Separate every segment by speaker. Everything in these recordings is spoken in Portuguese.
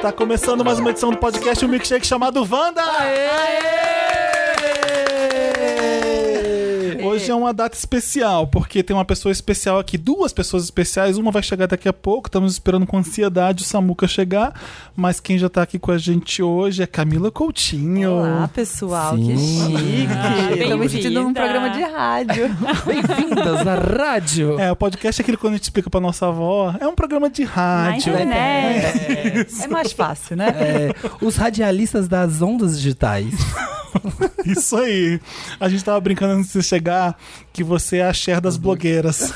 Speaker 1: Tá começando mais uma edição do podcast, um milkshake chamado Wanda! Hoje é uma data especial, porque tem uma pessoa especial aqui, duas pessoas especiais, uma vai chegar daqui a pouco, estamos esperando com ansiedade o Samuca chegar, mas quem já tá aqui com a gente hoje é Camila Coutinho.
Speaker 2: Olá, pessoal, que chique. Estamos sentindo um
Speaker 3: Ah, bem-vinda.
Speaker 2: programa de rádio.
Speaker 4: Bem-vindas à rádio.
Speaker 1: É, o podcast é aquele quando a gente explica pra nossa avó, é um programa de
Speaker 3: Na
Speaker 1: rádio.
Speaker 3: internet.
Speaker 2: É mais fácil, né?
Speaker 4: É, os radialistas das ondas digitais.
Speaker 1: Isso aí. A gente tava brincando antes de você chegar que você é a Cher das blogueiras.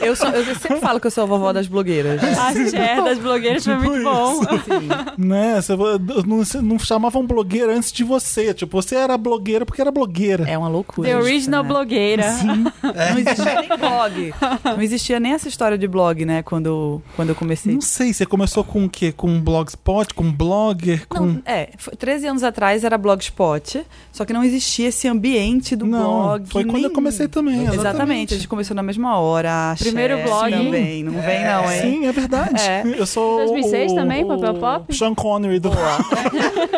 Speaker 2: Eu, sou- eu sempre falo que eu sou a vovó das blogueiras.
Speaker 3: A Cher das blogueiras foi
Speaker 1: Tipo
Speaker 3: muito bom.
Speaker 1: né? Você, não, você não chamavam blogueira antes de você. Tipo, você era blogueira porque era blogueira.
Speaker 2: É uma loucura.
Speaker 3: The
Speaker 2: isso,
Speaker 3: original
Speaker 2: né?
Speaker 3: blogueira.
Speaker 2: Não existia nem blog. Não existia nem essa história de blog, né? Quando, quando eu comecei.
Speaker 1: Não sei, você começou com o quê? Com um blogspot, com um blogger, com.
Speaker 2: Não, é, foi- 13 anos atrás era blogspot, só que não existia esse ambiente do
Speaker 1: Não,
Speaker 2: blog.
Speaker 1: foi quando
Speaker 2: nem-
Speaker 1: eu comecei também.
Speaker 2: Exatamente.
Speaker 1: Exatamente.
Speaker 2: a gente começou na mesma hora. a
Speaker 3: Primeiro
Speaker 2: Cher
Speaker 3: blog.
Speaker 2: Também, não vem não, hein?
Speaker 1: Sim, é verdade.
Speaker 2: É.
Speaker 1: Eu sou.
Speaker 3: 2006
Speaker 1: o,
Speaker 3: também,
Speaker 1: o-
Speaker 3: Papel Pop?
Speaker 1: Sean Connery do.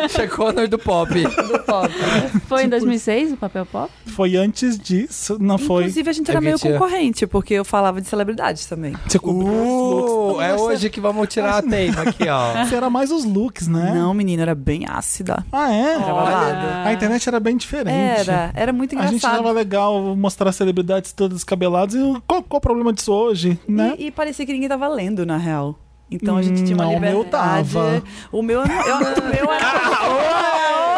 Speaker 4: Sean Connor do pop.
Speaker 3: Do pop. Foi
Speaker 2: Tipo
Speaker 3: em 2006 o papel pop?
Speaker 1: Foi antes disso, não foi?
Speaker 2: Inclusive, a gente era
Speaker 4: É
Speaker 2: meio
Speaker 4: mentira.
Speaker 2: concorrente, porque eu falava de celebridades também.
Speaker 1: Você cobriu os looks.
Speaker 4: Uh, é hoje que vamos tirar a teima aqui, ó.
Speaker 1: Você era mais os looks, né?
Speaker 2: Não, menina, era bem ácida.
Speaker 1: Ah, é?
Speaker 2: Era babado.
Speaker 1: A internet era bem diferente.
Speaker 2: Era, era muito
Speaker 1: A gente
Speaker 2: engraçado.
Speaker 1: tava legal mostrar celebridades todas descabeladas. E qual, qual o problema disso hoje, né?
Speaker 2: e, e parecia que ninguém tava lendo, na real. Então a gente tinha uma
Speaker 1: Não, o meu
Speaker 2: liberdade.
Speaker 1: tava.
Speaker 2: O meu, eu, o meu era.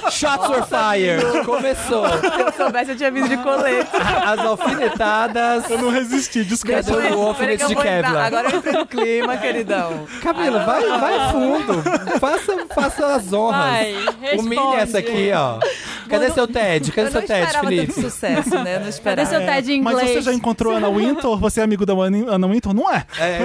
Speaker 2: Opa!
Speaker 4: Shots were fire. Começou.
Speaker 2: Se eu soubesse, eu tinha vindo de colete.
Speaker 4: As alfinetadas.
Speaker 1: Eu não resisti, desculpa.
Speaker 4: Cadê o
Speaker 2: Peraí que
Speaker 4: alfinete
Speaker 2: eu
Speaker 4: de
Speaker 2: vou entrar.
Speaker 4: Kevlar?
Speaker 2: Agora eu entrei no clima, queridão.
Speaker 4: Camila, vai, vai fundo. Faça, faça as honras.
Speaker 3: Vai,
Speaker 4: Humilha
Speaker 3: responde.
Speaker 4: essa aqui, ó. Cadê
Speaker 2: Bom,
Speaker 4: seu TED? Cadê
Speaker 2: eu não
Speaker 4: seu TED,
Speaker 2: esperava
Speaker 4: Felipe?
Speaker 2: tanto sucesso, né? Eu não
Speaker 3: Cadê
Speaker 2: esperava.
Speaker 3: seu TED em
Speaker 1: Mas
Speaker 3: inglês?
Speaker 1: você já encontrou a Ana Wintour? Você é amigo da Ana Ana Wintour? Não é?
Speaker 4: É,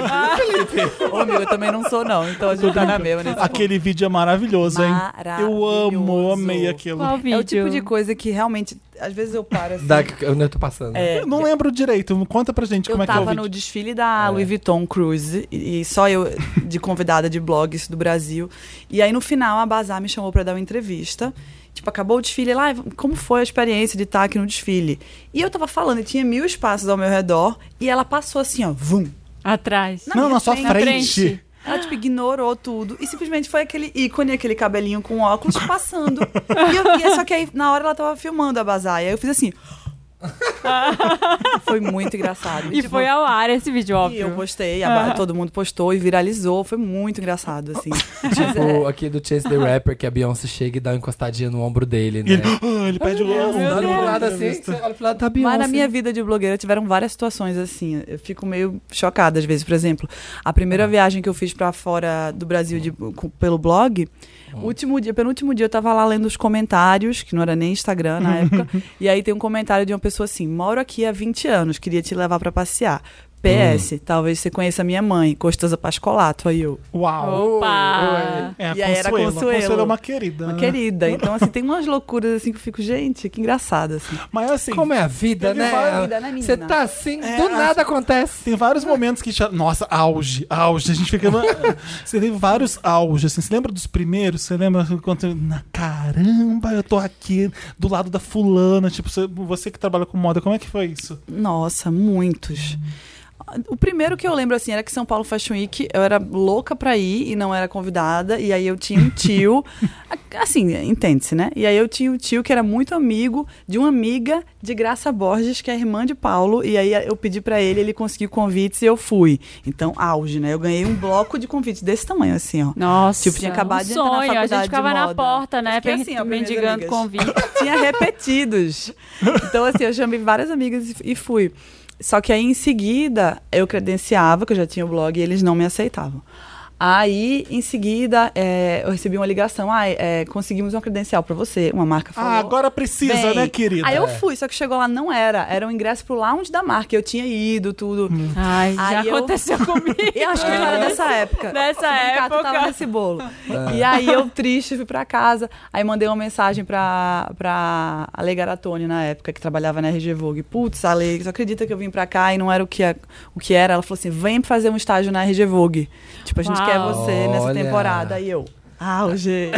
Speaker 2: Ô, amigo, eu também não sou, não. Então a gente tá na mesma nesse
Speaker 1: Aquele vídeo é maravilhoso, hein? Eu amo,
Speaker 2: Maravilhoso.
Speaker 1: amei aquilo.
Speaker 3: Qual vídeo?
Speaker 2: É o tipo de coisa que realmente, às vezes eu paro assim.
Speaker 4: da, eu não tô passando.
Speaker 2: É,
Speaker 1: Eu não lembro direito. Conta pra gente
Speaker 2: eu
Speaker 1: como é que é o
Speaker 2: tava
Speaker 1: vídeo. Ah, é.
Speaker 2: no desfile da Louis Vuitton Cruise e, e só eu de convidada de blogs do Brasil. E aí no final a Bazar me chamou pra dar uma entrevista. Tipo, acabou o desfile lá, como foi a experiência de estar aqui no desfile? E eu tava falando, e tinha mil espaços ao meu redor, e ela passou assim, ó, vum.
Speaker 3: Atrás.
Speaker 1: Não,
Speaker 2: minha
Speaker 1: na sua
Speaker 2: frente.
Speaker 1: frente.
Speaker 3: frente.
Speaker 2: Ela, tipo, ignorou tudo. E simplesmente foi aquele ícone, aquele cabelinho com óculos passando. E eu, e, só que aí, na hora, ela tava filmando a Bazar. E aí eu fiz assim. foi muito engraçado.
Speaker 3: E
Speaker 2: tipo,
Speaker 3: foi ao ar esse vídeo,
Speaker 2: e
Speaker 3: óbvio.
Speaker 2: eu postei, a Ba- todo mundo postou e viralizou. Foi muito engraçado, assim.
Speaker 4: Tipo, aqui do Chase the Rapper, que a Beyoncé chega e dá uma encostadinha no ombro dele, né?
Speaker 1: E ele, Ah, ele perde o
Speaker 4: Não,
Speaker 1: ombro.
Speaker 4: Dando um lado assim, você olha pro lado da Beyoncé.
Speaker 2: Mas na minha vida de blogueira tiveram várias situações assim. Eu fico meio chocada às vezes. Por exemplo, a primeira viagem que eu fiz pra fora do Brasil de- com- pelo blog, o último dia, penúltimo dia eu tava lá lendo os comentários, que não era nem Instagram na época. e aí tem um comentário de uma pessoa assim: "Moro aqui há 20 anos, queria te levar pra passear. PS, talvez você conheça minha mãe, Costosa Pascolato". Aí eu,
Speaker 1: Uau.
Speaker 3: Opa!
Speaker 1: É, a
Speaker 2: Oh. E aí era
Speaker 1: Consuelo. A
Speaker 2: Consuelo.
Speaker 1: Consuelo é uma querida.
Speaker 2: uma
Speaker 1: né?
Speaker 2: querida. Então assim, tem umas loucuras assim que eu fico, gente, que engraçado assim.
Speaker 1: Mas assim,
Speaker 4: Como é a vida,
Speaker 1: Teve
Speaker 4: né?
Speaker 1: várias
Speaker 2: vidas, né, menina?
Speaker 4: Você tá assim,
Speaker 1: É,
Speaker 4: do
Speaker 1: a-
Speaker 4: nada acontece.
Speaker 1: tem vários momentos que... já- Nossa, auge, auge. A gente fica... você teve vários auges, assim. Você lembra dos primeiros? Você lembra quando... na- Caramba, eu tô aqui do lado da fulana. Tipo, você, você que trabalha com moda, como é que foi isso?
Speaker 2: Nossa, muitos. O primeiro que eu lembro, assim, era que São Paulo Fashion Week, eu era louca pra ir e não era convidada, e aí eu tinha um tio, a- assim, entende-se, né? E aí eu tinha um tio que era muito amigo de uma amiga de Graça Borges, que é irmã de Paulo, e aí eu pedi pra ele, ele conseguiu convites e eu fui. Então, auge, né? Eu ganhei um bloco de convites desse tamanho, assim, ó.
Speaker 3: Nossa,
Speaker 2: Tipo, tinha acabado de
Speaker 3: um
Speaker 2: entrar na
Speaker 3: sonho. A
Speaker 2: faculdade
Speaker 3: gente
Speaker 2: de
Speaker 3: ficava na
Speaker 2: moda.
Speaker 3: porta, né?
Speaker 2: Eu fiquei
Speaker 3: pen-
Speaker 2: assim, ó, primeiras
Speaker 3: Mendigando
Speaker 2: amigas.
Speaker 3: convite.
Speaker 2: tinha repetidos. Então, assim, eu chamei várias amigas e- e fui. Só que aí, em seguida, eu credenciava, que eu já tinha o blog, e eles não me aceitavam. Aí, em seguida, é, eu recebi uma ligação. Ah, é, conseguimos uma credencial pra você. Uma marca falou.
Speaker 1: Ah, agora precisa,
Speaker 2: Bem,
Speaker 1: né, querida?
Speaker 2: Aí eu fui, só que chegou lá, não era. Era o ingresso pro lounge da marca. Eu tinha ido, tudo.
Speaker 1: Hum.
Speaker 3: Ai, já
Speaker 2: Aí eu-
Speaker 3: aconteceu comigo.
Speaker 2: Eu acho que eu era dessa época.
Speaker 3: Dessa
Speaker 2: Cato tava
Speaker 3: época.
Speaker 2: nesse bolo. E aí eu, triste, fui pra casa. Aí mandei uma mensagem pra, pra Ale Garatone, na época, que trabalhava na RG Vogue. Putz, Ale, você acredita que eu vim pra cá e não era o que, é- o que era? Ela falou assim, vem fazer um estágio na RG Vogue. Tipo, a gente quer você nessa
Speaker 4: Olha.
Speaker 2: temporada. E eu, "Ah, auge.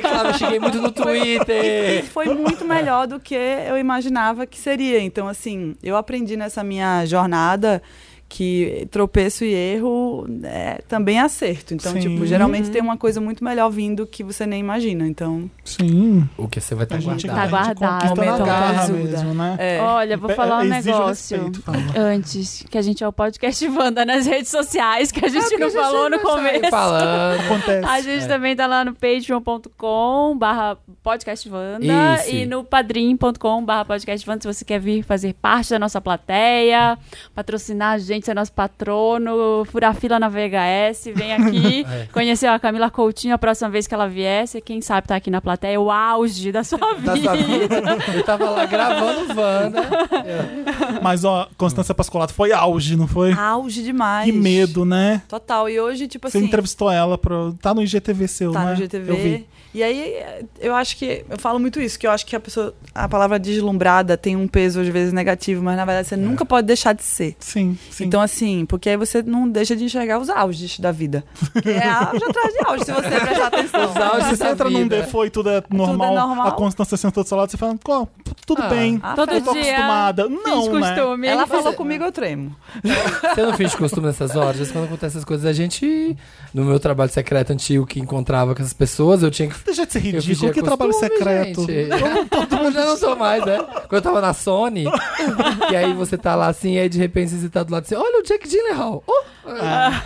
Speaker 4: Claro, eu cheguei muito no
Speaker 2: E
Speaker 4: Twitter.
Speaker 2: foi muito melhor do que eu imaginava que seria. Então, assim, eu aprendi nessa minha jornada que tropeço e erro é, também é acerto. Então,
Speaker 1: Sim.
Speaker 2: tipo, geralmente tem uma coisa muito melhor vindo que você nem imagina. Então,
Speaker 1: Sim.
Speaker 4: O que você vai estar
Speaker 1: A gente,
Speaker 3: Tá
Speaker 1: a
Speaker 4: guardado.
Speaker 1: gente
Speaker 3: guardado,
Speaker 1: conquista na
Speaker 2: momento
Speaker 1: garra
Speaker 2: ajuda.
Speaker 1: mesmo, né?
Speaker 2: é.
Speaker 3: Olha, vou
Speaker 1: Pe-
Speaker 3: falar um
Speaker 1: exige
Speaker 3: negócio.
Speaker 1: respeito, fala.
Speaker 3: Antes, que a gente é o podcast Wanda nas redes sociais,
Speaker 2: É
Speaker 3: É que a gente não falou no começo.
Speaker 4: Falando.
Speaker 1: Acontece.
Speaker 3: A gente
Speaker 4: É.
Speaker 3: também tá lá no patreon.com barra podcastvanda
Speaker 4: Isso.
Speaker 3: e no padrim.com barra podcastvanda se você quer vir fazer parte da nossa plateia, patrocinar a gente, ser nosso patrono, furar fila na VHS, vem aqui
Speaker 4: É.
Speaker 3: conhecer a Camila Coutinho a próxima vez que ela viesse, quem sabe tá aqui na plateia, o auge da sua vida.
Speaker 4: Da sua vida. Eu tava lá gravando Wanda.
Speaker 1: Mas, ó, Constância Pascolato foi auge, não foi?
Speaker 2: auge demais.
Speaker 1: que medo, né?
Speaker 2: Total. E hoje, tipo
Speaker 1: Você
Speaker 2: assim.
Speaker 1: entrevistou ela, pro... tá no IGTV seu,
Speaker 2: Tá
Speaker 1: né?
Speaker 2: no
Speaker 1: Eu vi.
Speaker 2: GTV. E aí, eu acho que. Eu falo muito isso, que eu acho que a pessoa. A palavra deslumbrada tem um peso, às vezes, negativo, mas na verdade você
Speaker 1: É.
Speaker 2: nunca pode deixar de ser.
Speaker 1: Sim, sim.
Speaker 2: Então, assim, porque aí você não deixa de enxergar os auges da vida. Que é auge atrás de auge, se você prestar atenção.
Speaker 4: Os auges
Speaker 1: se você
Speaker 4: da
Speaker 1: entra num
Speaker 4: vida.
Speaker 1: default e tudo é normal,
Speaker 2: normal?
Speaker 1: a Constância sentou do seu lado, você fala, "Ó, tudo
Speaker 4: Ah.
Speaker 1: bem,
Speaker 2: Ah,
Speaker 3: Todo
Speaker 1: eu tô
Speaker 3: dia, é.
Speaker 1: acostumada.
Speaker 3: Fiz
Speaker 1: Não, né?
Speaker 3: costume.
Speaker 2: Ela
Speaker 3: Você-
Speaker 2: falou comigo, eu tremo.
Speaker 4: Você não finge costume nessas horas? Às vezes, Quando acontecem essas coisas, a gente. No meu trabalho secreto antigo que encontrava com essas pessoas, eu tinha que.
Speaker 1: Deixa de ser
Speaker 4: Eu fingia
Speaker 1: ridículo, que trabalho
Speaker 4: costume,
Speaker 1: secreto.
Speaker 4: gente. Eu já não sou mais, né? Quando eu tava na Sony, e aí você tá lá assim, e aí de repente você tá do lado assim, olha o Jack Gyllenhaal. Oh!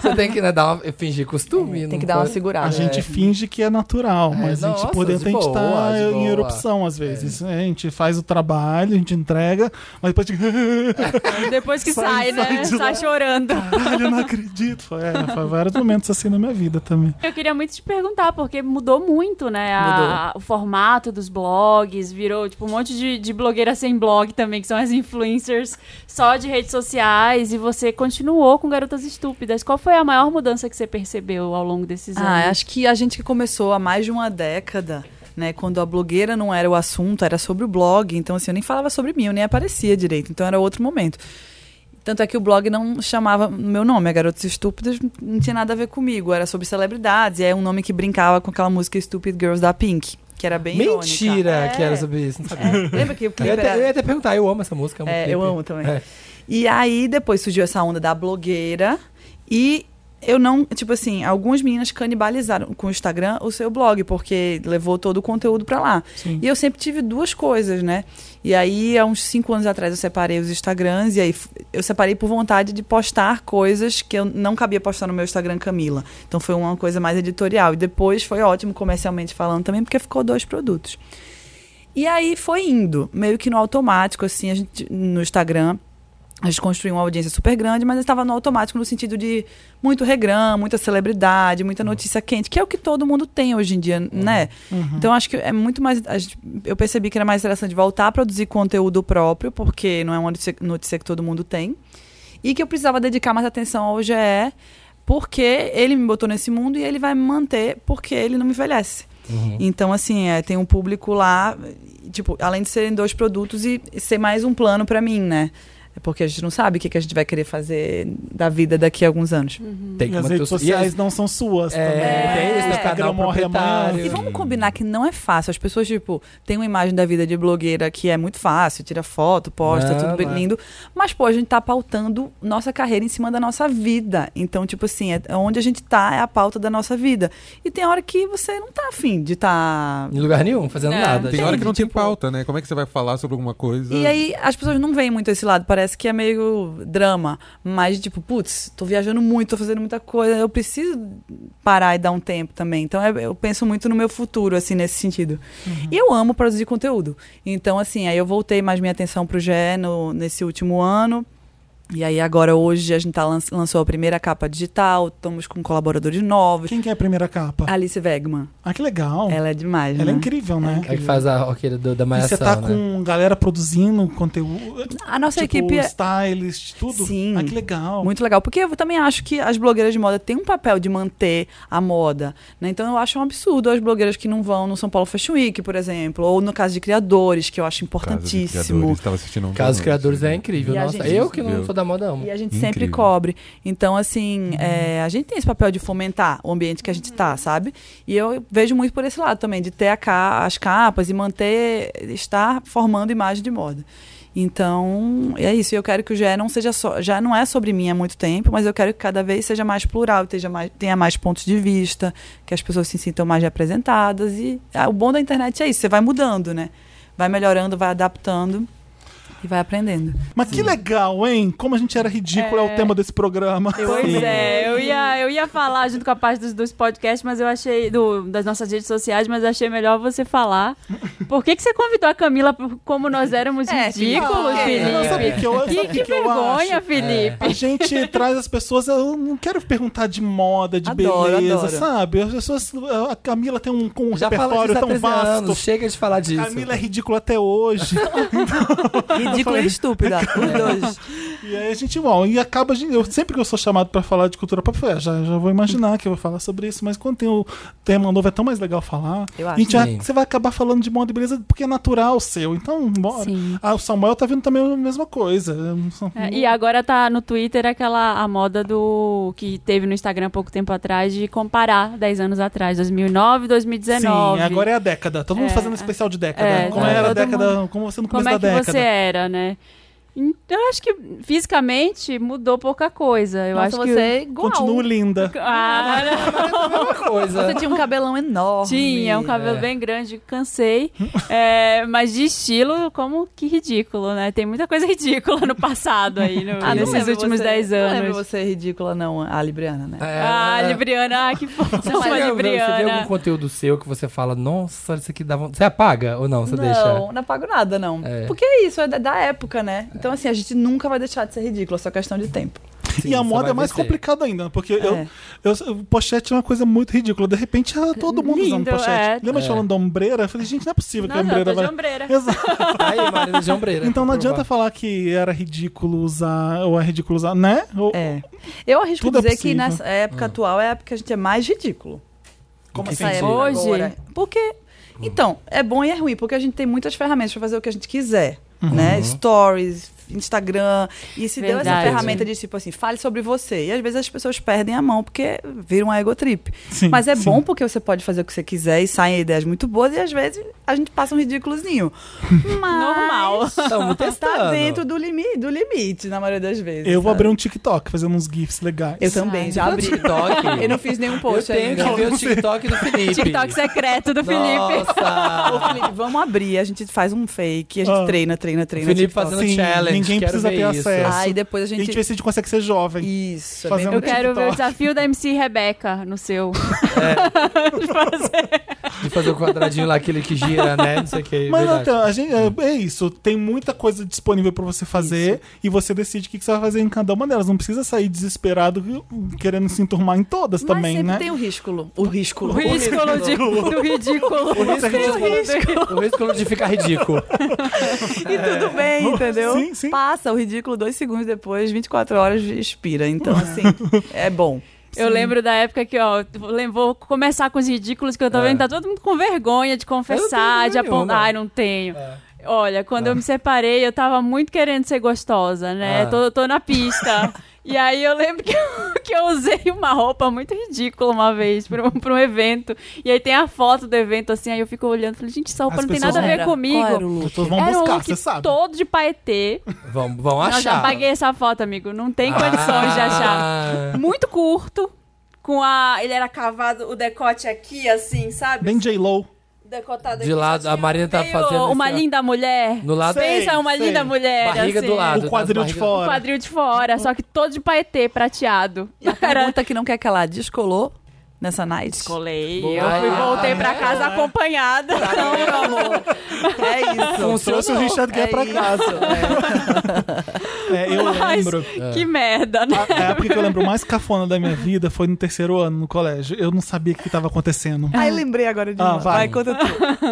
Speaker 4: Você tem que né, dar uma, fingir costume.
Speaker 2: Ah. É, Tem
Speaker 4: não
Speaker 2: que dar uma
Speaker 4: pode-
Speaker 2: segurada.
Speaker 1: A gente finge que é natural,
Speaker 4: É,
Speaker 1: mas a
Speaker 4: nossa,
Speaker 1: gente por dentro a
Speaker 4: de
Speaker 1: gente
Speaker 4: boa,
Speaker 1: tá
Speaker 4: de
Speaker 1: em
Speaker 4: boa. É.
Speaker 1: erupção às vezes. A gente faz o trabalho, a gente entrega, mas depois a gente.
Speaker 3: Depois que sai,
Speaker 1: Sai- sai
Speaker 3: né?
Speaker 1: de
Speaker 3: Sai
Speaker 1: lá.
Speaker 3: chorando.
Speaker 1: "Ah, Caralho, eu não acredito. Foi, é, foi vários momentos assim na minha vida também.
Speaker 4: É
Speaker 3: Eu queria muito te perguntar, porque mudou muito, né? a- o formato dos blogs, virou tipo um monte de, de blogueira sem blog também, que são as influencers só de redes sociais, e você continuou com garotas estúpidas. Qual foi a maior mudança que você percebeu ao longo desses
Speaker 2: Ah,
Speaker 3: anos?
Speaker 2: acho que a gente que começou há mais de uma década, né? Quando a blogueira não era o assunto, era sobre o blog. Então, assim, eu nem falava sobre mim, eu nem aparecia direito. Então, era outro momento. Tanto é que o blog não chamava meu nome, a Garotos Estúpidos não tinha nada a ver comigo, era sobre celebridades, e é um nome que brincava com aquela música Stupid Girls da Pink, que era bem irônica.
Speaker 4: Mentira
Speaker 2: É.
Speaker 4: que era sobre isso. Não sabia.
Speaker 2: É, Lembra que o
Speaker 4: Eu,
Speaker 2: clipe
Speaker 4: ia até, eu
Speaker 2: era...
Speaker 4: ia até perguntar, eu amo essa música. amo o
Speaker 2: É, eu
Speaker 4: clipe.
Speaker 2: amo também.
Speaker 4: É.
Speaker 2: E aí depois surgiu essa onda da blogueira e eu não, tipo assim, algumas meninas canibalizaram com o Instagram o seu blog, porque levou todo o conteúdo pra lá.
Speaker 1: Sim.
Speaker 2: E eu sempre tive duas coisas, né? E aí, há uns cinco anos atrás, eu separei os Instagrams, e aí f- eu separei por vontade de postar coisas que eu não cabia postar no meu Instagram Camila. Então foi uma coisa mais editorial. E depois foi ótimo comercialmente falando também, porque ficou dois produtos. E aí foi indo, meio que no automático, assim, a gente, no Instagram. A gente construiu uma audiência super grande, mas estava no automático no sentido de muito regrão, muita celebridade, muita notícia quente, que é o que todo mundo tem hoje em dia, né? Então acho que é muito mais. a gente- eu percebi que era mais interessante voltar a produzir conteúdo próprio, porque não é uma notícia, notícia que todo mundo tem. E que eu precisava dedicar mais atenção ao GE, porque ele me botou nesse mundo e ele vai me manter, porque ele não me envelhece.
Speaker 4: Uhum.
Speaker 2: Então, assim, é, tem um público lá, tipo, além de serem dois produtos e e ser mais um plano pra mim, né? É Porque a gente não sabe o que, que a gente vai querer fazer da vida daqui a alguns anos.
Speaker 4: Tem
Speaker 1: E
Speaker 4: que
Speaker 1: as
Speaker 4: manter
Speaker 1: redes
Speaker 4: os- e
Speaker 1: sociais
Speaker 4: as-
Speaker 1: não são suas também.
Speaker 4: É, tem isso,
Speaker 1: O
Speaker 4: né?
Speaker 1: Instagram
Speaker 4: Canal
Speaker 1: morre é
Speaker 4: proprietário.
Speaker 1: amanhã.
Speaker 2: E vamos combinar que não é fácil. As pessoas, tipo, têm uma imagem da vida de blogueira que é muito fácil, tira foto, posta,
Speaker 4: Não,
Speaker 2: tudo bem
Speaker 4: não é.
Speaker 2: lindo. Mas, pô, a gente tá pautando nossa carreira em cima da nossa vida. Então, tipo assim, é, é onde a gente tá é a pauta da nossa vida. E tem hora que você não tá afim de tá.
Speaker 4: Em lugar nenhum, fazendo
Speaker 3: Não,
Speaker 4: nada.
Speaker 5: Tem hora que não tem
Speaker 2: tipo-
Speaker 5: pauta, né? Como é que você vai falar sobre alguma coisa?
Speaker 1: Uhum.
Speaker 2: E aí, as pessoas não veem muito esse lado, parece que é meio drama. Mas, tipo, putz, tô viajando muito, tô fazendo muita coisa, eu preciso parar e dar um tempo também. Então, é- eu penso muito no meu futuro, assim, nesse sentido.
Speaker 1: Uhum.
Speaker 2: E eu amo produzir conteúdo. Então, assim, aí eu voltei mais minha atenção pro GE no, nesse último ano. E aí, agora, hoje, a gente tá lan- lançou a primeira capa digital, estamos com colaboradores novos.
Speaker 1: Quem que é a primeira capa?
Speaker 2: Alice Wegman,
Speaker 1: Ah, que legal.
Speaker 2: ela é demais,
Speaker 1: Ela
Speaker 2: né?
Speaker 1: é incrível, né?
Speaker 4: É que faz a roqueira do- da
Speaker 1: E
Speaker 4: malhação,
Speaker 1: você tá
Speaker 4: né?
Speaker 1: com galera produzindo conteúdo,
Speaker 2: A nossa
Speaker 1: tipo,
Speaker 2: equipe é...
Speaker 1: stylist, tudo.
Speaker 2: Sim.
Speaker 1: Ah, que legal.
Speaker 2: Muito legal, porque eu também acho que as blogueiras de moda têm um papel de manter a moda, né? Então eu acho um absurdo as blogueiras que não vão no São Paulo Fashion Week, por exemplo, ou no caso de criadores, que eu acho
Speaker 5: Caso de
Speaker 2: importantíssimo.
Speaker 5: Criadores, tava assistindo um
Speaker 4: Caso dos
Speaker 5: programa.
Speaker 4: criadores é incrível,
Speaker 2: E a
Speaker 4: nossa.
Speaker 2: gente-
Speaker 4: Eu que não
Speaker 5: Viu?
Speaker 4: sou da moda ama.
Speaker 2: E a gente
Speaker 5: Incrível.
Speaker 2: sempre cobre. Então, assim, é, a gente tem esse papel de fomentar o ambiente que a gente tá, sabe? E eu vejo muito por esse lado também, de ter a ca- as capas e manter, estar formando imagem de moda. Então, é isso. E Eu quero que o GE não seja só. Já não é sobre mim há muito tempo, mas eu quero que cada vez seja mais plural, esteja mais, tenha mais pontos de vista, que as pessoas se sintam mais representadas. E ah, o bom da internet é isso, você vai mudando, né? Vai melhorando, vai adaptando e vai aprendendo.
Speaker 1: Mas que legal, hein? Como a gente era ridículo, é, o
Speaker 3: É.
Speaker 1: tema desse programa.
Speaker 3: Pois
Speaker 5: Sim.
Speaker 3: é, eu ia, eu ia falar junto com a parte dos dois podcasts, mas eu achei. do- das nossas redes sociais, mas achei melhor você falar. Por que, que você convidou a Camila por- como nós éramos
Speaker 2: É,
Speaker 3: ridículos,
Speaker 2: Felipe.
Speaker 3: Felipe?
Speaker 1: Não, sabe o que, eu, sabe
Speaker 3: Que,
Speaker 1: o
Speaker 3: que
Speaker 1: que eu acho? É.
Speaker 3: vergonha, Felipe.
Speaker 1: A gente traz as pessoas. Eu não quero perguntar de moda, de
Speaker 2: Adoro,
Speaker 1: beleza,
Speaker 2: adoro.
Speaker 1: sabe? As pessoas. A Camila tem um, um
Speaker 4: Já fala
Speaker 1: repertório
Speaker 4: disso há
Speaker 1: tão
Speaker 4: 13
Speaker 1: vasto.
Speaker 4: anos, chega de falar disso.
Speaker 1: Camila é ridícula até hoje.
Speaker 2: Ridícula e estúpida, os dois.
Speaker 1: e aí a gente, bom, e acaba. de- Eu, sempre que eu sou chamado pra falar de cultura pop, eu falei, ah, já, já vou imaginar que eu vou falar sobre isso, mas quando tem o tema novo é tão mais legal falar.
Speaker 2: Eu
Speaker 1: A
Speaker 2: acho.
Speaker 1: gente já-
Speaker 4: Sim.
Speaker 1: você vai acabar falando de moda e beleza porque é natural seu. Então, bora.
Speaker 3: Sim.
Speaker 1: Ah, o Samuel tá vindo também a mesma coisa. São-
Speaker 3: É, e agora tá no Twitter aquela a moda do que teve no Instagram há pouco tempo atrás de comparar 10 anos atrás, 2009, 2019.
Speaker 1: Sim, agora é a década. Todo mundo
Speaker 3: É.
Speaker 1: fazendo especial de década.
Speaker 3: É,
Speaker 1: como
Speaker 3: tá
Speaker 1: era a
Speaker 3: todo
Speaker 1: década, como você no começo
Speaker 3: Como é que
Speaker 1: da década.
Speaker 3: você era, né? Então, eu acho que fisicamente mudou pouca coisa. Eu
Speaker 2: Nossa,
Speaker 3: acho
Speaker 2: você é igual.
Speaker 1: Continuo linda.
Speaker 3: que Ah, não.
Speaker 4: Uma coisa.
Speaker 2: Você tinha um cabelão enorme.
Speaker 3: Tinha um cabelo
Speaker 4: é.
Speaker 3: bem grande, cansei. É, mas de estilo, como que ridículo, né? Tem muita coisa ridícula no passado aí, no-
Speaker 2: Ah, não
Speaker 3: nesses
Speaker 2: lembro
Speaker 3: últimos
Speaker 2: você-
Speaker 3: 10
Speaker 2: Não lembro
Speaker 3: anos.
Speaker 2: você é ridícula, não, a Libriana, né?
Speaker 4: É,
Speaker 3: Ah,
Speaker 4: é.
Speaker 3: Libriana, ah, que
Speaker 4: Você
Speaker 3: fofa,
Speaker 4: vê- Você vê algum
Speaker 3: Libriana.
Speaker 4: conteúdo seu que você fala, nossa, isso aqui dá vontade. Você apaga ou não? Você
Speaker 2: não,
Speaker 4: deixa?
Speaker 2: não apago nada, não.
Speaker 4: É.
Speaker 2: Porque é isso, é da, da época, né? Então, assim, a gente nunca vai deixar de ser ridícula, é só questão de tempo.
Speaker 1: e a
Speaker 4: você
Speaker 1: moda
Speaker 4: vai
Speaker 1: é mais
Speaker 4: vencer.
Speaker 1: complicada ainda, porque eu,
Speaker 2: É.
Speaker 1: eu, eu- pochete é uma coisa muito ridícula. De repente, ah, todo mundo usando
Speaker 3: Lindo,
Speaker 1: pochete.
Speaker 3: é.
Speaker 1: Lembra de
Speaker 4: É.
Speaker 1: falando da ombreira? Eu falei, gente, não é possível que a
Speaker 3: Nossa, eu
Speaker 1: ombreira
Speaker 3: tô de
Speaker 1: vai.
Speaker 3: ombreira.
Speaker 1: Exato.
Speaker 4: Tá Aí, Marina de ombreira.
Speaker 1: Então não
Speaker 4: pra
Speaker 1: adianta
Speaker 4: provar.
Speaker 1: falar que era ridículo usar, ou é ridículo usar, né? Ou,
Speaker 2: É. Eu arrisco
Speaker 1: Tudo é
Speaker 2: dizer que
Speaker 1: possível.
Speaker 2: nessa época atual é a época que a gente é mais ridículo.
Speaker 1: Como
Speaker 2: Essa
Speaker 1: assim?
Speaker 2: era
Speaker 3: Hoje?
Speaker 2: agora. Porque. Então, é bom e é ruim, porque a gente tem muitas ferramentas para fazer o que a gente quiser.
Speaker 1: Uhum.
Speaker 2: Né? Stories, Instagram. E se deu essa
Speaker 3: Verdade.
Speaker 2: ferramenta de tipo assim, fale sobre você. E às vezes as pessoas perdem a mão porque viram um ego trip.
Speaker 1: Sim,
Speaker 2: Mas é
Speaker 1: sim.
Speaker 2: bom porque você pode fazer o que você quiser e saem ideias muito boas, e às vezes a gente passa um ridículozinho.
Speaker 3: Normal.
Speaker 4: Estamos testando.
Speaker 2: Tá dentro do limite, do limite, na maioria das vezes.
Speaker 1: Eu vou
Speaker 2: sabe?
Speaker 1: abrir um TikTok fazendo uns GIFs legais.
Speaker 2: Eu também, já abri.
Speaker 4: TikTok.
Speaker 2: Eu não fiz nenhum
Speaker 4: Eu
Speaker 2: post
Speaker 4: tenho
Speaker 2: ainda.
Speaker 4: que ver o TikTok do Felipe.
Speaker 3: TikTok secreto do Felipe.
Speaker 4: Nossa.
Speaker 2: Ô, Felipe, vamos abrir, a gente faz um fake, a gente
Speaker 1: Ah.
Speaker 2: treina, treina,
Speaker 4: O
Speaker 2: treina.
Speaker 4: Felipe
Speaker 2: TikTok.
Speaker 4: fazendo
Speaker 1: Sim,
Speaker 4: challenge.
Speaker 1: ninguém
Speaker 4: quero
Speaker 1: precisa
Speaker 4: ver
Speaker 1: ter
Speaker 4: isso.
Speaker 1: acesso.
Speaker 2: Ah, e depois a
Speaker 1: A um gente
Speaker 2: gente...
Speaker 1: vê se a gente consegue ser jovem.
Speaker 2: Isso, é bem
Speaker 1: Fazer um
Speaker 3: Eu
Speaker 2: bonito.
Speaker 3: quero ver o
Speaker 1: TikTok.
Speaker 3: desafio da MC Rebeca no seu.
Speaker 4: De fazer o quadradinho lá, aquele que gira, né? Não sei o que.
Speaker 1: Mas
Speaker 4: verdade.
Speaker 1: então, a gente, é, é isso. Tem muita coisa disponível pra você fazer e você decide o que que você vai fazer em cada uma delas. Não precisa sair desesperado querendo se enturmar em todas
Speaker 2: Mas
Speaker 1: também,
Speaker 2: sempre
Speaker 1: né?
Speaker 2: tem o risco. O risco.
Speaker 3: O ridículo de- do ridículo.
Speaker 1: O ridículo.
Speaker 3: O ridículo.
Speaker 4: O risco de ficar ridículo.
Speaker 2: E tudo bem, entendeu?
Speaker 1: É. Sim, sim.
Speaker 2: Passa o ridículo dois segundos depois, 24 horas expira. Então, assim, é bom.
Speaker 3: Eu lembro da época que, ó, lem- vou começar com os ridículos que eu tô vendo, tá todo mundo com vergonha de confessar,
Speaker 4: Eu não tenho
Speaker 3: de apontar.
Speaker 4: nenhuma.
Speaker 3: Ai, não tenho.
Speaker 1: É.
Speaker 3: Olha, quando eu me separei, eu tava muito querendo ser gostosa, né?
Speaker 4: Ah.
Speaker 3: Tô, tô na pista. e aí eu lembro que eu, que eu usei uma roupa muito ridícula uma vez pra um, pra um evento. E aí tem a foto do evento, assim, aí eu fico olhando e falei, gente, essa roupa
Speaker 1: As
Speaker 3: não tem
Speaker 1: pessoas
Speaker 3: nada a ver
Speaker 2: Era.
Speaker 3: comigo.
Speaker 2: Qual era o look?
Speaker 1: As pessoas vão
Speaker 3: Era um
Speaker 1: buscar,
Speaker 3: look
Speaker 1: você sabe.
Speaker 3: todo de paetê.
Speaker 4: Vão, vão
Speaker 3: Eu já
Speaker 4: achar.
Speaker 3: apaguei essa foto, amigo. Não tem condições de achar
Speaker 4: Ah.
Speaker 3: muito curto, com a. Ele era cavado, o decote aqui, assim, sabe?
Speaker 1: Bem J-Lo.
Speaker 3: Decotado
Speaker 4: De lado, a Marina tá
Speaker 3: Meio
Speaker 4: fazendo.
Speaker 3: Uma
Speaker 4: assim, ó.
Speaker 3: linda mulher.
Speaker 4: No lado. é
Speaker 1: Sei,
Speaker 3: Pensa uma
Speaker 1: sei.
Speaker 3: linda mulher.
Speaker 4: Barriga
Speaker 3: assim.
Speaker 4: do lado. tá?
Speaker 1: O quadril de
Speaker 4: barriga-
Speaker 3: O
Speaker 1: fora.
Speaker 3: quadril de fora, só que todo de paetê, prateado.
Speaker 2: E a pergunta que não quer calar, descolou nessa night?
Speaker 3: Descolei.
Speaker 4: Boa.
Speaker 3: Eu fui, voltei pra
Speaker 4: Ah,
Speaker 3: casa acompanhada.
Speaker 2: Não, meu amor. É isso.
Speaker 4: Funcionou.
Speaker 1: Trouxe o Richard Gere
Speaker 2: É
Speaker 1: pra
Speaker 2: isso,
Speaker 4: né?
Speaker 1: casa. É, eu
Speaker 3: Mas-
Speaker 1: lembro.
Speaker 3: Que merda, né?
Speaker 1: é
Speaker 4: Ah.
Speaker 1: A época que eu lembro mais cafona da minha vida foi no terceiro ano no colégio. Eu não sabia o que estava acontecendo.
Speaker 2: Ai, lembrei agora de
Speaker 1: Ah,
Speaker 2: uma.
Speaker 1: vai.
Speaker 2: vai. conta tu.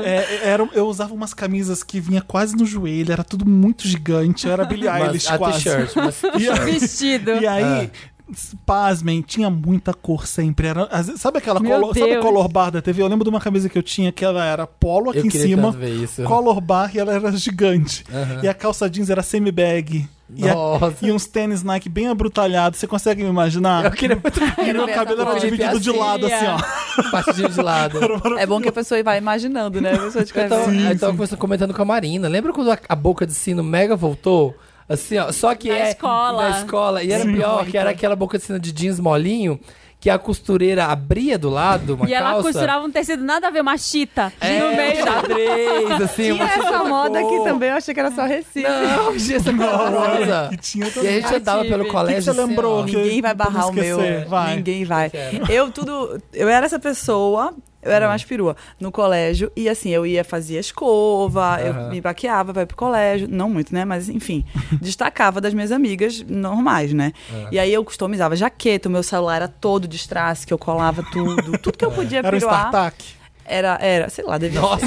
Speaker 1: É, era, eu usava umas camisas que vinha quase no joelho, era tudo muito gigante. Eu era Billie
Speaker 4: Mas-
Speaker 1: Eilish
Speaker 4: a
Speaker 1: quase.
Speaker 4: t-shirt. É. mas-
Speaker 1: E aí-
Speaker 3: Vestido.
Speaker 1: E aí, s- pasmem, tinha muita cor sempre. Era, às vezes- sabe aquela
Speaker 3: Meu
Speaker 1: color, sabe a
Speaker 3: Deus.
Speaker 1: color bar da TV? Eu lembro de uma camisa que eu tinha que ela era polo aqui
Speaker 4: Eu
Speaker 1: em
Speaker 4: queria
Speaker 1: cima,
Speaker 4: tanto ver isso.
Speaker 1: color bar e ela era gigante.
Speaker 4: Aham.
Speaker 1: E a calça jeans era semi-bag. E, a-
Speaker 4: Nossa.
Speaker 1: e uns tênis Nike bem abrutalhados. Você consegue me imaginar?
Speaker 4: Eu queria muito é.
Speaker 1: E meu
Speaker 2: ver
Speaker 1: cabelo
Speaker 2: essa
Speaker 1: era
Speaker 2: foto.
Speaker 1: dividido de
Speaker 3: Felipe,
Speaker 1: lado, assim, ó.
Speaker 4: partir de lado.
Speaker 2: É bom que a pessoa vai imaginando, né? A pessoa de
Speaker 1: tá
Speaker 4: Eu tava,
Speaker 2: cabeça.
Speaker 4: eu tava conversando- comentando com a Marina. Lembra quando a, a boca de sino mega voltou? Assim, ó. Só que
Speaker 3: Na
Speaker 4: é.
Speaker 3: escola.
Speaker 4: Na escola. E era pior, que era aquela boca de sino de jeans molinho que a costureira abria do lado, uma
Speaker 3: E ela
Speaker 4: calça.
Speaker 3: costurava um tecido nada a ver, uma chita.
Speaker 4: é,
Speaker 3: no meio da
Speaker 4: xadrez, assim.
Speaker 2: Tinha
Speaker 4: uma
Speaker 2: essa
Speaker 4: coisa-
Speaker 2: moda aqui também, eu achei que era só Recife.
Speaker 4: Não, essa coisa é horrorosa.
Speaker 1: Que tinha
Speaker 4: E a
Speaker 1: também.
Speaker 4: gente andava
Speaker 3: tive.
Speaker 4: pelo
Speaker 3: Que que
Speaker 4: colégio.
Speaker 1: você
Speaker 4: assim,
Speaker 1: lembrou?
Speaker 4: ó.
Speaker 1: Que-
Speaker 2: Ninguém vai
Speaker 1: pra não
Speaker 2: barrar o meu.
Speaker 1: esquecer, vai.
Speaker 2: Ninguém vai. Eu tudo. Eu era essa pessoa. Eu
Speaker 1: Uhum.
Speaker 2: era mais perua no colégio e assim, eu ia fazia escova, eu
Speaker 4: Aham.
Speaker 2: me baqueava para ir pro colégio, não muito, né, mas enfim, destacava das minhas amigas normais, né?
Speaker 1: É.
Speaker 2: E aí eu customizava jaqueta, o meu celular era todo de strass, que eu colava tudo, tudo que eu podia
Speaker 1: Era um
Speaker 2: piruar.
Speaker 1: startup.
Speaker 2: Era, era, sei lá, devia
Speaker 4: Nossa.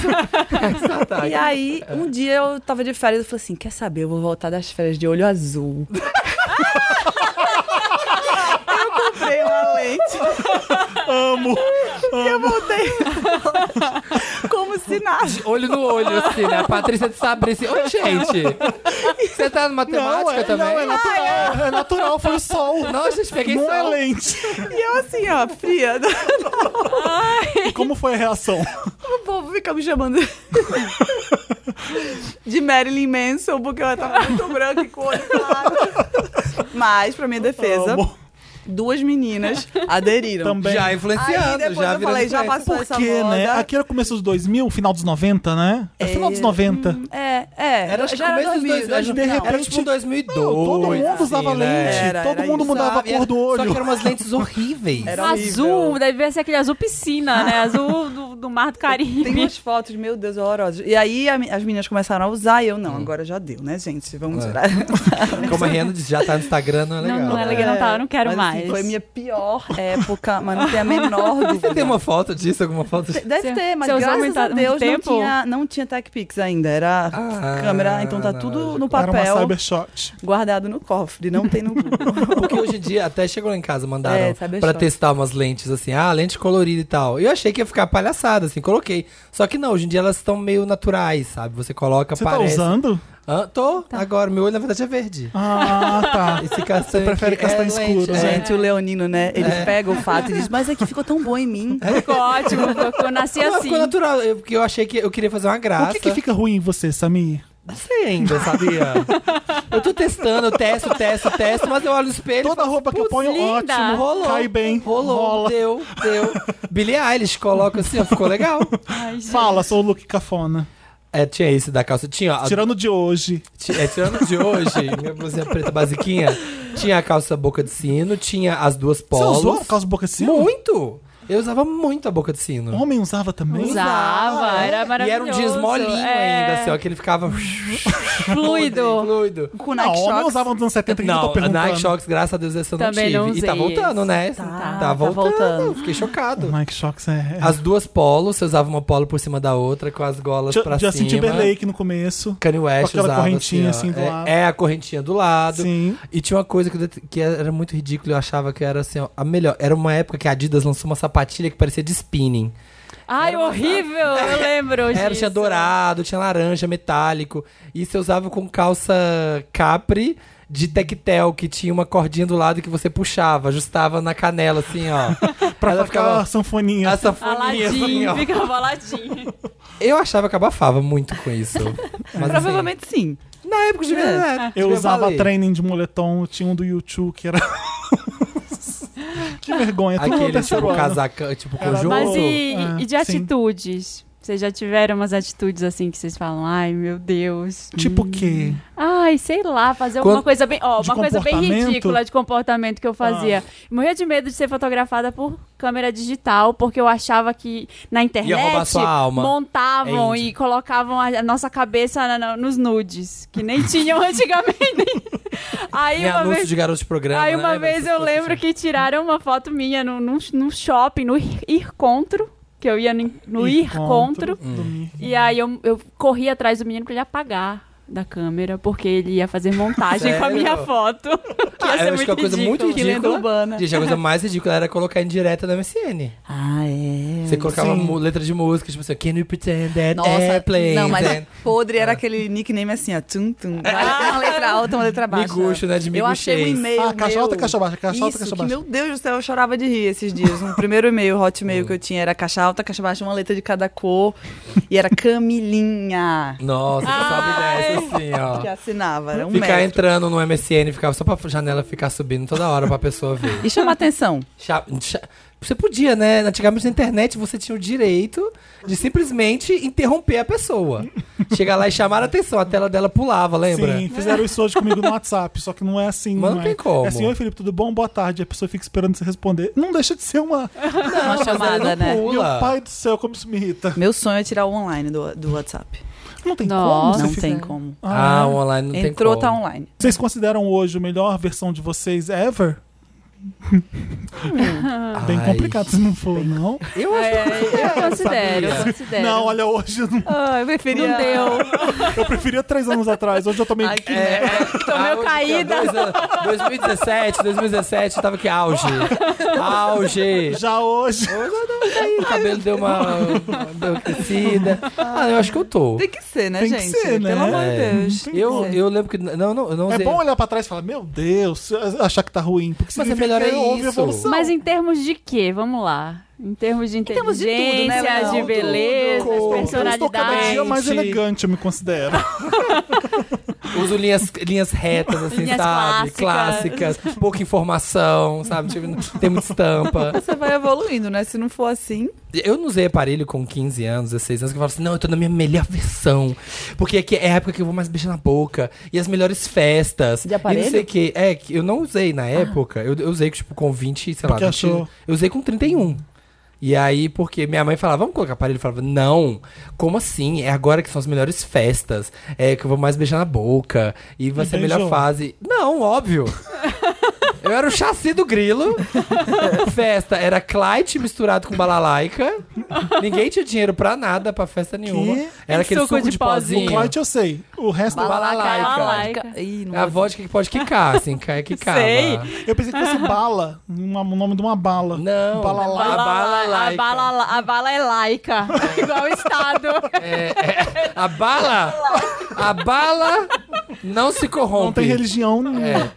Speaker 2: e aí,
Speaker 1: É.
Speaker 2: um dia eu tava de férias, eu falei assim: quer saber? Eu vou voltar das férias de olho azul. eu comprei uma lente.
Speaker 1: Amo.
Speaker 2: Eu voltei. Como se nada.
Speaker 4: Olho no olho, assim, né? A Patrícia de Sabre, assim, oi, gente. Você tá na matemática
Speaker 1: Não, é,
Speaker 4: também? Ah,
Speaker 1: não, é natural. É natural, foi o sol.
Speaker 4: Nossa, gente, peguei
Speaker 1: Não é
Speaker 4: sol.
Speaker 1: lente.
Speaker 2: E eu assim, ó, fria.
Speaker 1: E como foi a reação?
Speaker 2: O povo fica me chamando de Marilyn Manson, porque eu tava muito branca e com o olho claro. Mas, pra minha defesa,
Speaker 1: Amo.
Speaker 2: duas meninas aderiram.
Speaker 1: Também.
Speaker 4: Então, Já é
Speaker 2: Aí
Speaker 4: influenciando,
Speaker 2: depois
Speaker 4: já
Speaker 2: eu falei, já
Speaker 4: influencer.
Speaker 2: passou essa
Speaker 1: Por quê,
Speaker 2: moda.
Speaker 1: né? Aqui era começo dos 2000, final dos 90, né? É, final dos 90.
Speaker 4: Hum.
Speaker 2: É, é.
Speaker 4: Era acho que
Speaker 2: já era
Speaker 4: começo dos
Speaker 2: 2000,
Speaker 4: dois, era,
Speaker 1: de repente-
Speaker 4: era tipo 2002.
Speaker 1: todo mundo usava
Speaker 4: assim,
Speaker 1: lente.
Speaker 4: Né?
Speaker 2: Era,
Speaker 1: todo
Speaker 2: era
Speaker 1: mundo
Speaker 2: isso.
Speaker 1: mudava
Speaker 4: Sabe?
Speaker 1: a cor do
Speaker 4: Só que um
Speaker 1: olho. É,
Speaker 4: eram umas lentes horríveis.
Speaker 2: Era
Speaker 3: azul, deve ser aquele azul piscina,
Speaker 4: Ah.
Speaker 3: né? Azul do, do Mar do Caribe.
Speaker 2: Tem umas fotos, meu Deus, horrorosas. E aí a mi- as meninas começaram a usar e eu, não, agora já deu, né, gente? Vamos
Speaker 4: É.
Speaker 2: tirar.
Speaker 4: Como a Rihanna disse, já tá no Instagram, não é legal.
Speaker 3: Não, não é legal, não tá, eu não quero
Speaker 2: Mas, assim,
Speaker 3: mais.
Speaker 2: foi a minha pior época, mas não tem a menor dúvida.
Speaker 4: Você tem uma foto disso, alguma foto disso?
Speaker 2: Deve
Speaker 3: Você-
Speaker 2: ter, mas
Speaker 3: você usou
Speaker 2: graças
Speaker 3: muito-
Speaker 2: a
Speaker 3: muito
Speaker 2: Deus não
Speaker 3: tempo?
Speaker 2: tinha, não tinha TechPix ainda. Era
Speaker 4: Ah,
Speaker 2: câmera, então tá
Speaker 4: não,
Speaker 2: tudo
Speaker 4: já-
Speaker 2: no
Speaker 1: Era
Speaker 2: papel,
Speaker 1: uma cybershot.
Speaker 2: guardado no cofre, não tem no Google.
Speaker 4: Porque hoje em dia, até chegou lá em casa, mandaram
Speaker 2: É, sabe,
Speaker 4: pra
Speaker 2: choque.
Speaker 4: testar umas lentes, assim, ah, lente colorida e tal. Eu achei que ia ficar palhaçada, assim, coloquei. Só que não, hoje em dia elas estão meio naturais, sabe? Você coloca,
Speaker 1: Você
Speaker 4: aparece.
Speaker 1: tá usando?
Speaker 4: Hã? tô,
Speaker 2: Tá.
Speaker 4: agora, meu olho na verdade é verde.
Speaker 1: Ah, tá.
Speaker 4: Esse castanho
Speaker 1: prefere
Speaker 4: aqui
Speaker 1: castanho
Speaker 4: é lente,
Speaker 1: escuro,
Speaker 4: é.
Speaker 1: né?
Speaker 2: Gente, o Leonino, né? Ele
Speaker 4: É.
Speaker 2: pega o fato e diz, mas é que ficou tão bom em mim.
Speaker 3: Ficou ótimo, ficou, eu nasci
Speaker 4: Ah, Não,
Speaker 3: assim.
Speaker 4: ficou natural, eu- porque eu achei que eu queria fazer uma graça.
Speaker 1: O que, que fica ruim em você, Samir?
Speaker 4: Não sei ainda, sabia? eu tô testando, eu testo, testo, testo, mas eu olho no espelho. e
Speaker 1: Toda
Speaker 4: falo,
Speaker 1: roupa que eu
Speaker 4: "Putz,
Speaker 1: ponho,
Speaker 3: linda.
Speaker 2: Tá.
Speaker 1: ótimo.
Speaker 4: Rolou.
Speaker 1: Cai bem.
Speaker 4: Rolou,
Speaker 1: rola.
Speaker 4: deu, deu. Billie Eilish coloca assim, ó, ficou legal.
Speaker 3: Ai, gente.
Speaker 1: Fala, sou o Luke Cafona.
Speaker 4: É, tinha esse da calça. Tinha, ó,
Speaker 1: Tirando de hoje.
Speaker 4: ti- é, tirando de hoje, minha blusinha preta basiquinha, tinha a calça boca de sino, tinha as duas polos.
Speaker 1: Você usou a calça boca de sino?
Speaker 4: Muito! Eu usava muito a boca de sino.
Speaker 1: Homem usava também?
Speaker 3: Usava,
Speaker 4: É, E
Speaker 3: era
Speaker 4: era
Speaker 3: maravilhoso.
Speaker 4: um jeans molinho
Speaker 3: É,
Speaker 4: ainda, assim, ó, que ele ficava...
Speaker 3: Fluido.
Speaker 4: Fluido.
Speaker 2: Com
Speaker 1: Não,
Speaker 2: Nike
Speaker 1: homem
Speaker 2: Shox.
Speaker 1: usava nos anos 70, que eu tô
Speaker 4: Não, a
Speaker 1: perguntando.
Speaker 4: Nike Shox, graças a Deus, essa eu não
Speaker 3: Também
Speaker 4: tive.
Speaker 3: não
Speaker 4: e tá
Speaker 3: usei
Speaker 4: voltando,
Speaker 3: esse.
Speaker 4: né?
Speaker 2: Tá,
Speaker 4: tá
Speaker 2: tá
Speaker 4: voltando.
Speaker 2: voltando.
Speaker 4: Fiquei chocado.
Speaker 1: O Nike Shox é... é.
Speaker 4: As duas polos, você usava uma polo por cima da outra, com as golas
Speaker 1: Ju-
Speaker 4: pra
Speaker 1: Justin
Speaker 4: cima.
Speaker 1: Timberlake no começo.
Speaker 4: Kanye West
Speaker 1: Com aquela
Speaker 4: usava,
Speaker 1: correntinha, assim,
Speaker 4: ó.
Speaker 1: do
Speaker 4: é,
Speaker 1: lado.
Speaker 4: é, a correntinha do lado.
Speaker 1: Sim.
Speaker 4: E tinha uma coisa que, eu det- que era muito ridícula, eu achava que era assim, ó, a melhor. Era uma época que a Adidas lançou uma sapatilha que parecia de spinning.
Speaker 3: Ai, horrível, eu lembro
Speaker 4: Era,
Speaker 3: disso.
Speaker 4: tinha dourado, tinha laranja, metálico. E você usava com calça capri de tectel, que tinha uma cordinha do lado que você puxava, ajustava na canela, assim, ó.
Speaker 1: Pra
Speaker 4: Ela
Speaker 1: ela
Speaker 4: ficava-
Speaker 1: a sanfoninha.
Speaker 4: A sanfoninha, assim,
Speaker 3: Aladim,
Speaker 4: ó.
Speaker 3: ficava aladim.
Speaker 4: Eu achava que abafava muito com isso. Mas,
Speaker 2: Provavelmente sim.
Speaker 4: assim, na época de verdade.
Speaker 1: Eu
Speaker 4: devia
Speaker 1: usava
Speaker 4: valer.
Speaker 1: training de moletom, tinha um do YouTube que era. que vergonha, tudo no
Speaker 4: Aquele
Speaker 1: terceiro
Speaker 4: tipo
Speaker 1: ano.
Speaker 4: casaca, tipo
Speaker 1: Era
Speaker 4: conjunto.
Speaker 3: Mas e,
Speaker 1: Ah,
Speaker 3: e de
Speaker 1: sim.
Speaker 3: atitudes? Vocês já tiveram umas atitudes assim que vocês falam, ai meu Deus.
Speaker 1: Tipo o quê?
Speaker 3: Ai, sei lá, fazer alguma
Speaker 4: Quando-
Speaker 3: coisa bem. Ó,
Speaker 1: De
Speaker 3: uma coisa bem
Speaker 1: comportamento?
Speaker 3: ridícula de comportamento que eu fazia.
Speaker 4: Ah.
Speaker 3: Morria de medo de ser fotografada por câmera digital, porque eu achava que na
Speaker 4: roubar
Speaker 3: internet
Speaker 4: sua alma.
Speaker 3: montavam
Speaker 4: É índio.
Speaker 3: e colocavam a, a nossa cabeça na- na- nos nudes, que nem tinham antigamente. Aí
Speaker 4: Em
Speaker 3: uma
Speaker 4: anúncio
Speaker 3: vez.
Speaker 4: de garoto de programa.
Speaker 3: Aí
Speaker 4: né?
Speaker 3: uma
Speaker 4: Lembra
Speaker 3: vez
Speaker 4: dessas
Speaker 3: eu
Speaker 4: coisas?
Speaker 3: lembro que tiraram uma foto minha num no, no, shopping, no Ir- Ircontro, que eu ia no, no Ircontro.
Speaker 4: Hum.
Speaker 1: Domingo.
Speaker 3: E aí eu, eu corri atrás do menino pra ele apagar da câmera, porque ele ia fazer montagem com a
Speaker 4: Sério?
Speaker 3: minha foto.
Speaker 4: Ah,
Speaker 3: ia ser
Speaker 4: eu acho que é uma
Speaker 3: muito
Speaker 4: coisa
Speaker 3: ridículo.
Speaker 4: muito
Speaker 2: Que lenda
Speaker 4: ridícula.
Speaker 2: urbana.
Speaker 4: Gente, a coisa mais ridícula era colocar em direta da MSN.
Speaker 2: Ah, é.
Speaker 3: Hum,
Speaker 4: Você colocava
Speaker 1: sim.
Speaker 4: mu- letra de música, tipo assim, Can you pretend that
Speaker 2: Nossa,
Speaker 4: airplane?
Speaker 2: não, mas
Speaker 4: then-
Speaker 2: podre
Speaker 4: Ah.
Speaker 2: era aquele nickname assim, ó. Tum, tum. Vai ter uma letra alta, uma letra baixa.
Speaker 4: Miguxo, né, de
Speaker 2: Eu achei um
Speaker 4: miguxês.
Speaker 2: e-mail.
Speaker 1: Ah, caixa
Speaker 2: meu-
Speaker 1: alta, caixa baixa, caixa alta,
Speaker 2: Isso,
Speaker 1: caixa
Speaker 2: que,
Speaker 1: baixa.
Speaker 2: meu Deus do céu, eu chorava de rir esses dias. No primeiro e-mail, hot
Speaker 4: Hum.
Speaker 2: e-mail que eu tinha era caixa alta, caixa baixa, uma letra de cada cor. E era Camilinha
Speaker 4: Nossa, sobe e desce assim, ó.
Speaker 2: que assinava. Era um
Speaker 4: Ficar
Speaker 2: metro.
Speaker 4: entrando no MSN, ficava só pra janela ficar subindo toda hora pra pessoa ver.
Speaker 2: E chama atenção.
Speaker 4: Cha- cha- Você podia, né? Antigamente na internet você tinha o direito de simplesmente interromper a pessoa. Chegar lá e chamar a atenção, a tela dela pulava, lembra?
Speaker 1: Sim, fizeram isso hoje comigo no WhatsApp, só que não é assim.
Speaker 4: Mas não
Speaker 1: é.
Speaker 4: tem como.
Speaker 1: É assim, oi Felipe, tudo bom? Boa tarde. A pessoa fica esperando você responder. Não deixa de ser uma.
Speaker 4: Não, mas ela
Speaker 2: chamada, né?
Speaker 1: Meu
Speaker 4: pula.
Speaker 1: pai do céu, como isso me irrita.
Speaker 2: Meu sonho é tirar o online do, do WhatsApp.
Speaker 1: Não tem como.
Speaker 3: Nossa.
Speaker 1: você
Speaker 2: Não
Speaker 1: fica-
Speaker 2: tem como.
Speaker 4: Ah, o online não
Speaker 2: Entrou,
Speaker 4: tem
Speaker 2: tá
Speaker 4: como.
Speaker 2: online.
Speaker 1: Vocês consideram hoje a melhor versão de vocês ever? Bem
Speaker 4: Ai.
Speaker 1: complicado se não for, não.
Speaker 4: Eu acho
Speaker 3: eu considero, eu considero.
Speaker 1: Não, olha, hoje eu, não-
Speaker 2: Ah, eu preferia.
Speaker 3: Não deu.
Speaker 1: eu preferia três anos atrás. Hoje eu tomei.
Speaker 2: Ai, que
Speaker 4: É, é,
Speaker 3: Tomei
Speaker 4: auge,
Speaker 3: caída.
Speaker 4: dois anos- 2017, 2017, eu tava que auge. Auge.
Speaker 1: Já hoje.
Speaker 4: Aí o cabelo deu uma, deu uma crescida. Ah, eu acho que eu tô.
Speaker 2: Tem que ser, né,
Speaker 1: Tem que
Speaker 2: gente?
Speaker 1: ser, né?
Speaker 2: Pelo amor de
Speaker 4: É.
Speaker 2: Deus.
Speaker 4: Eu, eu lembro que. Não, não, eu não
Speaker 1: É
Speaker 4: usei.
Speaker 1: bom olhar pra trás e falar, meu Deus, achar que tá ruim. Porque
Speaker 4: Mas é
Speaker 1: significa
Speaker 4: melhor
Speaker 1: que
Speaker 4: é
Speaker 1: houve
Speaker 4: isso.
Speaker 1: evolução.
Speaker 3: Mas em termos de quê? Vamos lá. Em termos de
Speaker 2: termos de
Speaker 3: inteligência,
Speaker 2: tudo, né,
Speaker 3: de,
Speaker 2: Leonardo?
Speaker 3: beleza,
Speaker 1: Cor. Eu estou cada dia
Speaker 3: personalidade.
Speaker 1: mais elegante, eu me considero.
Speaker 4: Uso linhas, linhas retas, assim,
Speaker 3: Linhas
Speaker 4: sabe?
Speaker 3: clássicas.
Speaker 4: Pouca informação, sabe? Tipo, tem muita estampa.
Speaker 2: Você vai evoluindo, né? Se não for assim.
Speaker 4: Eu não usei aparelho com 15 anos, 16 anos, que eu falava assim, não, eu tô na minha melhor versão. Porque aqui é a época que eu vou mais beijar na boca. E as melhores festas.
Speaker 2: De aparelho? Ah.
Speaker 4: E não sei o que. É, que eu não usei na época. Eu, eu usei, tipo, com 20, sei lá.
Speaker 1: Porque
Speaker 4: 20,
Speaker 1: achou.
Speaker 4: Eu usei com 31. E aí, porque minha mãe falava, vamos colocar aparelho? Eu falava, não, como assim? É agora que são as melhores festas, é que eu vou mais beijar na boca, e vai
Speaker 1: E
Speaker 4: ser a melhor
Speaker 1: beijou.
Speaker 4: fase. Não, óbvio. eu era o chassi do grilo, festa era Clyde misturado com balalaica, ninguém tinha dinheiro pra nada, pra festa nenhuma. Era aquele
Speaker 3: Suco
Speaker 4: suco,
Speaker 3: de
Speaker 4: de
Speaker 1: O
Speaker 4: pozinho.
Speaker 1: Clyde eu sei. O resto.
Speaker 4: Balalaica.
Speaker 3: Balalaica.
Speaker 2: Ih, não
Speaker 4: A
Speaker 2: vou-
Speaker 4: vodka que pode quicar, assim, cai- quicava.
Speaker 3: Sei.
Speaker 1: Eu pensei que fosse bala. uma- o nome de uma bala.
Speaker 4: Não,
Speaker 1: Balalaica.
Speaker 4: a é
Speaker 3: a,
Speaker 4: balalaica.
Speaker 3: bala, a bala é laica, igual o Estado.
Speaker 4: A bala, a bala não se corrompe.
Speaker 1: Não tem religião nenhuma.
Speaker 4: É,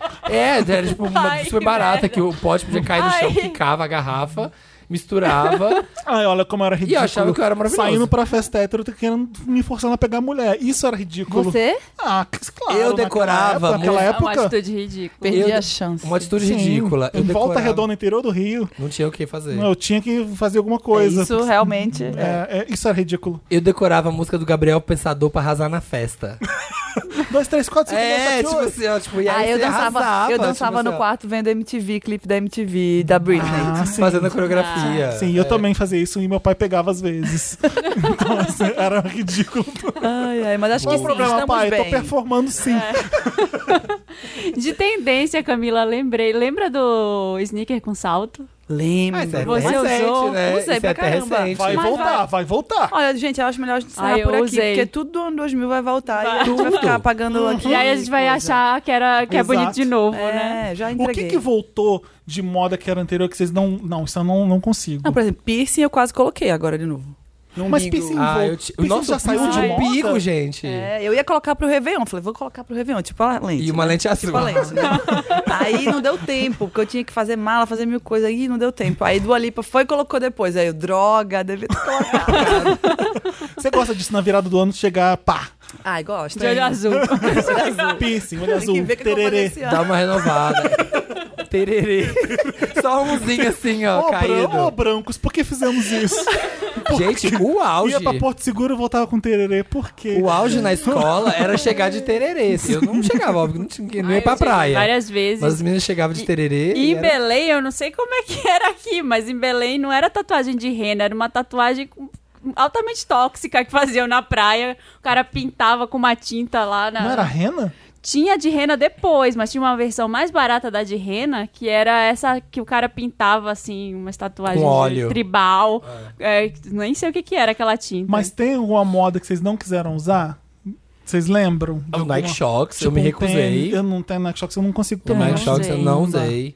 Speaker 4: é era tipo uma
Speaker 3: Ai,
Speaker 4: super
Speaker 3: que
Speaker 4: barata
Speaker 3: merda.
Speaker 4: que o pote podia cair no
Speaker 3: Ai.
Speaker 4: chão, ficava a garrafa, misturava.
Speaker 1: Ai, olha como eu era ridículo.
Speaker 4: achava que eu era maravilhoso.
Speaker 1: Saindo pra festa hétero, eu tô querendo me forçando a pegar mulher. Isso era ridículo.
Speaker 2: Você?
Speaker 1: Ah, c- claro.
Speaker 4: Eu
Speaker 1: naquela
Speaker 4: decorava
Speaker 1: época- Naquela
Speaker 4: música.
Speaker 3: É uma
Speaker 1: época.
Speaker 3: atitude ridícula.
Speaker 2: Perdi
Speaker 4: Eu-
Speaker 2: a chance.
Speaker 4: Uma atitude
Speaker 1: sim,
Speaker 4: ridícula. Eu
Speaker 1: Em volta
Speaker 4: decorava.
Speaker 1: redonda, interior do Rio,
Speaker 4: Não tinha o que fazer.
Speaker 1: eu tinha que fazer alguma coisa. assim.
Speaker 2: Isso realmente.
Speaker 1: É, é, isso era ridículo.
Speaker 4: Eu decorava a música do Gabriel Pensador pra arrasar na festa.
Speaker 1: Dois, três, quatro, cinco,
Speaker 4: É,
Speaker 1: seis, sete,
Speaker 4: tipo
Speaker 1: oito.
Speaker 4: assim, ó, tipo, e aí
Speaker 2: Ah, eu
Speaker 4: você
Speaker 2: dançava,
Speaker 4: arrasava,
Speaker 2: eu dançava
Speaker 4: tipo
Speaker 2: no
Speaker 4: assim, ó,
Speaker 2: quarto vendo MTV, clipe da MTV, da Britney.
Speaker 1: Ah, sim. Ah,
Speaker 4: Fazendo a coreografia. É.
Speaker 1: Sim, eu também fazia isso e meu pai pegava às vezes. então, assim, era ridículo.
Speaker 2: Ah. Ai, ai, mas acho
Speaker 1: Qual
Speaker 2: que
Speaker 1: o
Speaker 2: sim,
Speaker 1: problema,
Speaker 2: estamos
Speaker 1: pai?
Speaker 2: bem. É.
Speaker 1: Tô performando sim.
Speaker 3: De tendência, Camila, lembrei. Lembra do sneaker com salto?
Speaker 2: Lembro.
Speaker 4: Mas é
Speaker 3: Você
Speaker 4: recente,
Speaker 3: usou?
Speaker 4: né?
Speaker 2: Usei
Speaker 4: Isso é
Speaker 2: pra
Speaker 4: até
Speaker 2: caramba.
Speaker 4: recente.
Speaker 1: Vai
Speaker 3: Mas
Speaker 1: voltar, vai,
Speaker 3: vai.
Speaker 1: voltar.
Speaker 2: Olha, gente, eu acho melhor a gente encerrar
Speaker 3: Ai, eu
Speaker 2: por aqui,
Speaker 3: usei.
Speaker 2: porque tudo do ano 2000 vai voltar e a gente
Speaker 4: Tudo.
Speaker 2: vai ficar apagando aqui.
Speaker 3: Hum. E aí a gente vai
Speaker 2: é coisa.
Speaker 3: achar que, era, que é
Speaker 1: Exato.
Speaker 3: bonito de novo,
Speaker 2: É,
Speaker 3: né?
Speaker 2: já
Speaker 1: O
Speaker 2: entreguei.
Speaker 1: que que voltou de moda que era anterior que vocês não... Não, isso eu não, não consigo.
Speaker 2: Não, por exemplo, piercing eu quase coloquei agora de novo.
Speaker 1: Mas piercing,
Speaker 4: Ah,
Speaker 1: vol-
Speaker 4: eu te... O
Speaker 1: piercing
Speaker 4: nosso
Speaker 1: já saiu de moda?
Speaker 4: bico, gente.
Speaker 2: É, eu ia colocar pro Réveillon. Falei, vou colocar pro Réveillon. Tipo a lente.
Speaker 4: E uma
Speaker 2: né?
Speaker 4: lente azul.
Speaker 2: Tipo a lente, né? Aí não deu tempo, porque eu tinha que fazer mala, fazer mil coisas. Aí não deu tempo. Aí Dua Lipa foi e colocou depois. Aí eu, droga, devia ter colocado.
Speaker 1: Você gosta disso na virada do ano chegar, pá,
Speaker 2: Ai, gosto.
Speaker 3: De olho
Speaker 2: hein?
Speaker 3: azul.
Speaker 1: piercing, olho
Speaker 2: Tem que
Speaker 1: azul,
Speaker 2: ver o que eu vou fazer
Speaker 1: tererê.
Speaker 2: esse
Speaker 4: Dá
Speaker 2: ano.
Speaker 4: uma renovada. Tererê. Só umzinho assim, ó,
Speaker 1: Ô,
Speaker 4: caído.
Speaker 1: bran- ô, brancos, por que fizemos isso?
Speaker 4: Gente, o auge.
Speaker 1: Ia pra Porto Seguro e voltava com tererê, por quê?
Speaker 4: O auge na escola era chegar de tererê. assim, Eu não chegava, óbvio, não, tinha, não
Speaker 3: Ai,
Speaker 4: ia
Speaker 3: eu
Speaker 4: pra
Speaker 3: cheguei
Speaker 4: praia.
Speaker 3: Várias vezes.
Speaker 4: Mas as meninas chegavam de tererê.
Speaker 3: E em
Speaker 4: era-
Speaker 3: Belém, eu não sei como é que era aqui, mas em Belém não era tatuagem de rena, era uma tatuagem com- altamente tóxica que faziam na praia. O cara pintava com uma tinta lá na.
Speaker 1: Não era rena?
Speaker 3: Tinha de rena depois, mas tinha uma versão mais barata da de rena, que era essa que o cara pintava, assim, uma tatuagem
Speaker 4: Com óleo.
Speaker 3: tribal. É, nem sei o que, que era aquela tinta.
Speaker 1: Mas tem alguma moda que vocês não quiseram usar? Vocês lembram? de
Speaker 4: O
Speaker 1: alguma?
Speaker 4: Nike Shocks, eu
Speaker 1: Tipo,
Speaker 4: me
Speaker 1: um
Speaker 4: recusei.
Speaker 1: tênis. eu não tenho Nike Shocks, eu não consigo
Speaker 4: O
Speaker 1: ter.
Speaker 4: Nike
Speaker 3: não
Speaker 4: Shocks eu
Speaker 3: usei.
Speaker 4: não
Speaker 1: Não dá.
Speaker 4: usei.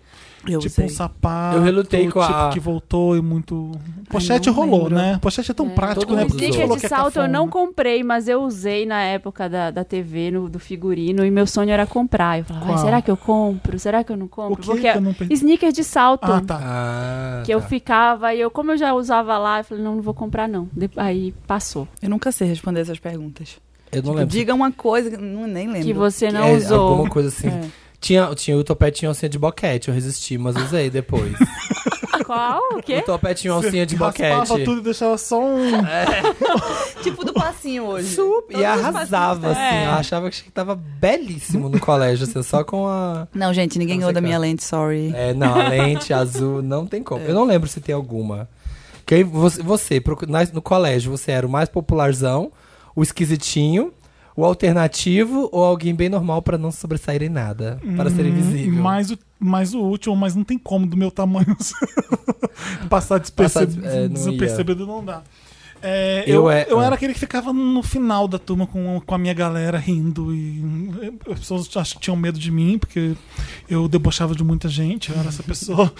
Speaker 2: Eu
Speaker 1: tipo
Speaker 2: usei.
Speaker 1: um sapato.
Speaker 4: Eu relutei com a-
Speaker 1: Tipo que voltou e muito. Pochete
Speaker 2: não
Speaker 1: rolou,
Speaker 2: lembro.
Speaker 1: né? Pochete é tão prático,
Speaker 4: todo
Speaker 1: né?
Speaker 4: mundo
Speaker 1: Porque a gente falou
Speaker 4: usou.
Speaker 3: Dica de
Speaker 1: que é
Speaker 3: salto eu
Speaker 1: cafona.
Speaker 3: não comprei, mas eu usei na época da, da TV, no, do figurino, e meu sonho era comprar. Eu falava, "Ai,
Speaker 1: Qual?
Speaker 3: será que eu compro? Será que eu não compro?
Speaker 1: O que que eu não perdi?
Speaker 3: sneaker de salto.
Speaker 1: Ah, tá.
Speaker 4: Ah,
Speaker 3: Que eu
Speaker 4: tá.
Speaker 3: ficava e eu, como eu já usava lá, eu falei, não, não vou comprar, não. De- aí passou.
Speaker 2: Eu nunca sei responder essas perguntas.
Speaker 4: Eu não
Speaker 2: Tipo,
Speaker 4: lembro.
Speaker 2: diga uma coisa, que eu não, nem lembro.
Speaker 3: Que você não
Speaker 4: É,
Speaker 3: usou.
Speaker 4: Alguma coisa assim.
Speaker 2: É.
Speaker 4: Tinha, tinha o topetinho alcinha de boquete, eu resisti, mas usei depois.
Speaker 3: Ah, Qual? O quê?
Speaker 4: o topetinho alcinha de
Speaker 1: Raspava
Speaker 4: boquete.
Speaker 1: tudo e deixava só um.
Speaker 2: Tipo do passinho hoje.
Speaker 4: Sup- e arrasava, assim.
Speaker 3: É.
Speaker 4: Eu achava que tava belíssimo no colégio, assim, só com a.
Speaker 2: Não, gente, ninguém
Speaker 4: Eu não
Speaker 2: ganhou
Speaker 4: sei
Speaker 2: da
Speaker 4: qual.
Speaker 2: minha lente, sorry.
Speaker 4: É, não, a lente azul não tem como. Eu não lembro se tem alguma. Que aí você, você procu- na- no colégio, você era o mais popularzão, o esquisitinho, o alternativo ou alguém bem normal pra não sobressair em nada, para
Speaker 1: Hum,
Speaker 4: ser invisível.
Speaker 1: Mais o, mais o último, mas não tem como do meu tamanho passar despercebido.
Speaker 4: Passar des- é, não ia.
Speaker 1: despercebido não dá. É, eu,
Speaker 4: Eu
Speaker 1: eu,
Speaker 4: é-
Speaker 1: era aquele que ficava no final da turma com, com a minha galera rindo e hum, as pessoas acho que tinham medo de mim porque eu debochava de muita gente, eu era essa pessoa.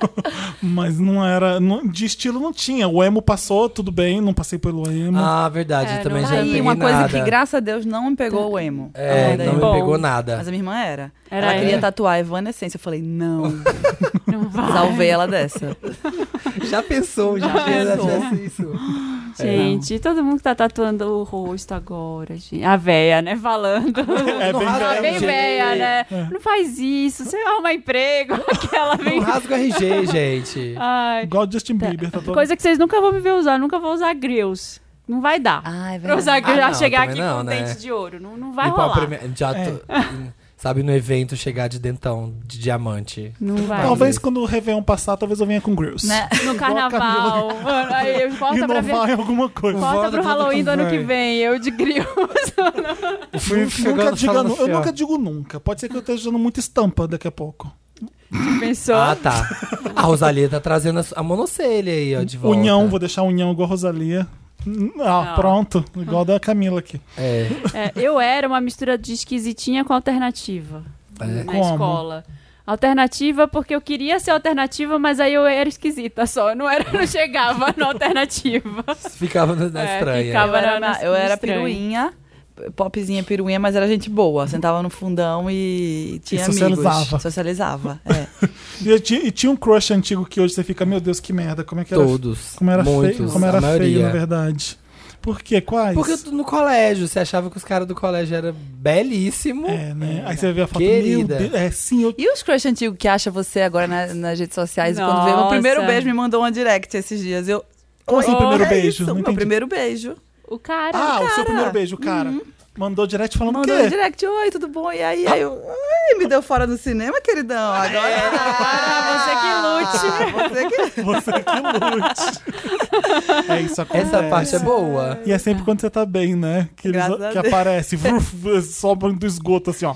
Speaker 1: Mas não era, não- de estilo não tinha. O emo passou, tudo bem, não passei pelo emo.
Speaker 4: Ah, verdade,
Speaker 3: É,
Speaker 4: eu também
Speaker 3: não
Speaker 4: já
Speaker 3: vai.
Speaker 4: não peguei
Speaker 2: Aí, uma coisa
Speaker 4: nada.
Speaker 2: que, graças a Deus, não me pegou o emo.
Speaker 4: É,
Speaker 2: Ah, daí-
Speaker 4: não me
Speaker 3: Bom.
Speaker 4: pegou nada.
Speaker 2: Mas a minha irmã era.
Speaker 3: Era
Speaker 2: ela
Speaker 3: ela.
Speaker 2: queria tatuar Evanescence. Eu falei, não,
Speaker 3: Não vai.
Speaker 2: salvei ela dessa.
Speaker 4: Já pensou, já,
Speaker 2: Já
Speaker 4: pensou.
Speaker 2: pensou.
Speaker 4: isso.
Speaker 3: Gente, todo mundo que tá tatuando o rosto agora, gente. A véia, né? Falando.
Speaker 1: É
Speaker 4: não
Speaker 1: bem velho.
Speaker 4: rasga
Speaker 3: Ela é bem
Speaker 4: gente.
Speaker 3: véia, né? Não faz isso, você arruma emprego. Aquela
Speaker 4: É. Não
Speaker 3: bem.
Speaker 4: rasga o RG, gente.
Speaker 3: Ai.
Speaker 1: Igual o Justin Bieber, tá todo
Speaker 3: Coisa que vocês nunca vão me ver usar, eu nunca vou usar grills. Não vai dar.
Speaker 2: Ai,
Speaker 3: Pra usar
Speaker 4: Ah,
Speaker 3: grills, já
Speaker 4: não,
Speaker 3: chegar
Speaker 4: também
Speaker 3: aqui
Speaker 4: não,
Speaker 3: com
Speaker 4: né?
Speaker 3: dente de ouro. Não, não vai
Speaker 4: E pra
Speaker 3: rolar.
Speaker 4: prime- já
Speaker 1: É.
Speaker 4: tô- Sabe, no evento chegar de dentão, de diamante.
Speaker 3: Não vai.
Speaker 1: Talvez
Speaker 4: Ai.
Speaker 1: quando o Réveillon passar, talvez eu venha com Grills.
Speaker 2: Né?
Speaker 3: No carnaval. Mano, aí volta pra ver.
Speaker 1: Inovar em alguma coisa.
Speaker 3: Volta
Speaker 4: Volta
Speaker 3: pro
Speaker 4: tudo
Speaker 3: Halloween do ano que
Speaker 4: vai.
Speaker 3: vem, eu de grills.
Speaker 1: Nunca
Speaker 4: chegando
Speaker 1: diga
Speaker 4: falando
Speaker 1: nu-
Speaker 4: assim,
Speaker 1: eu
Speaker 4: ó.
Speaker 1: nunca digo nunca. Pode ser que eu esteja dando muita estampa daqui a pouco.
Speaker 3: Pensou?
Speaker 4: Ah, tá. A Rosalia tá trazendo a, su- a monocelha aí, ó, É de volta.
Speaker 1: Unhão, vou deixar unhão igual a Rosalia. Hum, Ah,
Speaker 3: Não.
Speaker 1: pronto. Igual da Camila aqui.
Speaker 4: É.
Speaker 3: É, eu era uma mistura de esquisitinha com alternativa
Speaker 4: É.
Speaker 3: na
Speaker 1: Como?
Speaker 3: escola. Alternativa porque eu queria ser alternativa, mas aí eu era esquisita só. Eu não era, não chegava na alternativa.
Speaker 4: Ficava na, na
Speaker 3: É,
Speaker 4: estranha.
Speaker 3: ficava-
Speaker 2: Eu era,
Speaker 3: Banana
Speaker 2: na- eu era
Speaker 3: estranha.
Speaker 2: piruinha, popzinha piruinha, mas era gente boa. Sentava no fundão e tinha
Speaker 1: socializava.
Speaker 2: amigos. Socializava. É.
Speaker 1: E, eu ti- e tinha um crush antigo que hoje você fica, meu Deus, que merda. Como é que era,
Speaker 4: Todos.
Speaker 1: como era
Speaker 4: muitos,
Speaker 1: feio? Como era
Speaker 4: a maioria.
Speaker 1: feio, na verdade. Por quê? Quais?
Speaker 4: Porque tu- no colégio, você achava que os caras do colégio eram belíssimos.
Speaker 1: É, né? Aí você vê a foto,
Speaker 4: Querida.
Speaker 1: meu Deus. É, sim, eu...
Speaker 2: E os crush antigos que acha você agora na- nas redes sociais? e Quando vê meu
Speaker 3: Nossa.
Speaker 2: primeiro beijo, me mandou uma direct esses dias. Eu,
Speaker 1: Como assim,
Speaker 3: Oi,
Speaker 1: primeiro
Speaker 2: é
Speaker 1: beijo?
Speaker 2: isso,
Speaker 1: Não
Speaker 2: meu
Speaker 1: entendi.
Speaker 2: primeiro beijo.
Speaker 3: O cara. Uhum.
Speaker 1: Ah, o seu
Speaker 2: cara.
Speaker 1: primeiro beijo, o cara. Mandou direct falando o
Speaker 2: Mandou
Speaker 1: quê?
Speaker 2: um direct, oi, tudo bom? E aí, aí eu, ai, me deu fora do cinema, queridão. Agora Ah,
Speaker 3: agora você que
Speaker 2: É, Você que lute.
Speaker 1: Você que lute. É isso acontece.
Speaker 4: Essa parte é boa.
Speaker 1: E é sempre quando você tá bem, né? Que, eles,
Speaker 2: Graças a
Speaker 1: que
Speaker 2: Deus.
Speaker 1: aparece, vruf, sobram do esgoto, assim, ó.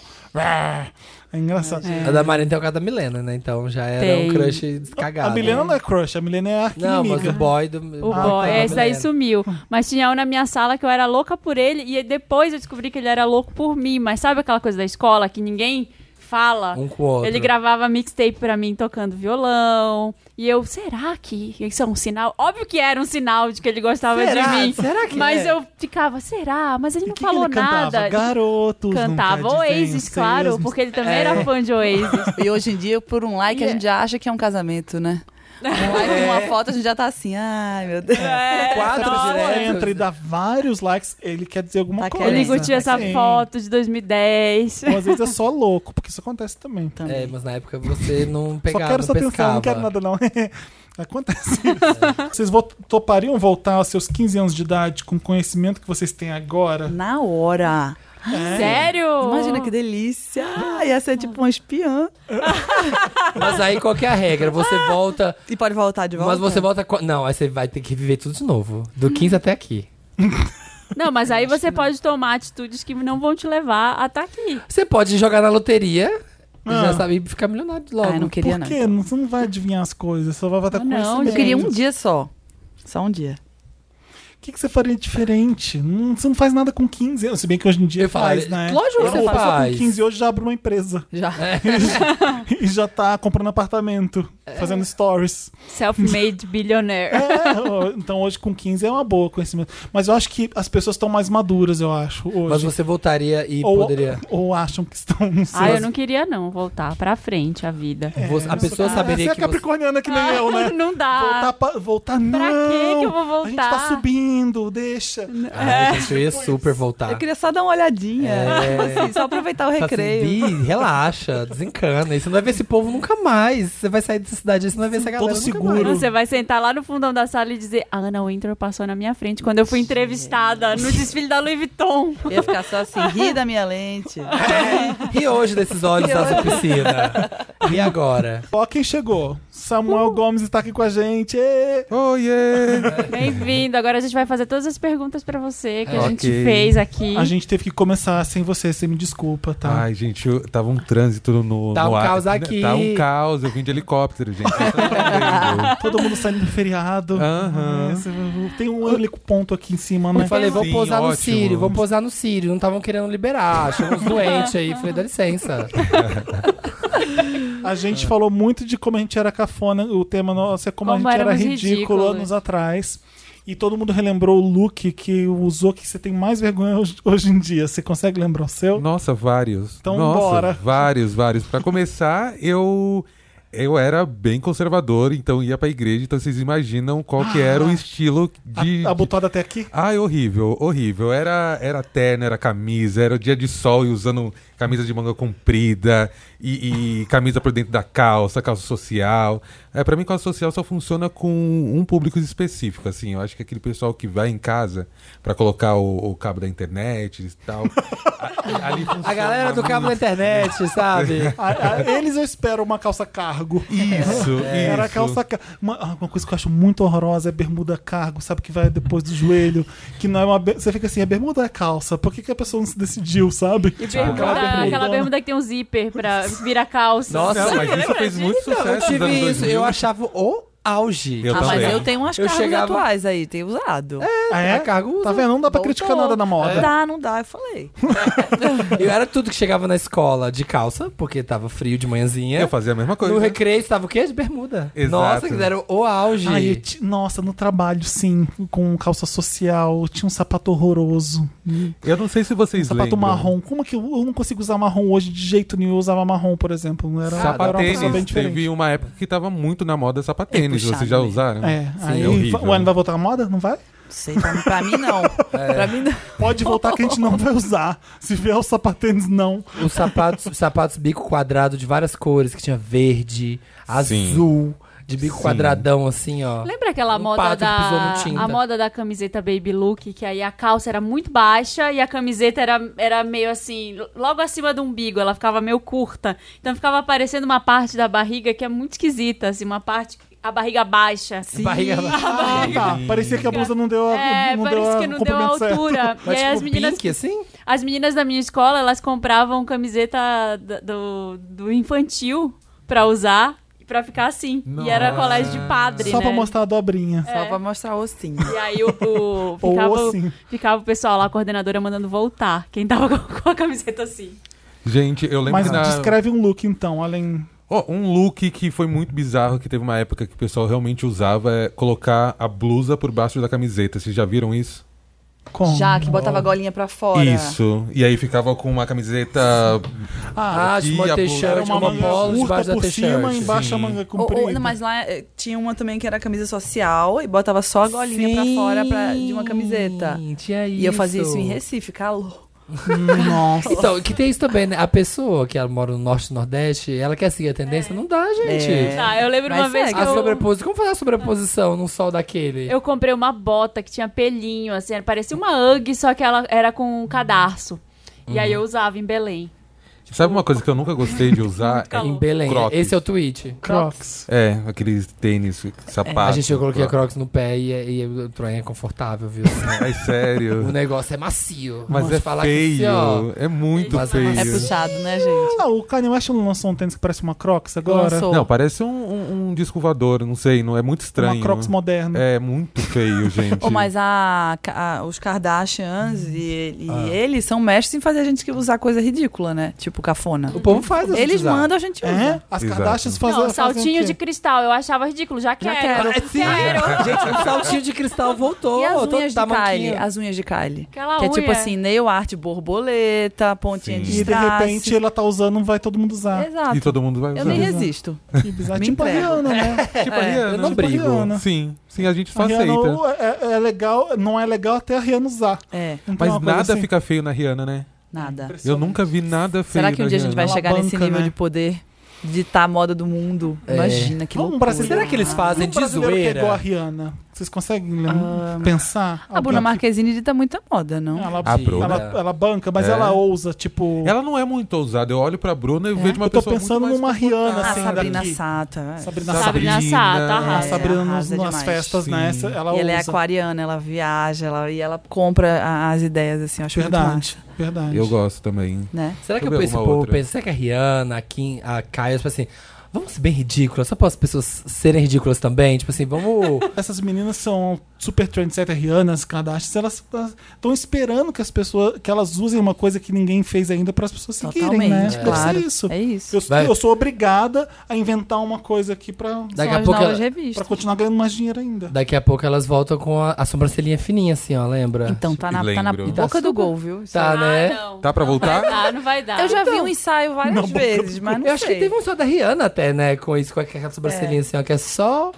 Speaker 1: É engraçado.
Speaker 4: A da Marina tem o cara da Milena, né? Então já era um
Speaker 3: Tem.
Speaker 4: crush descagado.
Speaker 1: A Milena não
Speaker 4: né?
Speaker 1: é crush, a Milena é a
Speaker 4: Não, mas o
Speaker 1: arquinimiga.
Speaker 4: boy do.
Speaker 3: O
Speaker 4: Ah,
Speaker 3: boy,
Speaker 4: tá,
Speaker 3: esse daí
Speaker 4: Milena.
Speaker 3: sumiu. Mas tinha um na minha sala que eu era louca por ele e depois eu descobri que ele era louco por mim. Mas sabe aquela coisa da escola que ninguém fala?
Speaker 4: Um com o outro.
Speaker 3: Ele gravava mixtape pra mim tocando violão. E eu, será que isso é um sinal? Óbvio que era um sinal de que ele gostava
Speaker 4: Será?
Speaker 3: de mim.
Speaker 4: Será que
Speaker 3: mas
Speaker 4: é?
Speaker 3: eu ficava, será? Mas ele não
Speaker 1: O que que
Speaker 3: falou
Speaker 1: ele
Speaker 3: nada.
Speaker 1: Cantava? Garotos.
Speaker 3: Cantava
Speaker 1: nunca dizem
Speaker 3: Oasis,
Speaker 1: os
Speaker 3: claro,
Speaker 1: seus- É.
Speaker 3: porque ele também era fã de Oasis. né?
Speaker 2: E hoje em dia, por um like, a gente já acha que é um casamento, né? Um like, uma foto, a gente já tá assim, ai, meu Deus.
Speaker 3: É,
Speaker 4: Quatro
Speaker 3: nossa.
Speaker 1: Quando
Speaker 4: direto.
Speaker 1: entra e dá vários likes, ele quer dizer alguma
Speaker 2: Tá
Speaker 1: coisa.
Speaker 2: querendo.
Speaker 3: Ele curtia essa
Speaker 1: Sim.
Speaker 3: foto de 2010.
Speaker 1: Ou às vezes é só louco, porque isso acontece também.
Speaker 2: Também.
Speaker 4: É, mas na época você não pegava,
Speaker 1: só quero só
Speaker 4: não
Speaker 1: atenção,
Speaker 4: pescava. É.
Speaker 1: não quero nada não. É, Acontece isso. Vocês vo- topariam voltar aos seus 15 anos de idade com o conhecimento que vocês têm agora?
Speaker 2: Na hora.
Speaker 1: É.
Speaker 3: Sério?
Speaker 2: Imagina que delícia. Ah, ia ser tipo um espiã.
Speaker 4: Mas aí qual que é a regra? Você volta,
Speaker 2: E pode voltar de volta.
Speaker 4: mas você volta... co- Não, aí você vai ter que viver tudo de novo. Do 15 até aqui.
Speaker 3: Não, mas aí você pode tomar atitudes que não vão te levar a estar aqui.
Speaker 4: Você pode jogar na loteria e
Speaker 1: Ah.
Speaker 4: já sabe e ficar milionário logo.
Speaker 2: Ai, não queria
Speaker 1: Por
Speaker 2: não.
Speaker 1: quê? Não- Você não vai adivinhar as coisas, só vai estar
Speaker 3: Ah,
Speaker 1: com
Speaker 2: um
Speaker 3: não,
Speaker 1: conhecimento.
Speaker 2: Eu queria um
Speaker 3: Gente.
Speaker 2: dia só. Só um dia.
Speaker 1: que, que você faria diferente? Não- você não faz nada com 15 anos, se bem que hoje em dia
Speaker 4: Eu
Speaker 1: faz,
Speaker 4: falo,
Speaker 1: né?
Speaker 4: lógico que
Speaker 1: Eu
Speaker 4: você
Speaker 1: falo, "Pessoal,
Speaker 4: faz." É.
Speaker 1: com 15 hoje já abre uma empresa.
Speaker 2: Já.
Speaker 1: e já tá comprando apartamento, fazendo stories.
Speaker 3: Self-made billionaire.
Speaker 1: É, ó, então hoje com 15 é uma boa conhecimento. Mas eu acho que as pessoas estão mais maduras, eu acho, hoje.
Speaker 4: Mas você voltaria e
Speaker 1: ou,
Speaker 4: poderia.
Speaker 1: ou acham que estão, não sei.
Speaker 3: Ah, eu não queria não voltar pra frente a vida.
Speaker 1: É,
Speaker 4: Você- a pessoa saberia
Speaker 1: você
Speaker 4: que
Speaker 1: é capricorniana que nem eu, né?
Speaker 3: Não dá.
Speaker 1: Voltar, pra, voltar não.
Speaker 3: Ah, que que eu vou
Speaker 1: A gente
Speaker 3: voltar?
Speaker 1: tá subindo, deixa.
Speaker 4: você.
Speaker 1: É.
Speaker 4: Ai, gente, eu ia super voltar.
Speaker 2: Eu queria só dar uma olhadinha.
Speaker 4: É.
Speaker 2: assim, só aproveitar o
Speaker 1: Tá
Speaker 4: Fala assim,
Speaker 2: recreio.
Speaker 4: Bi, relaxa, desencana. E você não vai ver esse povo nunca mais. Você vai sair dessa cidade aí, você não vai ver essa galera
Speaker 1: Todo
Speaker 4: nunca
Speaker 1: seguro.
Speaker 4: mais.
Speaker 3: Você vai sentar lá no fundão da sala e dizer: "Ah, A Ana Winter passou na minha frente quando eu fui entrevistada no desfile da Louis Vuitton.
Speaker 2: Ia ficar só assim, ri da minha lente.
Speaker 1: Tá
Speaker 4: É, e hoje desses olhos dessa piscina? E agora?
Speaker 1: Ó, quem chegou? Samuel Gomes está aqui com a gente. Ê!
Speaker 5: Oh, yeah!
Speaker 3: Bem-vindo. Agora a gente vai fazer todas as perguntas pra você que a
Speaker 5: Ok.
Speaker 3: gente fez aqui.
Speaker 1: A gente teve que começar sem você, você me desculpa, tá?
Speaker 5: Ai, gente, eu- tava um trânsito no.
Speaker 4: Tá
Speaker 5: no
Speaker 4: um
Speaker 5: ar.
Speaker 4: caos aqui.
Speaker 5: Tá um caos, eu vim de helicóptero, gente. Vocês não estão
Speaker 1: Todo mundo saindo do feriado.
Speaker 5: Aham.
Speaker 1: Esse- Tem um único ponto aqui em cima,
Speaker 4: Eu
Speaker 1: né?
Speaker 4: falei, vou
Speaker 5: Sim,
Speaker 4: posar no
Speaker 5: ótimo.
Speaker 4: Sírio, vou posar no Sírio. Não estavam querendo liberar, achou uns doentes aí. Falei, dá licença.
Speaker 1: A gente falou muito de como a gente era cafona, o tema nosso é como,
Speaker 3: Como
Speaker 1: a gente era
Speaker 3: éramos
Speaker 1: ridículo
Speaker 3: ridículos.
Speaker 1: anos atrás. E todo mundo relembrou o look que usou que você tem mais vergonha hoje, hoje em dia. Você consegue lembrar o seu?
Speaker 5: entendendo. Nossa, vários.
Speaker 1: Então,
Speaker 5: Nossa,
Speaker 1: bora.
Speaker 5: Vários, vários. Pra começar, eu. Eu era bem conservador, então ia pra igreja, então vocês imaginam qual que era
Speaker 4: Ah,
Speaker 5: o estilo de.
Speaker 1: A, a butoda Tá até aqui?
Speaker 5: Ai, horrível, horrível. Era, era terno, era camisa, era o dia de sol e usando camisa de manga comprida e, e camisa por dentro da calça, calça social. É, para mim, calça social só funciona com um público específico, assim. Eu acho que aquele pessoal que vai em casa pra colocar o, o cabo da internet e tal. a, ali funciona
Speaker 4: A galera do cabo da internet, sabe?
Speaker 1: A- a- Ah, eles eu espero uma calça cargo.
Speaker 5: Isso,
Speaker 1: Era a
Speaker 5: isso.
Speaker 1: calça cargo. Uma, ah, uma coisa que eu acho muito horrorosa é bermuda cargo, sabe? Que vai depois do joelho. Que não é uma. be- Você fica assim, é bermuda ou é calça? Por que, que a pessoa não se decidiu, sabe?
Speaker 3: E bermuda, aquela bermuda que tem um zíper pra virar calça.
Speaker 4: Nossa,
Speaker 5: Não, mas isso fez muito
Speaker 4: Não, Então, eu
Speaker 5: sucesso nos anos
Speaker 4: tive isso.
Speaker 5: 2000.
Speaker 4: Eu achava o auge.
Speaker 5: Eu
Speaker 2: ah, mas
Speaker 5: também.
Speaker 2: eu tenho umas
Speaker 4: Eu
Speaker 2: cargas
Speaker 4: chegava-
Speaker 2: atuais aí, tenho usado.
Speaker 1: Ah,
Speaker 4: A
Speaker 1: é?
Speaker 4: carga usa.
Speaker 1: Tá vendo? Não dá pra
Speaker 2: Voltou.
Speaker 1: criticar nada na
Speaker 2: Não
Speaker 5: É.
Speaker 1: moda.
Speaker 2: dá, não dá, eu falei.
Speaker 4: Eu era tudo que chegava na escola de calça, porque tava frio de manhãzinha.
Speaker 5: Eu fazia a mesma coisa.
Speaker 4: No recreio estava o quê? De bermuda.
Speaker 5: Exato.
Speaker 4: Nossa, que deram o auge.
Speaker 1: Ai, eu ti- nossa, no trabalho, sim, com calça social, eu tinha um sapato horroroso,
Speaker 5: Eu não sei se
Speaker 1: um
Speaker 5: vocês
Speaker 1: sapato
Speaker 5: lembram.
Speaker 1: marrom. Como que eu, eu não consigo usar marrom hoje de jeito nenhum? Eu usava marrom, por exemplo. Era, era uma pessoa bem
Speaker 5: Sapatênis.
Speaker 1: diferente.
Speaker 5: Teve uma época que tava muito na moda sapatênis.
Speaker 2: É puxado
Speaker 5: Vocês já
Speaker 2: mesmo.
Speaker 5: usaram?
Speaker 1: É, aí
Speaker 5: é horrível.
Speaker 1: o ano vai voltar à moda? Não vai?
Speaker 2: Não sei, pra, pra mim não.
Speaker 1: É.
Speaker 2: Pra mim não.
Speaker 1: Pode voltar que a gente não vai usar. Se vier o sapatênis, não.
Speaker 4: Os sapatos, os sapatos bico quadrado de várias cores, que tinha verde,
Speaker 5: Sim.
Speaker 4: azul, de bico
Speaker 5: Sim.
Speaker 4: quadradão, assim, ó.
Speaker 3: Lembra aquela
Speaker 4: Um
Speaker 3: moda
Speaker 4: pato que pisou
Speaker 3: da
Speaker 4: no Tinder.
Speaker 3: a moda da camiseta baby look, que aí a calça era muito baixa e a camiseta era, era meio assim, logo acima do umbigo, ela ficava meio curta. Então ficava aparecendo uma parte da barriga que é muito esquisita, assim, uma parte a barriga baixa. Sim.
Speaker 4: Barriga
Speaker 1: Ah, tá. Parecia que a blusa não deu a.
Speaker 3: É,
Speaker 1: não deu
Speaker 3: parece
Speaker 1: a,
Speaker 3: que não deu a
Speaker 1: comprimento certo.
Speaker 3: altura.
Speaker 4: Mas,
Speaker 3: e aí
Speaker 4: tipo,
Speaker 3: as meninas
Speaker 4: pink, assim?
Speaker 3: as meninas da minha escola, elas compravam camiseta da- do, do infantil pra usar e pra ficar assim. E era
Speaker 5: Nossa.
Speaker 3: colégio de padre,
Speaker 1: Só
Speaker 3: né?
Speaker 1: pra mostrar a dobrinha.
Speaker 2: Só pra mostrar o ossinho.
Speaker 3: E aí o, o-
Speaker 1: Ou
Speaker 3: ficava,
Speaker 1: assim.
Speaker 3: ficava o pessoal lá, a coordenadora, mandando voltar. Quem tava com, com a camiseta assim.
Speaker 5: Gente, eu lembro
Speaker 1: Mas
Speaker 5: que na-
Speaker 1: descreve um look, então, além.
Speaker 5: Ó, um look que foi muito bizarro, que teve uma época que o pessoal realmente usava, é colocar a blusa por baixo da camiseta. Vocês já viram isso?
Speaker 1: Como?
Speaker 2: Já, que botava a golinha pra fora.
Speaker 5: Isso. E aí ficava com uma camiseta.
Speaker 4: Ah, de
Speaker 5: aqui,
Speaker 4: uma
Speaker 5: a
Speaker 1: Era uma
Speaker 4: t-shirt, uma, uma
Speaker 1: manga
Speaker 4: bola debaixo
Speaker 1: curta
Speaker 4: da
Speaker 1: por cima,
Speaker 4: t-shirt.
Speaker 1: embaixo a
Speaker 5: Sim.
Speaker 1: manga
Speaker 2: Ou-
Speaker 1: comprida.
Speaker 2: ou- não, mas lá eh, tinha uma também que era camisa social e botava só a golinha pra
Speaker 4: Sim,
Speaker 2: fora pra- de uma camiseta.
Speaker 4: tinha
Speaker 2: E eu fazia isso
Speaker 4: é isso
Speaker 2: em Recife, calor.
Speaker 1: Hum, Nossa.
Speaker 4: Então, que tem isso também, né? A pessoa que ela mora no Norte e Nordeste, ela quer seguir a tendência, não dá, gente.
Speaker 2: É.
Speaker 3: Tá, eu lembro
Speaker 2: Mas
Speaker 3: uma vez
Speaker 2: segue.
Speaker 3: que
Speaker 4: A
Speaker 3: eu,
Speaker 4: sobreposição, como fazer a sobreposição num sol daquele?
Speaker 3: eu comprei uma bota que tinha pelinho, assim,
Speaker 2: Uhum.
Speaker 3: era- parecia uma UGG, só que ela era com um cadarço. E aí eu usava em Belém.
Speaker 5: Sabe uma coisa que eu nunca gostei de usar?
Speaker 3: Calor.
Speaker 4: Em Belém.
Speaker 5: Crocs.
Speaker 4: Esse é o tweet.
Speaker 1: Crocs.
Speaker 5: é, é, aqueles tênis, sapato.
Speaker 4: a gente, eu coloquei a
Speaker 5: Crocs.
Speaker 4: Crocs no pé e, e o trem é confortável, viu?
Speaker 5: Ai,
Speaker 4: o
Speaker 5: sério.
Speaker 4: negócio é macio.
Speaker 5: Mas
Speaker 4: Vou
Speaker 5: é
Speaker 4: falar
Speaker 5: feio.
Speaker 4: Que, assim, ó,
Speaker 5: é muito
Speaker 4: Mas-
Speaker 5: feio.
Speaker 2: É puxado, né, gente?
Speaker 1: Ah, o Kanye West não lançou um tênis que parece uma Crocs agora?
Speaker 2: Lançou.
Speaker 5: Não, parece um, um, um disco voador, não sei, não é muito estranho.
Speaker 1: Uma Crocs moderna.
Speaker 5: É muito feio, gente.
Speaker 2: Ô, mas a, a- os Kardashians e, e eles são mestres em fazer a gente que usar coisa ridícula, né? Tipo cafona.
Speaker 4: o povo faz assim,
Speaker 2: Eles
Speaker 4: já.
Speaker 2: mandam, a gente usa.
Speaker 1: É? As
Speaker 5: Exato.
Speaker 1: Kardashians fazem.
Speaker 3: Não,
Speaker 1: fazem o
Speaker 3: saltinho
Speaker 1: um quê?
Speaker 3: de cristal, eu achava ridículo, já quero.
Speaker 2: quero.
Speaker 4: É, sim. Gente,
Speaker 2: um
Speaker 4: o saltinho de cristal voltou.
Speaker 2: E as
Speaker 4: todo
Speaker 2: unhas de
Speaker 4: tamanquinho.
Speaker 2: Kylie? As unhas de Kylie.
Speaker 3: Aquela
Speaker 2: que é
Speaker 3: unha.
Speaker 2: tipo assim, nail art, borboleta, pontinha
Speaker 5: Sim.
Speaker 2: de
Speaker 1: E de
Speaker 2: strass.
Speaker 1: repente ela tá usando, vai todo mundo usar.
Speaker 2: Exato.
Speaker 5: E todo mundo vai usar.
Speaker 2: Eu nem resisto.
Speaker 1: Que bizarro.
Speaker 2: Me
Speaker 1: Tipo a
Speaker 2: entrego.
Speaker 1: Rihanna, né?
Speaker 5: Tipo a Rihanna.
Speaker 4: eu não
Speaker 1: tipo a
Speaker 4: brigo.
Speaker 1: Rihanna.
Speaker 5: Sim, sim, a gente só
Speaker 1: A Rihanna
Speaker 5: aceita.
Speaker 1: ou é, é legal, não é legal até a Rihanna usar.
Speaker 2: É,
Speaker 1: Não tem
Speaker 5: Mas
Speaker 1: uma coisa
Speaker 5: nada
Speaker 1: assim?
Speaker 5: fica feio na Rihanna, né?
Speaker 2: nada.
Speaker 5: Eu nunca vi nada feio
Speaker 2: Será que um
Speaker 5: na
Speaker 2: dia a gente
Speaker 5: Rihanna.
Speaker 2: vai
Speaker 1: Ela
Speaker 2: chegar nesse
Speaker 1: banca,
Speaker 2: nível
Speaker 1: né?
Speaker 2: de poder ditar a moda do mundo?
Speaker 4: É.
Speaker 2: Imagina que
Speaker 1: Vamos,
Speaker 2: loucura.
Speaker 1: um brasileiro.
Speaker 4: Será que eles fazem
Speaker 1: um
Speaker 4: de
Speaker 1: brasileiro que é igual a
Speaker 4: zoeira?
Speaker 1: Rihanna. Vocês conseguem lem- pensar?
Speaker 2: Ah, A Bruna
Speaker 1: Alguém
Speaker 2: Marquezine dita muita moda,
Speaker 1: que-
Speaker 2: não?
Speaker 1: Ela,
Speaker 5: A Ah, Bruna.
Speaker 1: ela- ela banca, mas
Speaker 5: É.
Speaker 1: ela ousa, tipo.
Speaker 5: Ela não é muito ousada. Eu olho pra Bruna e vejo uma
Speaker 1: eu tô
Speaker 5: pessoa muito
Speaker 1: pensando
Speaker 5: mais
Speaker 1: numa Rihanna,
Speaker 2: Ah,
Speaker 1: assim,
Speaker 2: Sabrina
Speaker 1: daqui.
Speaker 2: Sato. é.
Speaker 1: Tá Sabrina Sato.
Speaker 3: Sabrina Sato,
Speaker 2: Ah,
Speaker 1: A
Speaker 3: arrasa.
Speaker 1: Sabrina nos,
Speaker 2: arrasa
Speaker 1: nas
Speaker 2: demais.
Speaker 1: festas, né?
Speaker 5: Sim.
Speaker 1: essa- ela
Speaker 2: E ela é
Speaker 1: ousa.
Speaker 2: aquariana, ela viaja, ela, e ela compra a- as ideias, assim, eu acho muito
Speaker 1: Verdade,
Speaker 2: massa,
Speaker 1: verdade.
Speaker 5: Eu gosto também.
Speaker 2: né?
Speaker 4: Será que
Speaker 5: Deixa
Speaker 4: eu
Speaker 5: eu ver
Speaker 4: penso,
Speaker 5: uma
Speaker 4: pô,
Speaker 5: outra.
Speaker 4: penso, será que a Rihanna, a Kim, a Kylie, tipo assim, vamos ser bem ridículas, só para as pessoas serem ridículas também? Tipo assim, vamos.
Speaker 1: Essas meninas são super trendsetter, Rihanna, as Kardashians, elas estão esperando que as pessoas, que elas usem uma coisa que ninguém fez ainda para as pessoas seguirem,
Speaker 2: Totalmente,
Speaker 1: né? Deve
Speaker 2: claro.
Speaker 1: ser isso.
Speaker 2: É isso.
Speaker 1: Eu,
Speaker 4: Vai.
Speaker 1: eu sou obrigada a inventar uma coisa aqui pra,
Speaker 4: Daqui
Speaker 2: São
Speaker 4: a
Speaker 2: as
Speaker 4: pouco
Speaker 2: novas
Speaker 4: ela-
Speaker 1: pra
Speaker 2: revistas.
Speaker 1: continuar ganhando mais dinheiro ainda.
Speaker 4: Daqui a pouco elas voltam com a, a sobrancelhinha fininha, assim, ó, lembra?
Speaker 2: Então tá na, tá na
Speaker 5: Lembro.
Speaker 2: boca do gol, viu? Isso
Speaker 4: Tá,
Speaker 2: aí.
Speaker 3: Ah,
Speaker 4: né?
Speaker 3: não.
Speaker 5: Tá pra voltar?
Speaker 3: Ah, não vai dar.
Speaker 2: Eu já vi um ensaio
Speaker 1: Na
Speaker 2: várias
Speaker 1: boca
Speaker 2: vezes, mas não
Speaker 4: Eu acho que
Speaker 2: sei.
Speaker 4: teve um só da Rihanna até, né? Com isso, com aquela sobrancelhinha assim, ó, que é só.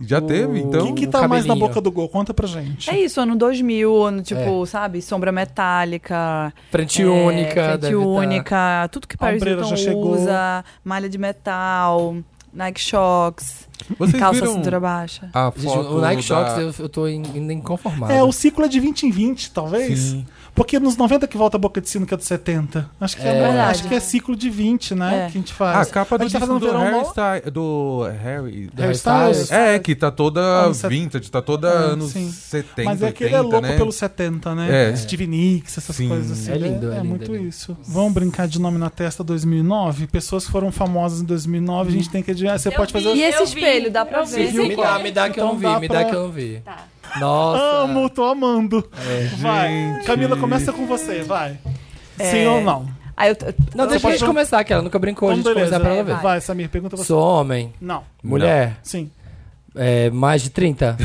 Speaker 5: Já
Speaker 4: O-
Speaker 5: teve, então.
Speaker 1: Quem que
Speaker 4: o
Speaker 1: tá mais na
Speaker 4: um cabelinho.
Speaker 1: boca do gol? Conta pra gente.
Speaker 2: É isso, ano 2000, ano tipo, sabe? Sombra metálica,
Speaker 4: Frente
Speaker 2: é,
Speaker 4: única.
Speaker 2: frente
Speaker 4: deve tá-
Speaker 2: única, tudo que Paris
Speaker 1: ombreira já
Speaker 2: Hilton
Speaker 1: chegou.
Speaker 2: usa, malha de metal, Nike Shox,
Speaker 5: Vocês
Speaker 2: calça
Speaker 5: viram
Speaker 2: cintura baixa.
Speaker 5: a foto
Speaker 4: Gente, o Nike
Speaker 5: da...
Speaker 4: Shox, eu, eu tô in- ainda inconformado.
Speaker 1: É, o ciclo é de 20 em 20, talvez.
Speaker 5: Sim.
Speaker 1: Porque é nos 90 que volta a boca de sino que é dos 70. Acho que é,
Speaker 4: É.
Speaker 1: no-
Speaker 2: Verdade.
Speaker 1: acho que é ciclo de 20, né?
Speaker 2: É.
Speaker 1: Que a gente
Speaker 5: Ah, a
Speaker 1: faz.
Speaker 5: capa do
Speaker 1: gente tá
Speaker 5: disco
Speaker 1: fazendo
Speaker 5: do
Speaker 1: verão
Speaker 5: Harry
Speaker 1: mó-
Speaker 5: Styles- Do Harry...
Speaker 4: Do Harry
Speaker 1: Hairstyles.
Speaker 4: Styles.
Speaker 5: É, que tá toda
Speaker 1: Anos set-
Speaker 5: vintage, tá toda
Speaker 1: É,
Speaker 5: anos
Speaker 1: sim.
Speaker 5: 70,
Speaker 1: Mas é que ele
Speaker 5: 80,
Speaker 1: é louco
Speaker 5: né?
Speaker 1: pelos 70, né?
Speaker 5: É.
Speaker 1: Steve Nicks, essas
Speaker 5: Sim.
Speaker 1: coisas assim.
Speaker 4: É lindo, é lindo,
Speaker 1: muito
Speaker 4: é lindo.
Speaker 1: isso. Vamos brincar de nome na testa 2009? Pessoas que foram famosas em 2009, a gente tem que adivinhar. Você
Speaker 3: Eu
Speaker 1: pode fazer... assim,
Speaker 3: vi,
Speaker 2: E esse
Speaker 3: eu
Speaker 2: espelho,
Speaker 3: vi,
Speaker 2: dá pra
Speaker 3: eu
Speaker 2: ver.
Speaker 3: vi.
Speaker 4: Me dá, me dá que eu não
Speaker 1: Então dá
Speaker 4: vi, me dá
Speaker 1: pra-
Speaker 4: que eu não vi.
Speaker 3: Tá.
Speaker 4: Nossa.
Speaker 1: Amo, tô amando. Vai.
Speaker 5: Gente.
Speaker 1: Camila, começa com você, vai.
Speaker 2: É.
Speaker 1: Sim ou não?
Speaker 2: Aí eu, eu-
Speaker 4: Não, deixa a
Speaker 1: pode
Speaker 4: gente
Speaker 1: jogar-
Speaker 4: começar, que ela nunca brincou, a gente começar pra ela ver.
Speaker 1: Então, Vai. vai, Samir, pergunta você.
Speaker 4: Sou homem,
Speaker 1: Não.
Speaker 4: mulher,
Speaker 1: Sim.
Speaker 4: é, mais de 30.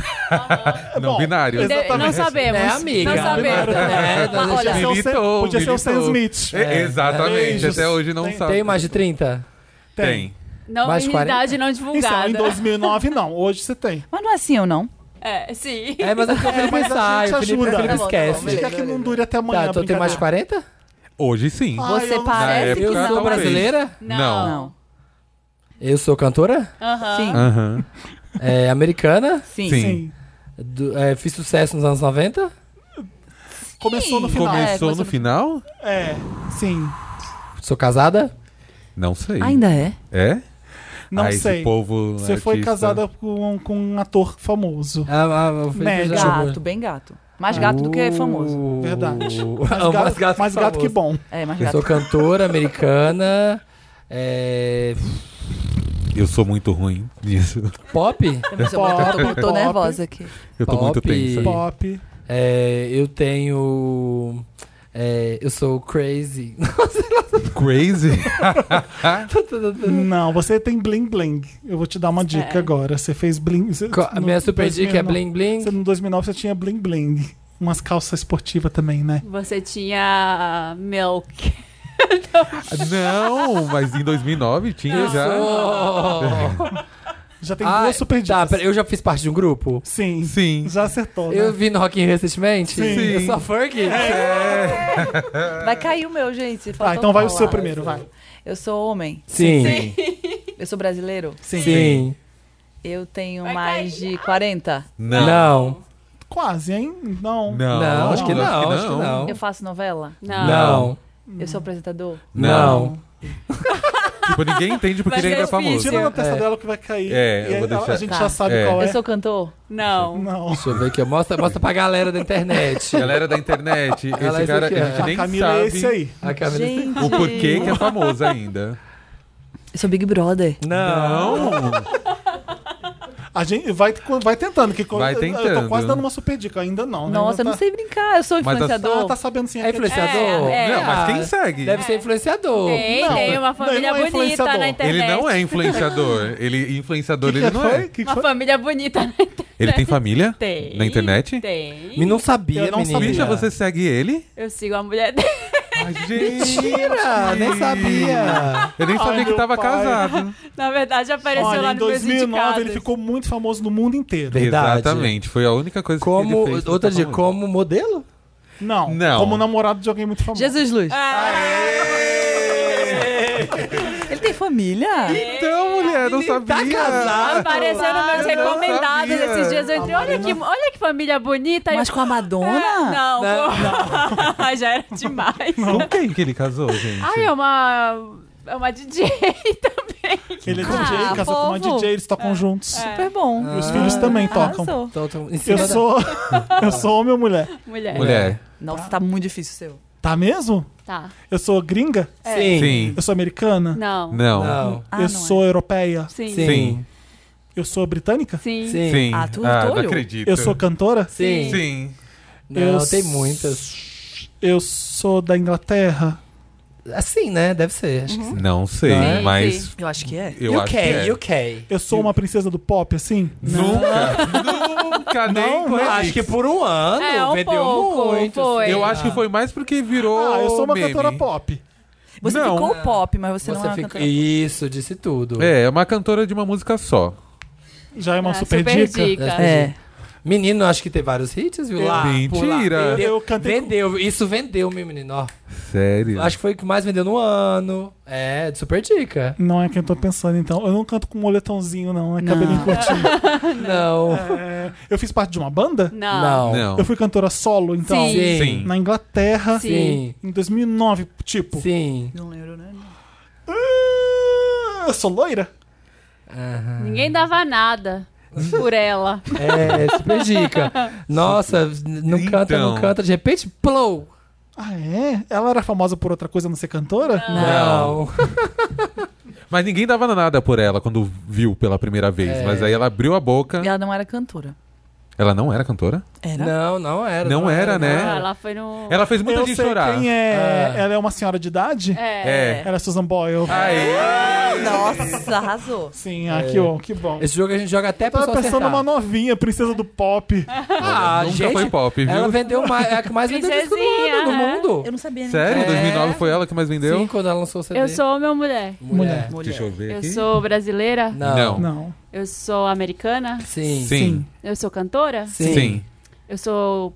Speaker 1: É
Speaker 5: Não
Speaker 1: bom.
Speaker 5: binário.
Speaker 1: Exato.
Speaker 3: De- Não
Speaker 1: Exatamente.
Speaker 3: sabemos.
Speaker 4: É, amiga.
Speaker 3: Não sabemos.
Speaker 4: É, tá
Speaker 3: Mas olha,
Speaker 1: Podia ser o Sam-
Speaker 5: Militou,
Speaker 1: Podia ser o Sam
Speaker 5: militou.
Speaker 1: Smith.
Speaker 5: É,
Speaker 4: É.
Speaker 5: exatamente,
Speaker 1: Beijos.
Speaker 5: até hoje não
Speaker 1: Tem-
Speaker 5: sabe.
Speaker 4: Tem mais de 30?
Speaker 5: Tem.
Speaker 3: não,
Speaker 4: Mais
Speaker 3: idade não
Speaker 1: Então,
Speaker 3: divulgada.
Speaker 1: em 2009 não, hoje você tem.
Speaker 2: mas não é assim ou não?
Speaker 3: É, sim.
Speaker 4: É, mas é porque eu fiz
Speaker 1: mas a
Speaker 4: pensar,
Speaker 1: gente
Speaker 4: o Felipe, o
Speaker 1: ajuda.
Speaker 4: Felipe
Speaker 2: Tá bom, tá bom,
Speaker 4: esquece.
Speaker 1: Você quer que não dure até amanhã.
Speaker 4: É, Tá, então tem mais de 40?
Speaker 5: Hoje sim.
Speaker 1: Ah, eu
Speaker 2: Você
Speaker 1: não-
Speaker 5: Na
Speaker 2: parece que
Speaker 4: Eu
Speaker 5: época,
Speaker 2: não.
Speaker 4: sou
Speaker 5: talvez.
Speaker 4: brasileira?
Speaker 5: Não.
Speaker 2: Não.
Speaker 4: Eu sou cantora?
Speaker 3: Aham.
Speaker 2: Sim.
Speaker 5: Aham.
Speaker 4: É, americana?
Speaker 2: Sim.
Speaker 5: Sim.
Speaker 1: Sim.
Speaker 4: do- é, fiz sucesso nos anos 90?
Speaker 1: Começou no final.
Speaker 2: Come-
Speaker 5: Começou
Speaker 2: É,
Speaker 5: no
Speaker 2: começou-
Speaker 5: final?
Speaker 1: É, sim.
Speaker 4: Sou casada?
Speaker 5: Não sei.
Speaker 2: Ainda é?
Speaker 5: É?
Speaker 1: Não
Speaker 5: Ah, esse
Speaker 1: sei.
Speaker 5: povo
Speaker 4: é
Speaker 1: Você foi
Speaker 4: né?
Speaker 5: artista.
Speaker 1: casada com, com um ator famoso.
Speaker 4: Ah, ah, o Felipe
Speaker 1: Médio.
Speaker 4: já-
Speaker 2: Gato, bem gato. Mais gato do que famoso.
Speaker 4: Uh,
Speaker 1: Verdade.
Speaker 4: ah, Mais gato,
Speaker 1: mais gato que
Speaker 4: famoso.
Speaker 1: bom.
Speaker 2: É, mais
Speaker 4: Eu
Speaker 2: gato.
Speaker 4: sou cantora americana. É,
Speaker 5: Eu sou muito ruim nisso.
Speaker 4: pop?
Speaker 2: Eu tô, tô, tô
Speaker 1: Pop.
Speaker 2: nervosa aqui.
Speaker 5: Eu tô
Speaker 4: Pop.
Speaker 5: muito tensa.
Speaker 1: Pop.
Speaker 4: É, eu tenho. é, eu sou crazy.
Speaker 5: Crazy?
Speaker 1: Não, você tem bling bling. Eu vou te dar uma dica
Speaker 3: É.
Speaker 1: agora. Você fez bling. Você,
Speaker 4: A minha super dica é bling bling.
Speaker 1: Você, no 2009 você tinha bling bling. Umas calças esportivas também, né?
Speaker 3: Você tinha milk.
Speaker 5: Não, mas em 2009 tinha
Speaker 4: Eu
Speaker 5: já.
Speaker 4: sou.
Speaker 1: Já tem
Speaker 4: Ah,
Speaker 1: duas super
Speaker 4: tá,
Speaker 1: dicas.
Speaker 4: pera, eu já fiz parte de um grupo.
Speaker 1: Sim.
Speaker 5: Sim.
Speaker 1: Já acertou,
Speaker 4: Eu
Speaker 1: né?
Speaker 4: vi no Rock in Rio recentemente.
Speaker 1: Sim.
Speaker 4: Eu sou a Ferg.
Speaker 2: Vai cair o meu, gente.
Speaker 1: Tá,
Speaker 2: faltou
Speaker 1: então vai o
Speaker 2: falar.
Speaker 1: seu primeiro, vai.
Speaker 2: Eu sou homem.
Speaker 4: Sim.
Speaker 5: Sim.
Speaker 2: Eu sou brasileiro.
Speaker 1: Sim.
Speaker 4: Sim.
Speaker 2: Eu tenho
Speaker 3: Vai
Speaker 2: mais
Speaker 3: cair.
Speaker 2: de 40.
Speaker 5: Não.
Speaker 4: Não.
Speaker 1: Quase, hein? Não.
Speaker 5: Não,
Speaker 4: Não, acho que
Speaker 5: acho
Speaker 4: não.
Speaker 5: que
Speaker 4: Acho que não.
Speaker 2: Eu faço novela.
Speaker 3: Não.
Speaker 4: Não.
Speaker 2: Eu sou apresentador.
Speaker 5: Não.
Speaker 4: Não.
Speaker 5: tipo, ninguém entende porque
Speaker 3: Mas
Speaker 5: ele ainda é
Speaker 3: eu fiz,
Speaker 5: famoso.
Speaker 1: Tira na
Speaker 3: É.
Speaker 1: testa dela que vai cair.
Speaker 5: É, eu
Speaker 1: E
Speaker 5: vou
Speaker 1: aí ela-
Speaker 5: deixar-
Speaker 1: A gente
Speaker 3: Tá.
Speaker 1: já sabe
Speaker 5: É.
Speaker 1: qual é.
Speaker 5: Eu
Speaker 3: sou cantor? Não.
Speaker 1: Não.
Speaker 4: Deixa eu ver aqui. ó. Mostra, mostra pra galera da internet.
Speaker 5: Galera da internet,
Speaker 4: Ela é
Speaker 5: esse cara,
Speaker 4: isso aqui,
Speaker 5: a gente
Speaker 4: é.
Speaker 5: nem
Speaker 1: a Camila é esse
Speaker 5: sabe
Speaker 1: aí.
Speaker 4: A Camila-
Speaker 2: Gente.
Speaker 5: o porquê que é famoso ainda.
Speaker 2: Eu sou Big Brother.
Speaker 4: assim.
Speaker 5: Não!
Speaker 1: A gente vai, vai tentando. Que
Speaker 5: Vai
Speaker 1: Eu
Speaker 5: tentando.
Speaker 1: tô quase dando uma super dica. Ainda não, né?
Speaker 6: Nossa, eu
Speaker 1: Ainda
Speaker 6: não sei brincar, eu sou
Speaker 5: Mas a-
Speaker 1: tá- Ela
Speaker 6: influenciador.
Speaker 1: tá sabendo sim.
Speaker 4: É influenciador?
Speaker 3: É, é.
Speaker 5: Não, mas
Speaker 4: Ah,
Speaker 5: quem segue?
Speaker 4: Deve ser influenciador.
Speaker 3: Tem,
Speaker 1: Não,
Speaker 3: tem uma
Speaker 1: não,
Speaker 3: família
Speaker 1: ele não é
Speaker 3: bonita
Speaker 1: influenciador.
Speaker 3: na
Speaker 1: Ele
Speaker 3: internet.
Speaker 5: Ele não é influenciador. Ele influenciador
Speaker 1: Que que
Speaker 5: ele não
Speaker 1: foi?
Speaker 5: é.
Speaker 1: Que que
Speaker 3: Uma
Speaker 1: foi?
Speaker 3: família bonita na internet.
Speaker 5: Ele tem família?
Speaker 3: Tem.
Speaker 5: Na internet?
Speaker 3: Tem.
Speaker 4: Me não sabia,
Speaker 1: Eu não
Speaker 4: menina.
Speaker 5: Bicha, você segue ele?
Speaker 3: Eu sigo a mulher dele.
Speaker 5: Ai, gente.
Speaker 4: Mentira! Nem sabia.
Speaker 5: Eu nem
Speaker 1: Ai,
Speaker 5: sabia que
Speaker 1: meu
Speaker 5: tava
Speaker 1: pai.
Speaker 5: casado.
Speaker 3: Na verdade, apareceu
Speaker 1: Olha,
Speaker 3: lá
Speaker 1: em
Speaker 3: no meus
Speaker 1: 2009 ele
Speaker 3: indicados.
Speaker 1: ficou muito famoso no mundo inteiro.
Speaker 4: Verdade.
Speaker 5: Exatamente. Foi a única coisa que
Speaker 4: Como,
Speaker 5: ele fez. pra
Speaker 4: outra
Speaker 5: ficar
Speaker 4: de
Speaker 5: famoso.
Speaker 4: como modelo?
Speaker 1: Não,
Speaker 5: Não.
Speaker 1: como namorado de alguém muito famoso.
Speaker 6: Jesus Luz.
Speaker 2: Ele tem família?
Speaker 5: Então, mulher, não sabia.
Speaker 4: tá casado.
Speaker 3: Apareceu nos meus
Speaker 5: Eu Ah, não
Speaker 3: recomendados
Speaker 5: sabia.
Speaker 3: esses dias. Eu entrei, olha que, olha que família bonita.
Speaker 2: Mas
Speaker 3: Eu-
Speaker 2: com a
Speaker 3: É,
Speaker 2: Madonna?
Speaker 3: Tá não,
Speaker 4: Não,
Speaker 3: pô. já era demais.
Speaker 5: Com quem que ele casou, gente?
Speaker 3: Ai, é uma. É uma DJ também.
Speaker 1: Ele é
Speaker 2: Ah,
Speaker 1: DJ, casou com uma
Speaker 2: fofo.
Speaker 1: DJ, eles tocam juntos.
Speaker 2: Super bom.
Speaker 1: E os filhos também Ah. tocam.
Speaker 2: Arrasou.
Speaker 4: Então, tô em
Speaker 1: Eu
Speaker 4: cima da-
Speaker 1: sou, eu sou homem ou mulher?
Speaker 3: Mulher.
Speaker 5: Mulher.
Speaker 2: Nossa, tá muito difícil o seu.
Speaker 1: Tá mesmo?
Speaker 3: Tá.
Speaker 1: Eu sou gringa?
Speaker 4: Sim.
Speaker 5: Sim.
Speaker 1: Eu sou americana?
Speaker 3: Não.
Speaker 5: Não.
Speaker 4: É. Não.
Speaker 2: Ah,
Speaker 1: eu
Speaker 2: não é.
Speaker 1: sou europeia?
Speaker 3: Sim.
Speaker 4: Sim. Sim.
Speaker 1: Eu sou britânica?
Speaker 3: Sim.
Speaker 4: Sim.
Speaker 5: Sim.
Speaker 2: Ah, tu- tu
Speaker 5: não
Speaker 2: olhou?
Speaker 5: acredito.
Speaker 1: Eu sou cantora?
Speaker 4: Sim.
Speaker 5: Sim.
Speaker 4: Não,
Speaker 1: Eu
Speaker 4: tem
Speaker 1: s-
Speaker 4: muitas.
Speaker 1: Eu sou da Inglaterra?
Speaker 4: Assim, né? Deve ser. Acho que sim.
Speaker 5: Não sei,
Speaker 3: Sim,
Speaker 5: mas
Speaker 3: sim.
Speaker 2: Eu acho que é.
Speaker 5: Uhum. eu acho
Speaker 4: UK,
Speaker 5: que é.
Speaker 4: UK.
Speaker 1: Eu sou uma princesa do pop, assim?
Speaker 5: Nunca, nunca, nem
Speaker 1: Não,
Speaker 5: com a
Speaker 4: Acho que por um ano
Speaker 3: É, um
Speaker 4: vendeu
Speaker 3: pouco,
Speaker 4: muito. assim.
Speaker 3: foi.
Speaker 5: Eu
Speaker 4: ah.
Speaker 5: acho que foi mais porque virou
Speaker 1: Ah, eu sou uma
Speaker 5: meme.
Speaker 1: cantora pop.
Speaker 2: Você
Speaker 5: Não.
Speaker 2: ficou pop, mas você,
Speaker 4: Você
Speaker 2: não é uma
Speaker 4: fica-
Speaker 2: cantora.
Speaker 4: Isso, disse tudo.
Speaker 5: É, é uma cantora de uma música só.
Speaker 1: Já é uma
Speaker 3: Ah,
Speaker 1: super, dica.
Speaker 2: É.
Speaker 4: Menino, acho que tem vários hits, viu? Lá, por lá.
Speaker 5: Mentira.
Speaker 4: Vendeu,
Speaker 1: É. Eu cantei com-
Speaker 4: vendeu. Isso vendeu, meu menino. ó.
Speaker 5: Sério.
Speaker 4: Acho que foi o que mais vendeu no ano. É, super dica.
Speaker 1: Não é quem eu tô pensando, então. Eu não canto com moletãozinho, não. É
Speaker 2: Não.
Speaker 1: cabelinho curtinho.
Speaker 4: Não.
Speaker 1: É, eu fiz parte de uma banda?
Speaker 3: Não.
Speaker 5: Não.
Speaker 1: Eu fui cantora solo, então.
Speaker 3: Sim.
Speaker 5: Sim.
Speaker 1: Na Inglaterra,
Speaker 4: Sim.
Speaker 1: em 2009, tipo.
Speaker 4: Sim.
Speaker 2: Não lembro, né?
Speaker 1: Ah, eu sou loira?
Speaker 4: Aham.
Speaker 3: Ninguém dava nada por ela.
Speaker 4: É, super dica. Nossa, não canta, não
Speaker 5: Então.
Speaker 4: canta. De repente, plou.
Speaker 1: Ah, é? Ela era famosa por outra coisa a não ser cantora?
Speaker 4: Não.
Speaker 5: Mas ninguém dava nada por ela quando viu pela primeira vez.
Speaker 4: É.
Speaker 5: Mas aí ela abriu a boca.
Speaker 2: E Ela não era cantora.
Speaker 5: Ela não era cantora?
Speaker 2: Era?
Speaker 4: Não, não era.
Speaker 5: Não era, né?
Speaker 4: não era.
Speaker 3: Ela foi no.
Speaker 5: Ela fez muita
Speaker 1: eu
Speaker 5: gente
Speaker 1: sei
Speaker 5: chorar.
Speaker 1: quem é.
Speaker 4: Ah.
Speaker 1: Ela é uma senhora de idade?
Speaker 3: É.
Speaker 1: Ela é Susan Boyle.
Speaker 5: Aê!
Speaker 2: Nossa, arrasou.
Speaker 1: Sim, ah, que bom, que bom.
Speaker 4: Esse jogo a gente joga até a
Speaker 1: Eu tava
Speaker 4: pessoa
Speaker 1: pensando
Speaker 4: acertar.
Speaker 1: Então numa novinha, princesa do pop.
Speaker 4: Ah,
Speaker 5: Nunca
Speaker 4: gente,
Speaker 5: foi pop, viu?
Speaker 4: Ela vendeu mais, é a que mais vendeu disco do
Speaker 3: Princesinha,
Speaker 4: ano, no
Speaker 3: é.
Speaker 4: mundo.
Speaker 6: Eu não sabia. né?
Speaker 5: Sério?
Speaker 4: É.
Speaker 5: 2009 foi ela que mais vendeu?
Speaker 4: Sim, quando ela lançou o CD.
Speaker 3: Eu sou meu mulher.
Speaker 4: mulher.
Speaker 5: Deixa eu ver
Speaker 3: Eu
Speaker 5: aqui.
Speaker 3: sou brasileira.
Speaker 4: Não.
Speaker 5: Não.
Speaker 1: Não.
Speaker 3: Eu sou americana.
Speaker 4: Sim.
Speaker 5: Sim.
Speaker 3: Eu sou cantora.
Speaker 5: Sim.
Speaker 3: Eu sou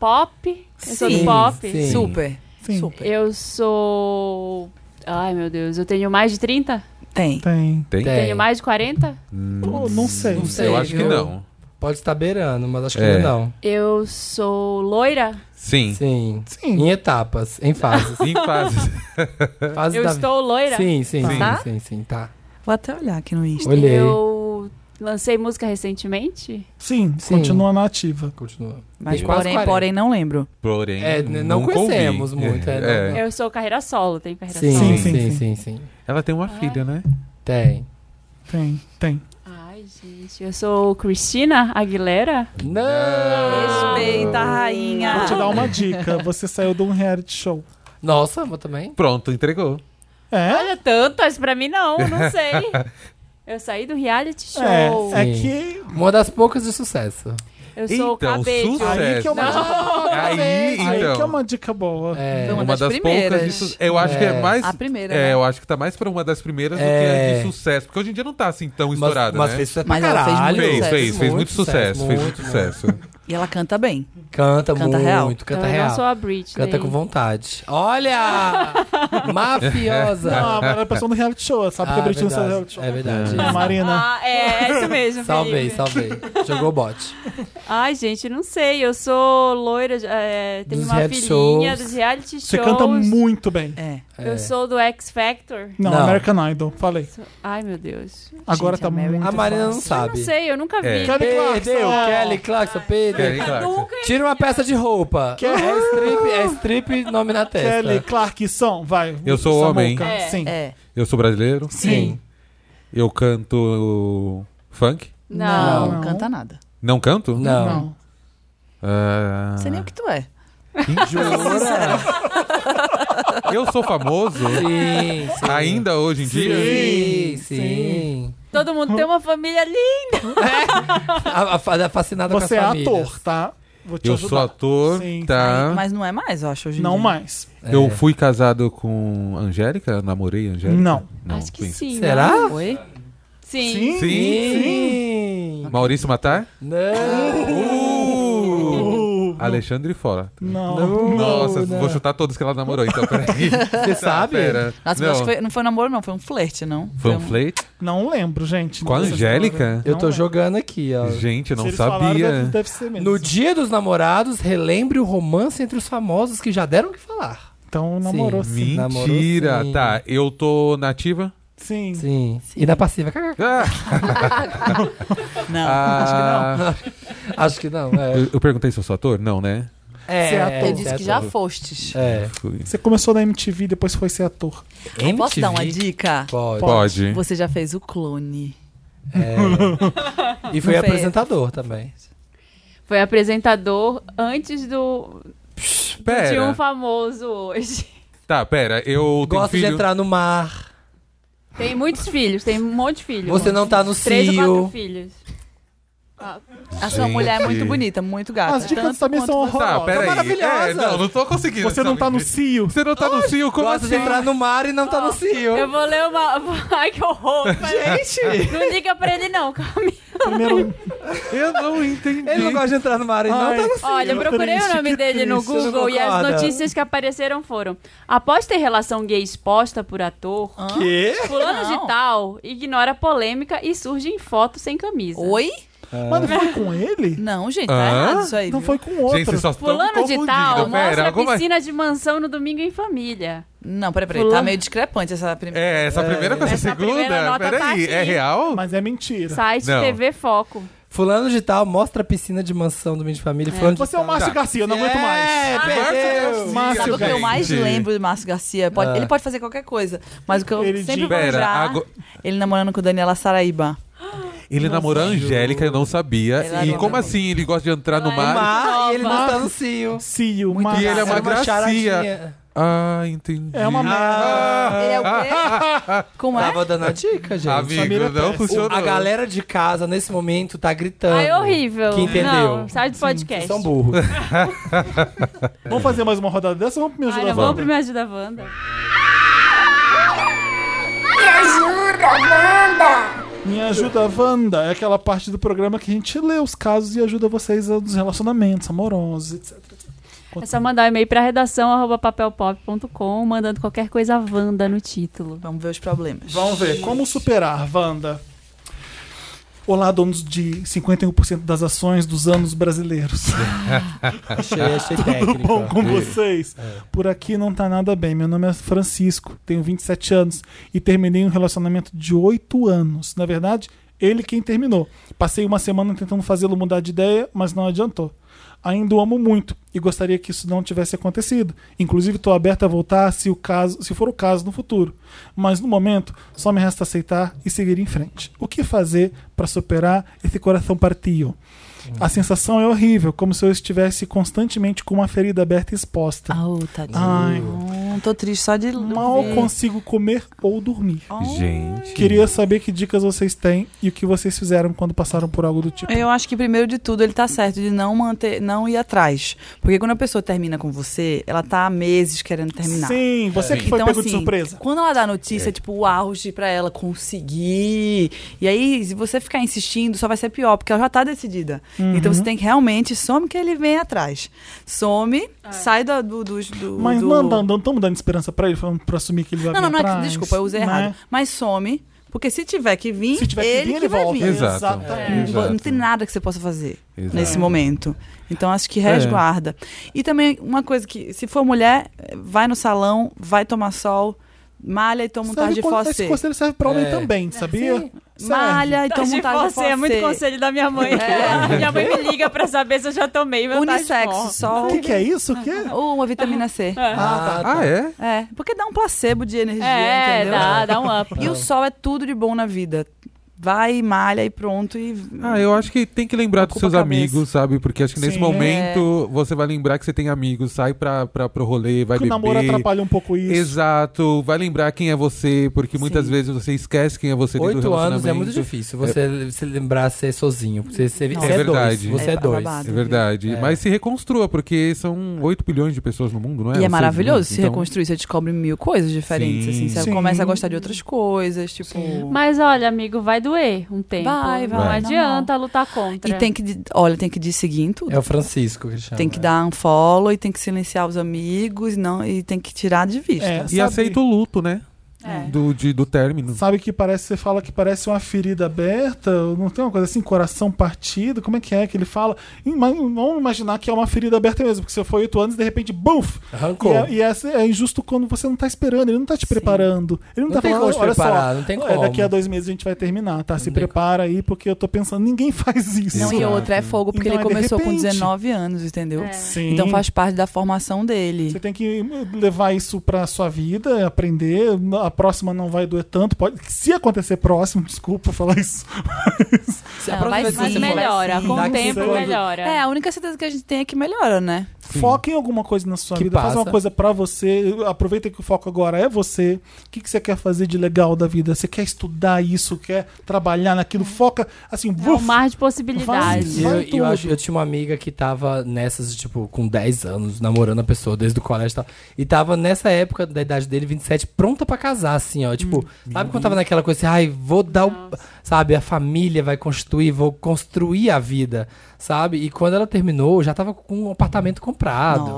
Speaker 3: pop. Eu sou do
Speaker 4: Sim,
Speaker 3: pop.
Speaker 4: sim.
Speaker 2: Super.
Speaker 1: Sim.
Speaker 2: Super.
Speaker 3: Eu sou. Ai, meu Deus. Eu tenho mais de 30?
Speaker 2: Tem.
Speaker 1: Tem.
Speaker 4: Tem.
Speaker 5: Tem?
Speaker 3: Tenho mais de 40?
Speaker 1: Pô, não sei.
Speaker 4: Não sei.
Speaker 5: Eu acho que
Speaker 4: viu?
Speaker 5: não.
Speaker 4: Pode estar beirando, mas acho que
Speaker 5: É.
Speaker 4: ainda não.
Speaker 3: Eu sou loira.
Speaker 5: Sim.
Speaker 4: Sim.
Speaker 1: Sim.
Speaker 4: Em etapas, em fases.
Speaker 5: Em fases.
Speaker 4: Fases
Speaker 3: Eu
Speaker 4: da
Speaker 3: estou
Speaker 4: vida.
Speaker 3: loira.
Speaker 4: tá Sim, sim, sim,
Speaker 2: Tá?
Speaker 4: sim, sim, tá.
Speaker 2: Vou até olhar aqui no Insta.
Speaker 4: Olhei.
Speaker 3: Eu lancei música recentemente.
Speaker 1: Sim,
Speaker 4: Sim.
Speaker 1: continua na ativa.
Speaker 4: Continua.
Speaker 2: Mas
Speaker 4: Tem quase
Speaker 2: porém,
Speaker 4: 40.
Speaker 2: porém, não lembro.
Speaker 5: Porém,
Speaker 4: É, n- não
Speaker 5: nunca
Speaker 4: conhecemos
Speaker 5: ouvi.
Speaker 4: muito, é,
Speaker 5: É.
Speaker 4: não-
Speaker 3: Eu sou carreira solo, tenho carreira
Speaker 4: Sim, sim,
Speaker 3: solo.
Speaker 1: Sim,
Speaker 4: sim, sim,
Speaker 1: sim,
Speaker 5: Ela tem
Speaker 4: Ah.
Speaker 5: uma filha, né?
Speaker 4: Tem.
Speaker 1: Tem, tem.
Speaker 3: Ai, gente, eu sou Cristina Aguilera.
Speaker 4: Não!
Speaker 2: Respeita a rainha.
Speaker 1: Vou te dar uma dica. Você saiu de um reality show.
Speaker 4: Nossa, vou também.
Speaker 5: Pronto, entregou.
Speaker 1: É?
Speaker 3: Olha, tantas pra mim não, não sei. Eu saí do reality show.
Speaker 1: É, é
Speaker 4: Sim.
Speaker 1: que.
Speaker 4: Uma das poucas de sucesso.
Speaker 3: Eu sou o
Speaker 5: então,
Speaker 3: cabelo.
Speaker 1: Aí que é
Speaker 5: sucesso.
Speaker 1: uma dica,
Speaker 5: Aí,
Speaker 1: aí que é
Speaker 5: então.
Speaker 1: uma dica boa.
Speaker 4: É.
Speaker 2: Então,
Speaker 5: Uma,
Speaker 2: Uma das
Speaker 5: das, poucas de
Speaker 2: primeiras.
Speaker 5: su... Eu acho que
Speaker 4: É.
Speaker 5: é mais.
Speaker 2: A primeira,
Speaker 5: É,
Speaker 2: né?
Speaker 5: eu acho que tá mais pra uma das primeiras do
Speaker 4: É.
Speaker 5: que a de sucesso. Porque hoje em dia não tá assim tão
Speaker 4: Mas,
Speaker 5: estourada,
Speaker 4: mas
Speaker 5: né?
Speaker 4: fez sucesso pra
Speaker 2: Mas ela fez
Speaker 4: caralho.
Speaker 2: muito
Speaker 5: fez,
Speaker 2: sucesso.
Speaker 5: fez, fez muito sucesso. fez muito sucesso.
Speaker 2: E ela canta bem.
Speaker 4: Canta,
Speaker 2: Canta
Speaker 4: muito,
Speaker 2: real.
Speaker 4: canta
Speaker 3: eu
Speaker 4: real.
Speaker 3: não sou a Britney.
Speaker 4: Canta com vontade. Olha! Mafiosa!
Speaker 1: Não, mas ela é pessoa do reality show. Sabe que a
Speaker 4: Ah,
Speaker 1: Britney é reality
Speaker 4: verdade.
Speaker 1: show.
Speaker 4: É verdade.
Speaker 1: É, Marina.
Speaker 3: Ah, é, é isso mesmo.
Speaker 4: Salvei,
Speaker 3: Felipe.
Speaker 4: salvei. Jogou bot.
Speaker 3: Ai, gente, não sei. Eu sou loira, é, tenho
Speaker 4: Dos
Speaker 3: uma
Speaker 4: reality
Speaker 3: filhinha
Speaker 4: shows.
Speaker 3: dos reality shows.
Speaker 1: Você canta muito bem.
Speaker 2: É.
Speaker 3: Eu
Speaker 4: É.
Speaker 3: sou do X Factor.
Speaker 1: Não,
Speaker 4: Não.
Speaker 1: American Idol, falei.
Speaker 3: Ai, meu Deus.
Speaker 1: Agora
Speaker 2: Gente,
Speaker 1: tá
Speaker 2: a Mary-
Speaker 1: muito
Speaker 4: A Marina não
Speaker 1: fácil.
Speaker 3: Eu
Speaker 4: sabe.
Speaker 3: não sei, eu nunca vi.
Speaker 5: É.
Speaker 1: Kelly
Speaker 4: Perdeu,
Speaker 1: Clarkson.
Speaker 4: Kelly Clarkson,
Speaker 5: Kelly
Speaker 4: perdeu.
Speaker 5: Clarkson.
Speaker 4: Tira uma peça de roupa.
Speaker 1: Que-
Speaker 4: É strip, é strip, nome na testa.
Speaker 1: Kelly, Clarkson, vai.
Speaker 5: Eu sou
Speaker 1: Samuca,
Speaker 5: homem.
Speaker 3: É.
Speaker 1: Sim.
Speaker 2: É.
Speaker 5: Eu sou brasileiro.
Speaker 4: Sim.
Speaker 5: Eu canto funk.
Speaker 2: Não,
Speaker 3: Não.
Speaker 2: não,
Speaker 1: Não.
Speaker 2: canta nada.
Speaker 5: Não canto?
Speaker 4: Não.
Speaker 5: Então,
Speaker 1: Não.
Speaker 5: Ah.
Speaker 2: Não sei nem o que tu é.
Speaker 4: Jura?
Speaker 5: Eu sou famoso
Speaker 4: Sim, sim.
Speaker 5: ainda hoje em dia.
Speaker 4: Sim, sim.
Speaker 3: Todo mundo tem uma família linda.
Speaker 4: A, a, fa- a fascinada com as
Speaker 1: Você é
Speaker 4: famílias.
Speaker 1: ator, tá? Vou te
Speaker 5: Eu
Speaker 1: ajudar.
Speaker 5: sou ator,
Speaker 1: Sim.
Speaker 5: tá?
Speaker 2: Aí, mas não é mais, eu acho, hoje em
Speaker 1: Não
Speaker 2: dia.
Speaker 1: mais.
Speaker 5: Eu
Speaker 4: É.
Speaker 5: fui casado com Angélica? Namorei Angélica?
Speaker 1: Não.
Speaker 3: Acho que
Speaker 5: bem.
Speaker 3: sim. né?
Speaker 4: Será?
Speaker 2: Oi?
Speaker 3: Sim.
Speaker 1: Sim.
Speaker 4: Sim.
Speaker 5: Tá Maurício Matar?
Speaker 4: Não. Uhum.
Speaker 1: Uh,
Speaker 5: Alexandre fora.
Speaker 1: não.
Speaker 5: Nossa,
Speaker 4: não.
Speaker 5: vou chutar todos que ela namorou, então peraí. Você
Speaker 4: Uhum. sabe?
Speaker 2: Nossa,
Speaker 5: não.
Speaker 2: mas acho que foi, não foi namoro, não. Foi um flerte, não.
Speaker 5: Foi um flerte?
Speaker 1: Não lembro, gente.
Speaker 5: Com a
Speaker 1: Vocês
Speaker 5: Angélica?
Speaker 4: Eu tô
Speaker 1: Não é.
Speaker 4: jogando aqui, ó.
Speaker 5: Gente, eu
Speaker 1: Se
Speaker 5: não
Speaker 1: eles falaram, deve,
Speaker 5: sabia.
Speaker 1: deve ser mesmo.
Speaker 4: No Dia dos Namorados, relembre o romance entre os famosos que já deram o que falar.
Speaker 1: Então namorou sim.
Speaker 4: um assim. namorou
Speaker 5: Mentira.
Speaker 4: sim.
Speaker 5: Tá, eu tô nativa?
Speaker 1: Sim.
Speaker 4: Sim. E na passiva.
Speaker 5: Ah,
Speaker 2: Não, acho que não.
Speaker 5: ah,
Speaker 4: Acho que não. É.
Speaker 5: eu, eu perguntei se eu sou ator? Não, né?
Speaker 4: É,
Speaker 1: Você é ator.
Speaker 2: Eu
Speaker 1: Ele
Speaker 2: disse
Speaker 4: você
Speaker 2: que
Speaker 4: é
Speaker 2: já
Speaker 4: ator.
Speaker 2: fostes.
Speaker 4: É.
Speaker 5: Fui.
Speaker 1: Você começou na MTV, depois foi ser ator.
Speaker 2: Posso dar uma
Speaker 4: MTV?
Speaker 2: dica?
Speaker 4: Pode.
Speaker 5: Pode.
Speaker 2: Você já fez o clone.
Speaker 4: É. E foi
Speaker 2: Não fez.
Speaker 4: apresentador também.
Speaker 3: Foi apresentador antes do, de um
Speaker 5: Pera.
Speaker 3: famoso hoje.
Speaker 5: Tá, pera. Eu tenho
Speaker 4: Gosta de
Speaker 5: filho.
Speaker 4: entrar no mar.
Speaker 3: Tem muitos filhos, tem um monte de filhos.
Speaker 4: Você não tá no
Speaker 3: Três ou quatro
Speaker 4: cio.
Speaker 3: filhos.
Speaker 2: A sua
Speaker 5: Gente.
Speaker 2: mulher é muito bonita, muito gata.
Speaker 1: As dicas
Speaker 2: Ah, tá. Tanto
Speaker 1: também são
Speaker 2: quanto-
Speaker 1: horrorosas.
Speaker 5: Tá, peraí.
Speaker 4: maravilhosa.
Speaker 5: É, não, não tô conseguindo.
Speaker 1: Você não
Speaker 5: sabe?
Speaker 1: tá no cio.
Speaker 5: Você não tá no cio? Como
Speaker 4: Gosta
Speaker 5: assim?
Speaker 4: de entrar no mar e não tá no cio.
Speaker 3: Eu vou ler uma. Ai, que horror.
Speaker 4: Gente!
Speaker 3: Não diga pra ele, não, Camila.
Speaker 1: Primeiro. um.
Speaker 5: Eu não entendi.
Speaker 4: Ele não gosta de entrar no mar e não
Speaker 1: Ai.
Speaker 4: tá no cio.
Speaker 3: Olha, eu
Speaker 1: que
Speaker 3: procurei
Speaker 1: triste,
Speaker 3: o nome
Speaker 1: que
Speaker 3: dele no
Speaker 4: triste, você não
Speaker 3: Google e as
Speaker 4: concorda?
Speaker 3: notícias que apareceram foram: após ter relação gay exposta por ator,
Speaker 4: Quê?
Speaker 3: fulano de
Speaker 2: Não.
Speaker 3: tal ignora a polêmica e surge em foto sem camisa.
Speaker 2: Oi?
Speaker 1: Mas não foi com ele?
Speaker 2: Não, gente, tá
Speaker 5: Hã?
Speaker 2: errado isso aí.
Speaker 1: Não
Speaker 2: viu?
Speaker 1: foi com outro.
Speaker 5: Gente, vocês só estão
Speaker 3: Fulano de tal mostra
Speaker 5: pera, é?
Speaker 3: a
Speaker 5: alguma-
Speaker 3: piscina de mansão no domingo em família.
Speaker 2: Não, peraí, peraí. Tá
Speaker 3: Fulano-
Speaker 2: meio discrepante essa primeira.
Speaker 5: É, essa primeira com essa,
Speaker 3: Essa primeira
Speaker 5: segunda?
Speaker 3: nota tá
Speaker 5: Peraí,
Speaker 3: aqui.
Speaker 5: é real?
Speaker 1: Mas é mentira.
Speaker 3: Site
Speaker 5: Não.
Speaker 3: TV Foco.
Speaker 4: Fulano de tal mostra a piscina de mansão do Meio de Família. Fulano de
Speaker 1: Você é o
Speaker 2: tá.
Speaker 4: tal-
Speaker 1: Márcio Garcia, eu não aguento mais.
Speaker 4: É, perdeu.
Speaker 1: Márcio
Speaker 2: Sabe o que eu
Speaker 5: gente.
Speaker 2: mais lembro do Márcio Garcia? Pode-
Speaker 4: Ah.
Speaker 2: Ele pode fazer qualquer coisa. Mas o que eu
Speaker 1: Ele
Speaker 2: sempre
Speaker 1: diz-
Speaker 2: vou
Speaker 5: Pera,
Speaker 2: lembrar,
Speaker 5: ago-
Speaker 2: ele namorando com Daniela Saraíba.
Speaker 5: Ele namorou a Angélica, eu não sabia.
Speaker 2: Ela
Speaker 5: e
Speaker 2: não
Speaker 5: como
Speaker 2: namorou.
Speaker 5: assim? Ele gosta de entrar no
Speaker 3: Ela um é
Speaker 5: mar?
Speaker 4: tá Mar e ele não
Speaker 1: Nova.
Speaker 4: tá no cio.
Speaker 1: Cio,
Speaker 2: Muito
Speaker 1: Márcio.
Speaker 5: E ele é uma
Speaker 4: Era
Speaker 5: gracinha.
Speaker 4: charadinha.
Speaker 5: Ah, entendi.
Speaker 1: É uma
Speaker 4: Ah,
Speaker 2: Ele é o quê? Como
Speaker 5: Tá.
Speaker 2: é?
Speaker 4: Tava dando a dica, gente.
Speaker 5: Amigo,
Speaker 1: Família
Speaker 5: não
Speaker 1: péssima.
Speaker 5: funcionou.
Speaker 4: A galera de casa, nesse momento, tá gritando.
Speaker 3: Ai, é horrível.
Speaker 4: Que entendeu.
Speaker 3: Não, sai do
Speaker 4: Vocês
Speaker 3: podcast.
Speaker 4: são burros.
Speaker 1: Vamos fazer mais uma rodada dessa ou vamos me
Speaker 3: Ai,
Speaker 1: ajudar?
Speaker 3: não, vamos pro Me Ajuda Wanda.
Speaker 6: Me ajuda, Wanda!
Speaker 1: Me ajuda, Wanda. É aquela parte do programa que a gente lê os casos e ajuda vocês dos relacionamentos amorosos, etc.
Speaker 3: É só mandar um e-mail pra redação arroba papelpop.com, mandando qualquer coisa Wanda no título.
Speaker 2: Vamos ver os problemas.
Speaker 1: Vamos ver. Como superar, Wanda? Olá, donos de 51% das ações dos anos brasileiros.
Speaker 4: Achei, achei técnica.
Speaker 1: Bom com vocês. Por aqui não tá nada bem. Meu nome é Francisco, tenho 27 anos e terminei um relacionamento de 8 anos. Na verdade, ele quem terminou. Passei uma semana tentando fazê-lo mudar de ideia, mas não adiantou. Ainda o amo muito e gostaria que isso não tivesse acontecido. Inclusive, estou aberto a voltar se, o caso, se for o caso no futuro. Mas no momento, só me resta aceitar e seguir em frente. O que fazer para superar esse coração partido? A sensação é horrível, como se eu estivesse constantemente com uma ferida aberta e exposta.
Speaker 2: Ah, ô, tadinho.
Speaker 1: Ai,
Speaker 2: Não tô triste só de
Speaker 1: Mal
Speaker 2: ver.
Speaker 1: consigo comer ou dormir.
Speaker 5: Gente.
Speaker 1: Queria saber que dicas vocês têm e o que vocês fizeram quando passaram por algo do tipo.
Speaker 2: Eu acho que primeiro de tudo ele tá certo de não manter, não ir atrás. Porque quando a pessoa termina com você, ela tá há meses querendo terminar.
Speaker 1: Sim, você que foi
Speaker 2: então,
Speaker 1: pego
Speaker 2: assim,
Speaker 1: de surpresa.
Speaker 2: Quando ela dá a notícia, é. tipo, o auge pra ela conseguir. E aí, se você ficar insistindo, só vai ser pior, porque ela já tá decidida. Então
Speaker 1: Uhum.
Speaker 2: você tem que realmente some que ele vem atrás. Some, sai da- do, dos- do,
Speaker 1: Mas
Speaker 2: do-
Speaker 1: não andando, não estamos dando esperança pra ele, falando pra assumir que ele vai
Speaker 2: Não, não,
Speaker 1: vir
Speaker 2: não é que,
Speaker 1: atrás,
Speaker 2: desculpa, eu usei
Speaker 1: né?
Speaker 2: errado. Mas some, porque se tiver que vir,
Speaker 1: Se tiver que
Speaker 2: ele
Speaker 1: vir, ele
Speaker 2: vai
Speaker 1: volta.
Speaker 2: vir.
Speaker 5: Exato. É.
Speaker 1: Exatamente.
Speaker 5: Exato.
Speaker 2: É, Não tem nada que você possa fazer
Speaker 5: Exato.
Speaker 2: nesse momento. Então acho que resguarda. E também uma coisa que, se for mulher, vai no salão, vai tomar sol, malha e toma um
Speaker 1: Serve
Speaker 2: tarde de
Speaker 1: con- Esse
Speaker 2: fossé.
Speaker 1: conselho serve pra homem
Speaker 4: É.
Speaker 1: também, sabia? Serve.
Speaker 2: Malha e
Speaker 3: Tarde
Speaker 2: toma um
Speaker 3: de
Speaker 2: tarde de
Speaker 3: você,
Speaker 2: fossé.
Speaker 3: é muito conselho da minha mãe. minha mãe me liga pra saber se eu já tomei meu tarde de
Speaker 2: Unissex,
Speaker 3: fó.
Speaker 1: O
Speaker 2: sol
Speaker 1: que, que é isso? O que é?
Speaker 2: ou uma vitamina C.
Speaker 4: Ah,
Speaker 5: Ah, é?
Speaker 2: É, porque dá um placebo de energia,
Speaker 3: É,
Speaker 2: entendeu?
Speaker 3: dá, dá um up.
Speaker 2: E o sol é tudo de bom na vida. Vai, malha e pronto e
Speaker 5: Ah, eu acho que tem que lembrar dos
Speaker 1: Ocupa
Speaker 5: seus
Speaker 1: a cabeça.
Speaker 5: amigos, sabe? Porque acho que nesse
Speaker 1: Sim.
Speaker 3: É.
Speaker 5: momento você vai lembrar que você tem amigos, sai pra, pra, pro rolê, vai
Speaker 1: Que o
Speaker 5: beber.
Speaker 1: namoro atrapalha um pouco isso.
Speaker 5: Exato, vai lembrar quem é você, porque muitas
Speaker 2: Sim.
Speaker 5: vezes você esquece quem é você dentro do
Speaker 4: Oito anos é
Speaker 5: relacionamento.
Speaker 4: muito difícil você se lembrar ser sozinho. Você, você,
Speaker 2: Não.
Speaker 4: você
Speaker 5: É
Speaker 4: é, dois.
Speaker 5: verdade.
Speaker 4: Você é,
Speaker 2: É
Speaker 4: dois.
Speaker 2: babado.
Speaker 5: É verdade.
Speaker 4: É.
Speaker 5: Mas se reconstrua, porque são 8 bilhões de pessoas no mundo, não é?
Speaker 2: E é
Speaker 5: Ou seis
Speaker 2: maravilhoso
Speaker 5: bilhões,
Speaker 2: se reconstruir, você descobre mil coisas diferentes,
Speaker 5: Sim.
Speaker 2: assim, você
Speaker 1: Sim.
Speaker 2: começa a gostar de outras coisas, tipo.
Speaker 3: Mas olha, amigo, vai doer um tempo.
Speaker 2: Vai, vai,
Speaker 3: Não
Speaker 5: vai.
Speaker 3: adianta lutar contra.
Speaker 2: E tem que, de- olha, tem que desseguir em tudo.
Speaker 4: É o Francisco que chama.
Speaker 2: Tem que dar um follow e tem que silenciar os amigos não, e tem que tirar de vista.
Speaker 1: É,
Speaker 5: E
Speaker 1: sabe-
Speaker 5: aceita o luto, né?
Speaker 3: É.
Speaker 5: Do, de, do término.
Speaker 1: Sabe que parece, você fala que parece uma ferida aberta, não tem uma coisa assim, coração partido, como é que é que ele fala? Ima- Vamos imaginar que é uma ferida aberta mesmo, porque você foi oito anos e de repente, buf! E,
Speaker 4: Arrancou.
Speaker 1: é, e essa- é injusto quando você não tá esperando, ele não tá te
Speaker 2: Sim.
Speaker 1: preparando. Ele não,
Speaker 4: Não
Speaker 1: tá
Speaker 4: tem
Speaker 1: falando,
Speaker 4: como te
Speaker 1: olha
Speaker 4: preparar,
Speaker 1: só,
Speaker 4: não tem
Speaker 1: é,
Speaker 4: como."
Speaker 1: daqui a dois meses a gente vai terminar, tá? Se
Speaker 4: Não tem
Speaker 1: prepara aí, porque eu tô pensando, ninguém faz isso.
Speaker 2: Não, e
Speaker 4: Exato.
Speaker 2: outra é fogo, porque
Speaker 1: Então
Speaker 2: ele
Speaker 1: é de
Speaker 2: começou com
Speaker 1: repente.
Speaker 2: 19 anos, entendeu?
Speaker 3: É.
Speaker 1: Sim.
Speaker 2: Então faz parte da formação
Speaker 1: Você
Speaker 2: dele.
Speaker 1: tem que levar isso pra sua vida, aprender. A próxima não vai doer tanto. Pode, se acontecer próximo, desculpa falar isso.
Speaker 4: Se a
Speaker 2: Não,
Speaker 4: próxima
Speaker 2: vai
Speaker 4: vez que
Speaker 2: sim,
Speaker 3: Mas
Speaker 4: você
Speaker 2: vai
Speaker 4: for-
Speaker 3: melhora,
Speaker 2: sim.
Speaker 3: com
Speaker 1: Dá
Speaker 3: o
Speaker 1: que
Speaker 3: tempo
Speaker 1: seja.
Speaker 3: melhora.
Speaker 2: É, a única certeza que a gente tem é que melhora, né?
Speaker 1: Foca em alguma coisa na sua
Speaker 4: Que
Speaker 1: vida. Faz uma
Speaker 4: passa.
Speaker 1: coisa pra você. Aproveita que o foco agora é você. O que, que você quer fazer de legal da vida? Você quer estudar isso? Quer trabalhar naquilo? Foca assim,
Speaker 3: É um
Speaker 1: vuf,
Speaker 3: mar de
Speaker 1: Vai.
Speaker 3: possibilidades.
Speaker 4: E Eu,
Speaker 1: Vai
Speaker 4: eu
Speaker 1: tudo.
Speaker 4: acho- eu tinha uma amiga que tava nessas, tipo, com 10 anos, namorando a pessoa desde o colégio e tal. E tava nessa época da idade dele, 27, pronta pra casar, assim, ó. Tipo, sabe quando tava naquela coisa assim, ai, vou dar o. Sabe, a família vai constituir, vou construir a vida, sabe? E quando ela terminou, já tava com um apartamento comprado.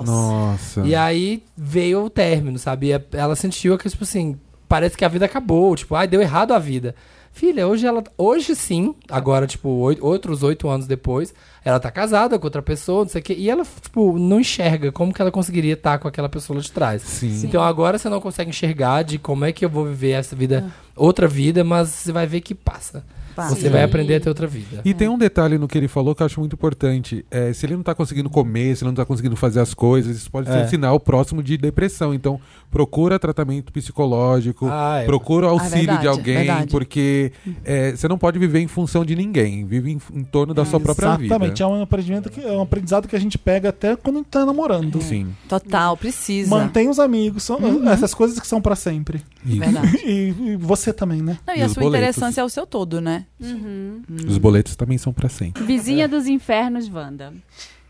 Speaker 2: Nossa.
Speaker 5: Nossa.
Speaker 4: E aí veio o término, sabe? E a- ela sentiu que, tipo assim, parece que a vida acabou. Tipo, ai, deu errado a vida. Filha, hoje ela. Hoje sim, agora, tipo, oito- outros oito anos depois, ela tá casada com outra pessoa, não sei o quê. E ela, tipo, não enxerga como que ela conseguiria estar com aquela pessoa lá de trás.
Speaker 5: Sim.
Speaker 4: Então agora você não consegue enxergar de como é que eu vou viver essa vida, outra vida, mas você vai ver que passa.
Speaker 2: Pá.
Speaker 4: Você vai aprender a ter outra vida.
Speaker 5: E tem um detalhe no que ele falou que eu acho muito importante. É, se ele não tá conseguindo comer, se ele não tá conseguindo fazer as coisas, isso pode ser
Speaker 4: É.
Speaker 5: um sinal próximo de depressão. Então, procura tratamento psicológico,
Speaker 4: Ah, é.
Speaker 5: procura o auxílio
Speaker 2: verdade,
Speaker 5: de alguém,
Speaker 2: verdade.
Speaker 5: porque é, você não pode viver em função de ninguém, vive em, em torno da sua própria vida.
Speaker 1: Exatamente, é um aprendimento que é um aprendizado que a gente pega até quando a gente tá
Speaker 3: É.
Speaker 1: namorando.
Speaker 5: Sim.
Speaker 2: Total, precisa.
Speaker 1: Mantém os amigos, são
Speaker 3: Uhum.
Speaker 1: essas coisas que são pra sempre.
Speaker 3: É
Speaker 5: Isso.
Speaker 2: É Verdade.
Speaker 1: E, e você também, né?
Speaker 2: Não, e,
Speaker 5: E
Speaker 2: a
Speaker 5: os
Speaker 2: sua
Speaker 5: boletos?
Speaker 2: interessância é o seu todo, né?
Speaker 3: Uhum.
Speaker 5: Os boletos também são pra sempre.
Speaker 3: Vizinha dos infernos, Wanda.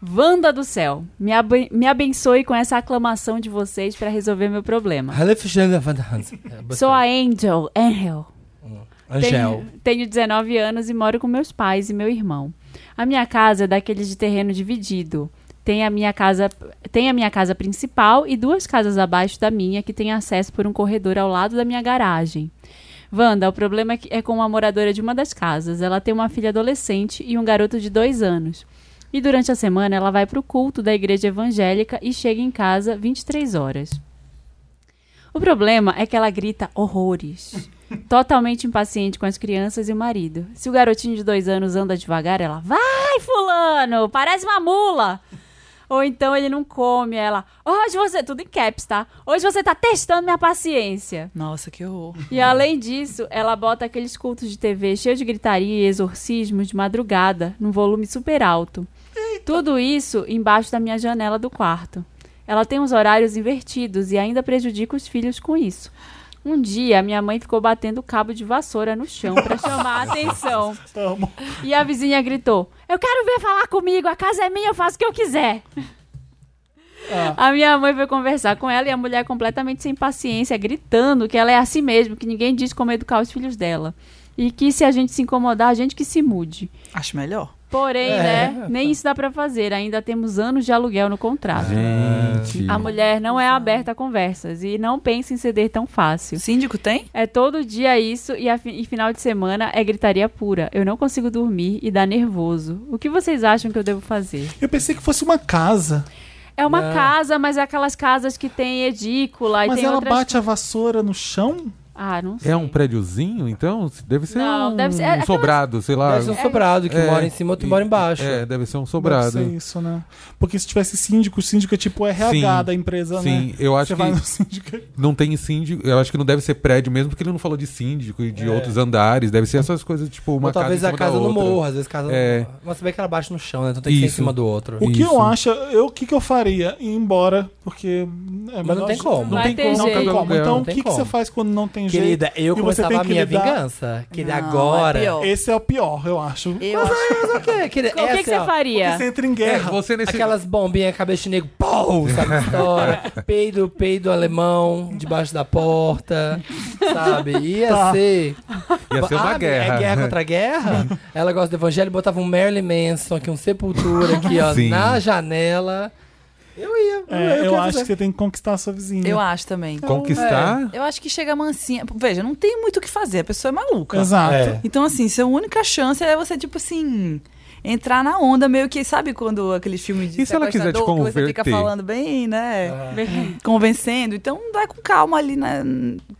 Speaker 3: Wanda do céu, me, aben- me abençoe com essa aclamação de vocês pra resolver meu problema. Sou a Angel, Angel.
Speaker 4: Angel.
Speaker 3: Tenho, tenho 19 anos e moro com meus pais e meu irmão. A minha casa é daqueles de terreno dividido. Tem a minha casa, tem a minha casa principal e duas casas abaixo da minha que tem acesso por um corredor ao lado da minha garagem. Wanda, o problema é, que- é com uma moradora de uma das casas. Ela tem uma filha adolescente e um garoto de dois anos. E durante a semana ela vai para o culto da igreja evangélica e chega em casa 23 horas. O problema é que ela grita horrores. Totalmente impaciente com as crianças e o marido. Se o garotinho de dois anos anda devagar, ela vai, fulano, parece uma mula. Ou então ele não come, ela. Hoje você. Tudo em caps, tá? Hoje você tá testando minha paciência.
Speaker 2: Nossa, que horror.
Speaker 3: E além disso, ela bota aqueles cultos de TV cheios de gritaria e exorcismos de madrugada, num volume super alto. Tudo isso embaixo da minha janela do quarto. ela tem os horários invertidos e ainda prejudica os filhos com isso. Um dia, minha mãe ficou batendo cabo de vassoura no chão pra chamar a atenção.
Speaker 1: Amo.
Speaker 3: E a vizinha gritou: Eu quero ver falar comigo, a casa é minha, eu faço o que eu quiser. A minha mãe foi conversar com ela e a mulher completamente sem paciência, gritando que ela é assim mesmo, que ninguém diz como educar os filhos dela. E que se a gente se incomodar, a gente que se mude.
Speaker 2: Acho melhor.
Speaker 3: Porém,
Speaker 4: É.
Speaker 3: né, nem isso dá pra fazer, ainda temos anos de aluguel no contrato.
Speaker 5: Gente.
Speaker 3: A mulher não é aberta a conversas e não pensa em ceder tão fácil.
Speaker 2: Síndico tem?
Speaker 3: É todo dia isso e, a fi- e final de semana é gritaria pura. Eu não consigo dormir e dá nervoso. O que vocês acham que eu devo fazer?
Speaker 1: Eu pensei que fosse uma casa,
Speaker 3: É uma
Speaker 4: Não.
Speaker 3: casa, mas é aquelas casas que tem edícula e
Speaker 1: mas
Speaker 3: tem
Speaker 1: ela
Speaker 3: outras...
Speaker 1: bate a vassoura no chão?
Speaker 3: Ah, não sei.
Speaker 5: É um prédiozinho, então? Deve ser
Speaker 3: Não,
Speaker 5: um,
Speaker 3: deve ser- é aquelas-
Speaker 5: sobrado, sei lá.
Speaker 4: Deve ser um sobrado, que
Speaker 5: É,
Speaker 4: mora em cima, outro
Speaker 5: e-
Speaker 4: mora embaixo.
Speaker 5: É, deve ser um
Speaker 1: Deve
Speaker 5: sobrado.
Speaker 1: ser isso, né? Porque se tivesse síndico, o síndico é tipo RH
Speaker 5: Sim,
Speaker 1: da empresa, né?
Speaker 5: Sim, eu acho
Speaker 1: Você
Speaker 5: que
Speaker 1: vai no síndico.
Speaker 5: não tem síndico. Eu acho que não deve ser prédio mesmo, porque ele não falou de síndico e de outros andares. Deve ser essas coisas, tipo,
Speaker 4: É.
Speaker 5: uma
Speaker 4: Ou talvez
Speaker 5: casa. em
Speaker 4: a
Speaker 5: cima da
Speaker 4: casa não
Speaker 5: outra.
Speaker 4: morra, às vezes a casa
Speaker 5: É.
Speaker 4: não morra. Mas se bem que ela bate no chão, né? Então tem que ser em
Speaker 5: Isso.
Speaker 4: cima do outro.
Speaker 1: O que
Speaker 5: Isso.
Speaker 1: eu acho, eu- o que, que eu faria? Ir embora, porque. é
Speaker 4: Mas não
Speaker 1: melhor-
Speaker 4: tem como.
Speaker 1: Não
Speaker 3: Vai
Speaker 1: tem
Speaker 3: ter
Speaker 1: como. Não tem
Speaker 3: jeito.
Speaker 1: como. Então,
Speaker 5: Não
Speaker 1: o
Speaker 4: tem
Speaker 1: que, que
Speaker 4: como.
Speaker 1: você faz quando não tem jeito?
Speaker 4: Querida, eu
Speaker 1: E você
Speaker 4: começava
Speaker 1: tem
Speaker 4: a
Speaker 1: que
Speaker 4: minha
Speaker 1: lidar-
Speaker 4: vingança. Querida,
Speaker 2: Não, é
Speaker 4: agora.
Speaker 2: pior.
Speaker 1: Esse é o pior, eu acho.
Speaker 3: É.
Speaker 2: Eu acho.
Speaker 4: Mas o que, querida?
Speaker 3: O que, que
Speaker 4: Essa
Speaker 3: assim, você
Speaker 4: é, ó,
Speaker 3: faria?
Speaker 1: Você entra em
Speaker 5: É,
Speaker 1: guerra.
Speaker 5: você nesse.
Speaker 4: Aquelas bombinhas cabeça de negro, pau, sabe? História. peido, peido alemão, debaixo da porta, sabe? Ia
Speaker 1: Tá.
Speaker 4: ser.
Speaker 5: Ia ser uma
Speaker 4: Ah,
Speaker 5: guerra.
Speaker 4: É guerra contra guerra? Ela gosta do evangelho, botava um Marilyn Manson aqui, um Sepultura aqui, ó,
Speaker 5: Sim.
Speaker 4: na janela. Eu ia.
Speaker 1: É, eu,
Speaker 4: quero
Speaker 1: acho
Speaker 4: fazer.
Speaker 1: que você tem que conquistar a sua vizinha.
Speaker 2: Eu acho também.
Speaker 4: É.
Speaker 5: Conquistar.
Speaker 2: Eu acho que chega mansinha. Veja, não tem muito o que fazer, a pessoa é maluca.
Speaker 1: Exato.
Speaker 4: É.
Speaker 2: Então, assim, sua única chance é você, tipo assim, entrar na onda, meio que, sabe quando aqueles filmes de
Speaker 5: E se ela quiser te
Speaker 2: sequestrador que você fica
Speaker 5: converter?
Speaker 2: falando bem, né? Convencendo. Então, vai com calma ali, né?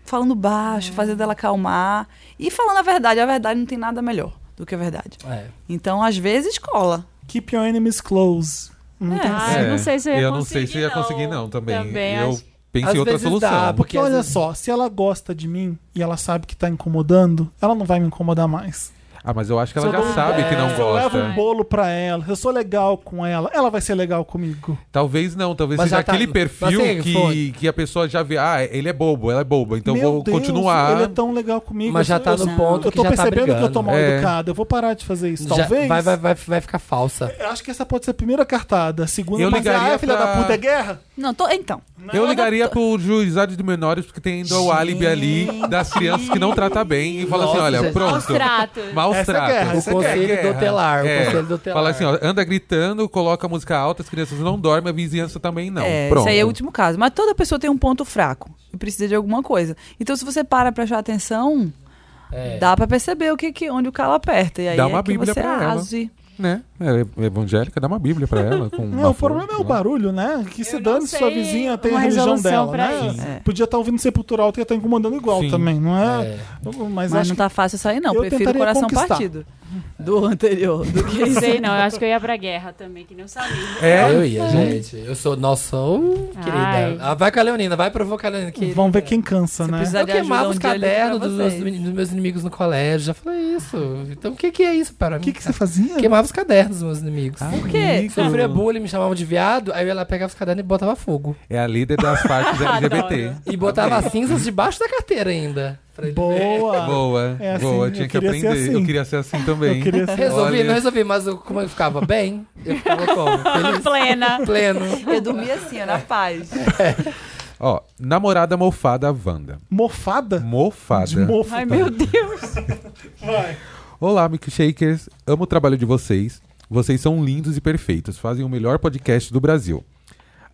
Speaker 2: Falando baixo, fazendo ela acalmar. E falando a verdade. A verdade não tem nada melhor do que a verdade.
Speaker 4: É.
Speaker 2: Então, às vezes, cola.
Speaker 1: Keep your enemies close. Hum. Não
Speaker 2: É.
Speaker 1: tem-
Speaker 3: Ah, eu não sei se eu ia
Speaker 5: não
Speaker 3: conseguir,
Speaker 5: sei se eu ia
Speaker 3: não.
Speaker 5: conseguir, não, também.
Speaker 3: Também
Speaker 5: eu
Speaker 3: acho.
Speaker 5: penso
Speaker 4: Às
Speaker 5: em outra
Speaker 4: vezes
Speaker 5: solução.
Speaker 4: dá, porque-
Speaker 1: Porque
Speaker 4: às
Speaker 1: olha
Speaker 4: vezes-
Speaker 1: só, se ela gosta de mim e ela sabe que tá incomodando, ela não vai me incomodar mais.
Speaker 5: Ah, mas eu acho que ela
Speaker 1: Se eu
Speaker 5: já
Speaker 1: dou um-
Speaker 5: sabe que
Speaker 3: É.
Speaker 5: não
Speaker 1: Se eu levo um
Speaker 5: gosta.
Speaker 1: bolo pra ela, se eu sou legal com ela, ela vai ser legal comigo.
Speaker 5: Talvez não, talvez
Speaker 4: Mas
Speaker 5: seja
Speaker 4: já tá-
Speaker 5: aquele
Speaker 4: mas
Speaker 5: perfil
Speaker 4: tem- foi.
Speaker 5: que, que a pessoa já vê, ah, ele é bobo, ela é boba, então
Speaker 1: Meu
Speaker 5: vou
Speaker 1: Deus,
Speaker 5: continuar.
Speaker 1: Ele é tão legal comigo.
Speaker 4: Mas já tá
Speaker 1: eu,
Speaker 4: no ponto
Speaker 1: eu
Speaker 4: que
Speaker 1: tô
Speaker 4: já tá
Speaker 1: percebendo que eu tô
Speaker 4: brigando.
Speaker 1: mal
Speaker 5: É.
Speaker 1: educado. Eu vou parar de fazer isso.
Speaker 4: Já-
Speaker 1: Talvez.
Speaker 4: Vai, vai, vai, vai ficar falsa.
Speaker 1: Eu acho que essa pode ser a primeira cartada. A segunda
Speaker 5: Eu
Speaker 1: pode ser,
Speaker 5: ligaria
Speaker 1: ah, filha
Speaker 5: pra-
Speaker 1: da puta, é guerra?
Speaker 2: Não, tô... Então.
Speaker 5: Eu ligaria pro juizado de menores, porque tem ainda o álibi ali das crianças que não trata bem e fala assim:
Speaker 4: Nossa,
Speaker 5: olha,
Speaker 4: gente.
Speaker 5: pronto.
Speaker 3: Maus tratos.
Speaker 5: Maus
Speaker 1: Essa é
Speaker 5: tratos.
Speaker 1: guerra,
Speaker 4: O
Speaker 1: essa
Speaker 4: conselho
Speaker 5: é guerra.
Speaker 4: tutelar, o
Speaker 5: É.
Speaker 4: conselho tutelar.
Speaker 5: Fala assim, ó, anda gritando, coloca a música alta, as crianças não dormem, a vizinhança também não.
Speaker 2: É,
Speaker 5: Pronto.
Speaker 2: esse aí é o último caso. Mas toda pessoa tem um ponto fraco e precisa de alguma coisa. Então, se você para pra prestar atenção,
Speaker 4: É.
Speaker 2: dá pra perceber o que, que onde o calo aperta. E aí
Speaker 5: Dá uma
Speaker 2: é que
Speaker 5: bíblia
Speaker 2: você
Speaker 5: pra ela.
Speaker 2: age.
Speaker 5: Né? É, evangélica, dá uma bíblia pra ela. Com
Speaker 1: Não, o
Speaker 5: uma
Speaker 1: problema
Speaker 5: flor,
Speaker 1: é
Speaker 5: sei
Speaker 1: o
Speaker 5: lá.
Speaker 1: barulho, né? Que se
Speaker 3: Eu
Speaker 1: dane
Speaker 3: não
Speaker 1: se sua
Speaker 3: sei
Speaker 1: vizinha tem a
Speaker 3: uma
Speaker 1: religião
Speaker 3: resolução
Speaker 1: dela,
Speaker 3: pra
Speaker 1: né?
Speaker 3: isso.
Speaker 2: É.
Speaker 1: Podia estar ouvindo Sepultura Alta e ia estar incomodando igual
Speaker 5: Sim.
Speaker 1: também, não é?
Speaker 4: É.
Speaker 1: Mas,
Speaker 2: Mas
Speaker 1: acho
Speaker 2: não tá fácil sair, não.
Speaker 1: eu
Speaker 2: Prefiro o
Speaker 1: tentaria
Speaker 2: coração
Speaker 1: conquistar.
Speaker 2: partido do anterior. Do que
Speaker 3: Não
Speaker 2: esse.
Speaker 3: sei, não. Eu acho que eu ia pra guerra também, que não sabia.
Speaker 5: É,
Speaker 4: Eu
Speaker 1: Hum.
Speaker 4: ia, gente. Eu sou. Nossa, ô,
Speaker 3: Ai.
Speaker 4: querida. Ah, vai com a Leonina, vai provocar a Leonina.
Speaker 1: que
Speaker 4: Querida.
Speaker 1: vamos ver quem cansa,
Speaker 2: Se
Speaker 1: né?
Speaker 2: precisar
Speaker 4: Eu
Speaker 2: de ajuda,
Speaker 4: queimava
Speaker 2: um
Speaker 4: os
Speaker 2: dia eu ligo pra
Speaker 4: cadernos dos meus,
Speaker 2: vocês.
Speaker 4: dos meus inimigos no colégio. Já falei isso. Então o que, que é isso para
Speaker 1: O
Speaker 4: mim?
Speaker 1: que, que você Ah. fazia?
Speaker 4: Queimava os cadernos dos meus inimigos.
Speaker 2: Por quê?
Speaker 4: Sofria bullying, me chamavam de viado, aí eu ia lá pegava os cadernos e botava fogo.
Speaker 5: É a líder das partes LGBT.
Speaker 4: E botava as cinzas debaixo da carteira ainda. Pra ele ver.
Speaker 1: Boa!
Speaker 5: Boa,
Speaker 1: É assim,
Speaker 5: boa,
Speaker 1: eu
Speaker 5: tinha que
Speaker 1: queria
Speaker 5: aprender.
Speaker 1: ser assim.
Speaker 5: Eu queria ser assim também.
Speaker 1: Eu queria ser-
Speaker 4: Resolvi,
Speaker 5: Olha.
Speaker 4: não resolvi, mas eu- como eu ficava bem, eu ficava como? Feliz,
Speaker 3: Plena.
Speaker 4: pleno.
Speaker 2: Eu dormia assim, ó, na paz.
Speaker 5: É, Ó, namorada mofada Wanda.
Speaker 1: Mofada?
Speaker 5: Mofada.
Speaker 1: De mofo.
Speaker 5: então.
Speaker 3: Ai, meu Deus.
Speaker 5: Olá, milkshakers. Amo o trabalho de vocês. Vocês são lindos e perfeitos. Fazem o melhor podcast do Brasil.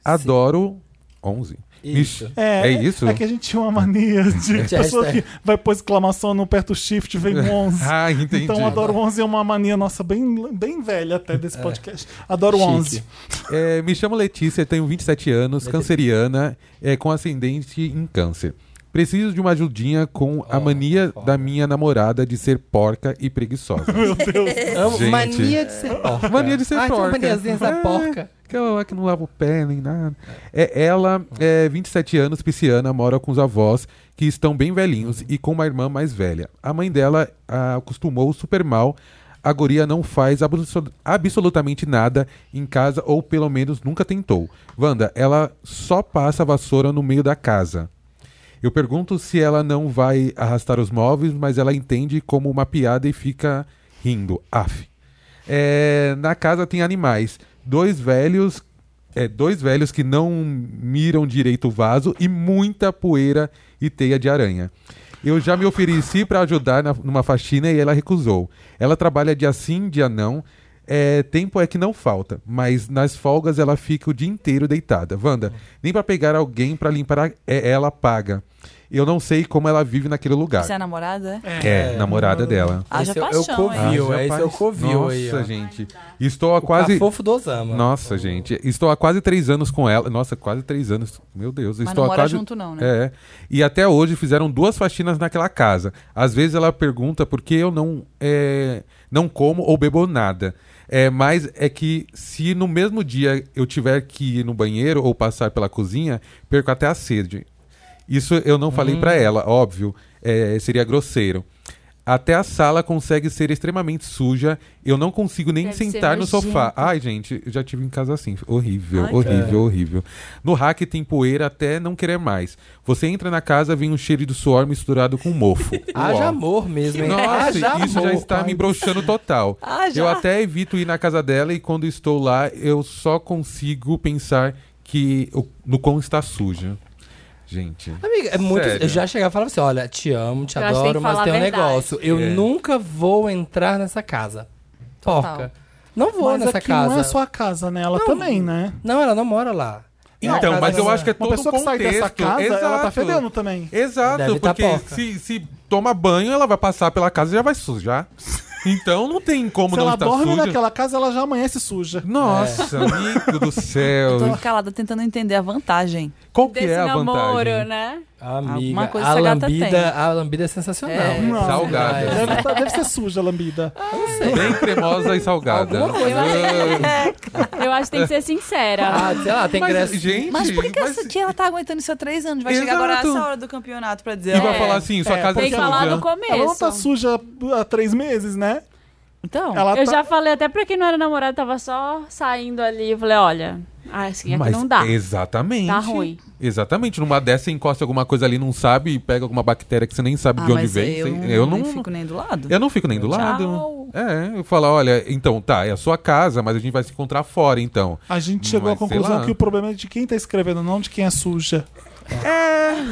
Speaker 5: Adoro 11.
Speaker 4: Isso.
Speaker 5: Ixi, É, isso? é
Speaker 1: É que a gente tinha uma mania de
Speaker 4: De
Speaker 1: pessoa que
Speaker 4: hashtag.
Speaker 1: vai pôr exclamação no perto shift, vem um 11.
Speaker 5: Ah, entendi.
Speaker 1: Então, Adoro 11 é uma mania nossa bem, bem velha até desse podcast. Adoro
Speaker 4: Chique.
Speaker 1: 11.
Speaker 5: É, me chamo Letícia, tenho 27 anos, canceriana, é, com ascendente em câncer. Preciso de uma ajudinha com a mania da minha namorada de ser porca e preguiçosa.
Speaker 4: Amo
Speaker 5: Gente.
Speaker 4: mania de ser porca.
Speaker 5: Mania de ser
Speaker 4: Ai, tem uma
Speaker 5: porca.
Speaker 4: maniazinha dessa
Speaker 5: É.
Speaker 4: porca.
Speaker 5: Aquela lá que não lava o pé nem nada. É, ela é 27 anos, pisciana, mora com os avós que estão bem velhinhos e com uma irmã mais velha. A mãe dela ah, acostumou super mal a guria não faz abso- absolutamente nada em casa, ou pelo menos nunca tentou. Wanda, ela só passa a vassoura no meio da casa. Eu pergunto se ela não vai arrastar os móveis, mas ela entende como uma piada e fica rindo. Af. É, na casa tem animais. Dois velhos. é, dois velhos que não miram direito o vaso e muita poeira e teia de aranha. Eu já me ofereci para ajudar na- numa faxina e ela recusou. Ela trabalha dia sim, dia não. É, tempo é que não falta, mas nas folgas ela fica o dia inteiro deitada. Wanda, nem para pegar alguém para limpar a- é, ela paga. Eu não sei como ela vive naquele lugar.
Speaker 2: Você é namorada? é?
Speaker 5: É, namorada dela.
Speaker 2: Haja
Speaker 4: Esse é- é o
Speaker 2: paixão,
Speaker 4: Covid.
Speaker 2: hein?
Speaker 4: Viu,
Speaker 5: Ah,
Speaker 4: é, esse é o Covil
Speaker 5: Nossa,
Speaker 4: aí, ó.
Speaker 5: gente. Estou há
Speaker 4: O
Speaker 5: quase.
Speaker 4: Cafofo do Osama.
Speaker 5: Nossa, gente. Estou há quase três anos com ela. Nossa, quase três anos. Meu Deus.
Speaker 2: Mas não
Speaker 5: estou há
Speaker 2: mora
Speaker 5: quase.
Speaker 2: junto, não, né?
Speaker 5: É. E até hoje fizeram duas faxinas naquela casa. Às vezes ela pergunta por que eu não, é, não como ou bebo nada. É, mas é que se no mesmo dia eu tiver que ir no banheiro ou passar pela cozinha, perco até a sede. Isso eu não falei pra ela, óbvio. É, seria grosseiro. Até a sala consegue ser extremamente suja. Eu não consigo nem
Speaker 3: Deve ser
Speaker 5: sentar no sofá.
Speaker 3: nojento.
Speaker 5: Ai, gente, eu já tive em casa assim. Horrível,
Speaker 2: Ai, que
Speaker 5: horrível, horrível. No hack tem poeira até não querer mais. Você entra na casa, vem um cheiro de suor misturado com mofo.
Speaker 4: Haja
Speaker 5: Uó.
Speaker 4: amor mesmo, hein?
Speaker 5: Nossa,
Speaker 4: Haja
Speaker 5: isso já
Speaker 4: amor,
Speaker 5: está
Speaker 4: pai.
Speaker 5: me broxando total.
Speaker 2: Ah, já.
Speaker 5: Eu até evito ir na casa dela e quando estou lá, eu só consigo pensar que o- no quão está suja. Gente.
Speaker 4: Amiga, é muito.
Speaker 5: Sério.
Speaker 4: Eu já chegava e falava assim: olha, te amo, te
Speaker 3: Eu acho que tem
Speaker 4: adoro,
Speaker 3: que
Speaker 4: mas
Speaker 3: falar
Speaker 4: tem um
Speaker 3: a verdade.
Speaker 4: negócio. Eu
Speaker 5: É.
Speaker 4: nunca vou entrar nessa casa. Porca. Não vou
Speaker 1: Mas
Speaker 4: nessa
Speaker 1: aqui
Speaker 4: casa.
Speaker 1: não é só a casa, né? Ela também, né?
Speaker 4: Não, ela não mora lá.
Speaker 1: Não,
Speaker 5: Então, mas eu
Speaker 1: essa-
Speaker 5: acho que é todo
Speaker 1: Uma pessoa que sai dessa
Speaker 5: contexto.
Speaker 1: casa, ela tá
Speaker 5: Exato.
Speaker 1: fedendo também.
Speaker 5: Exato,
Speaker 4: Deve tá
Speaker 5: porque
Speaker 4: porca.
Speaker 5: se, se toma banho, ela vai passar pela casa e já vai sujar. Então não tem como
Speaker 1: Se
Speaker 5: não
Speaker 1: ela
Speaker 5: estar
Speaker 1: dorme
Speaker 5: suja.
Speaker 1: naquela casa, ela já amanhece suja.
Speaker 5: Nossa, amigo do céu.
Speaker 2: Eu tô calada tentando entender a vantagem.
Speaker 5: Qual que
Speaker 3: Desse
Speaker 5: é a
Speaker 3: namoro,
Speaker 5: vantagem?
Speaker 3: né?
Speaker 4: Amiga,
Speaker 2: Alguma coisa
Speaker 4: a
Speaker 2: essa gata tem.
Speaker 4: lambida, a lambida é sensacional.
Speaker 2: É.
Speaker 4: né?
Speaker 1: Não.
Speaker 5: Salgada.
Speaker 4: Ah, é.
Speaker 1: Deve, tá- deve ser suja a lambida.
Speaker 5: Bem cremosa e salgada. Ah.
Speaker 4: Alguma coisa.
Speaker 3: Eu acho que tem que ser sincera.
Speaker 4: Ah, sei lá, tem
Speaker 5: Mas,
Speaker 4: ingresso.
Speaker 5: gente,
Speaker 2: Mas por que, que,
Speaker 5: mas-
Speaker 2: essa- que ela tá aguentando isso há três anos? Vai chegar agora
Speaker 5: Exato.
Speaker 2: essa hora do campeonato pra dizer.
Speaker 5: E vai
Speaker 3: É.
Speaker 5: falar assim, sua
Speaker 1: É,
Speaker 5: casa
Speaker 3: tem
Speaker 5: é
Speaker 3: que
Speaker 5: suja.
Speaker 3: falar no começo.
Speaker 1: Ela não tá suja há três meses, né?
Speaker 2: Então,
Speaker 1: Ela
Speaker 3: Eu
Speaker 1: tá...
Speaker 3: já falei até pra quem não era namorado, tava só saindo ali. Eu falei, olha, ah, assim, aqui
Speaker 5: Mas
Speaker 3: não dá.
Speaker 5: Exatamente.
Speaker 3: Tá ruim.
Speaker 5: Exatamente. Numa dessa, você encosta alguma coisa ali, não sabe, e pega alguma bactéria que você nem sabe
Speaker 2: ah,
Speaker 5: de onde
Speaker 2: mas
Speaker 5: vem.
Speaker 2: eu,
Speaker 5: sei-
Speaker 2: eu não fico nem do lado.
Speaker 5: Eu não fico nem do lado. É, eu falo, olha, então tá, é a sua casa, mas a gente vai se encontrar fora, então.
Speaker 1: A gente chegou à
Speaker 5: Mas, sei
Speaker 1: conclusão
Speaker 5: lá.
Speaker 1: que o problema é de quem tá escrevendo, não de quem é suja.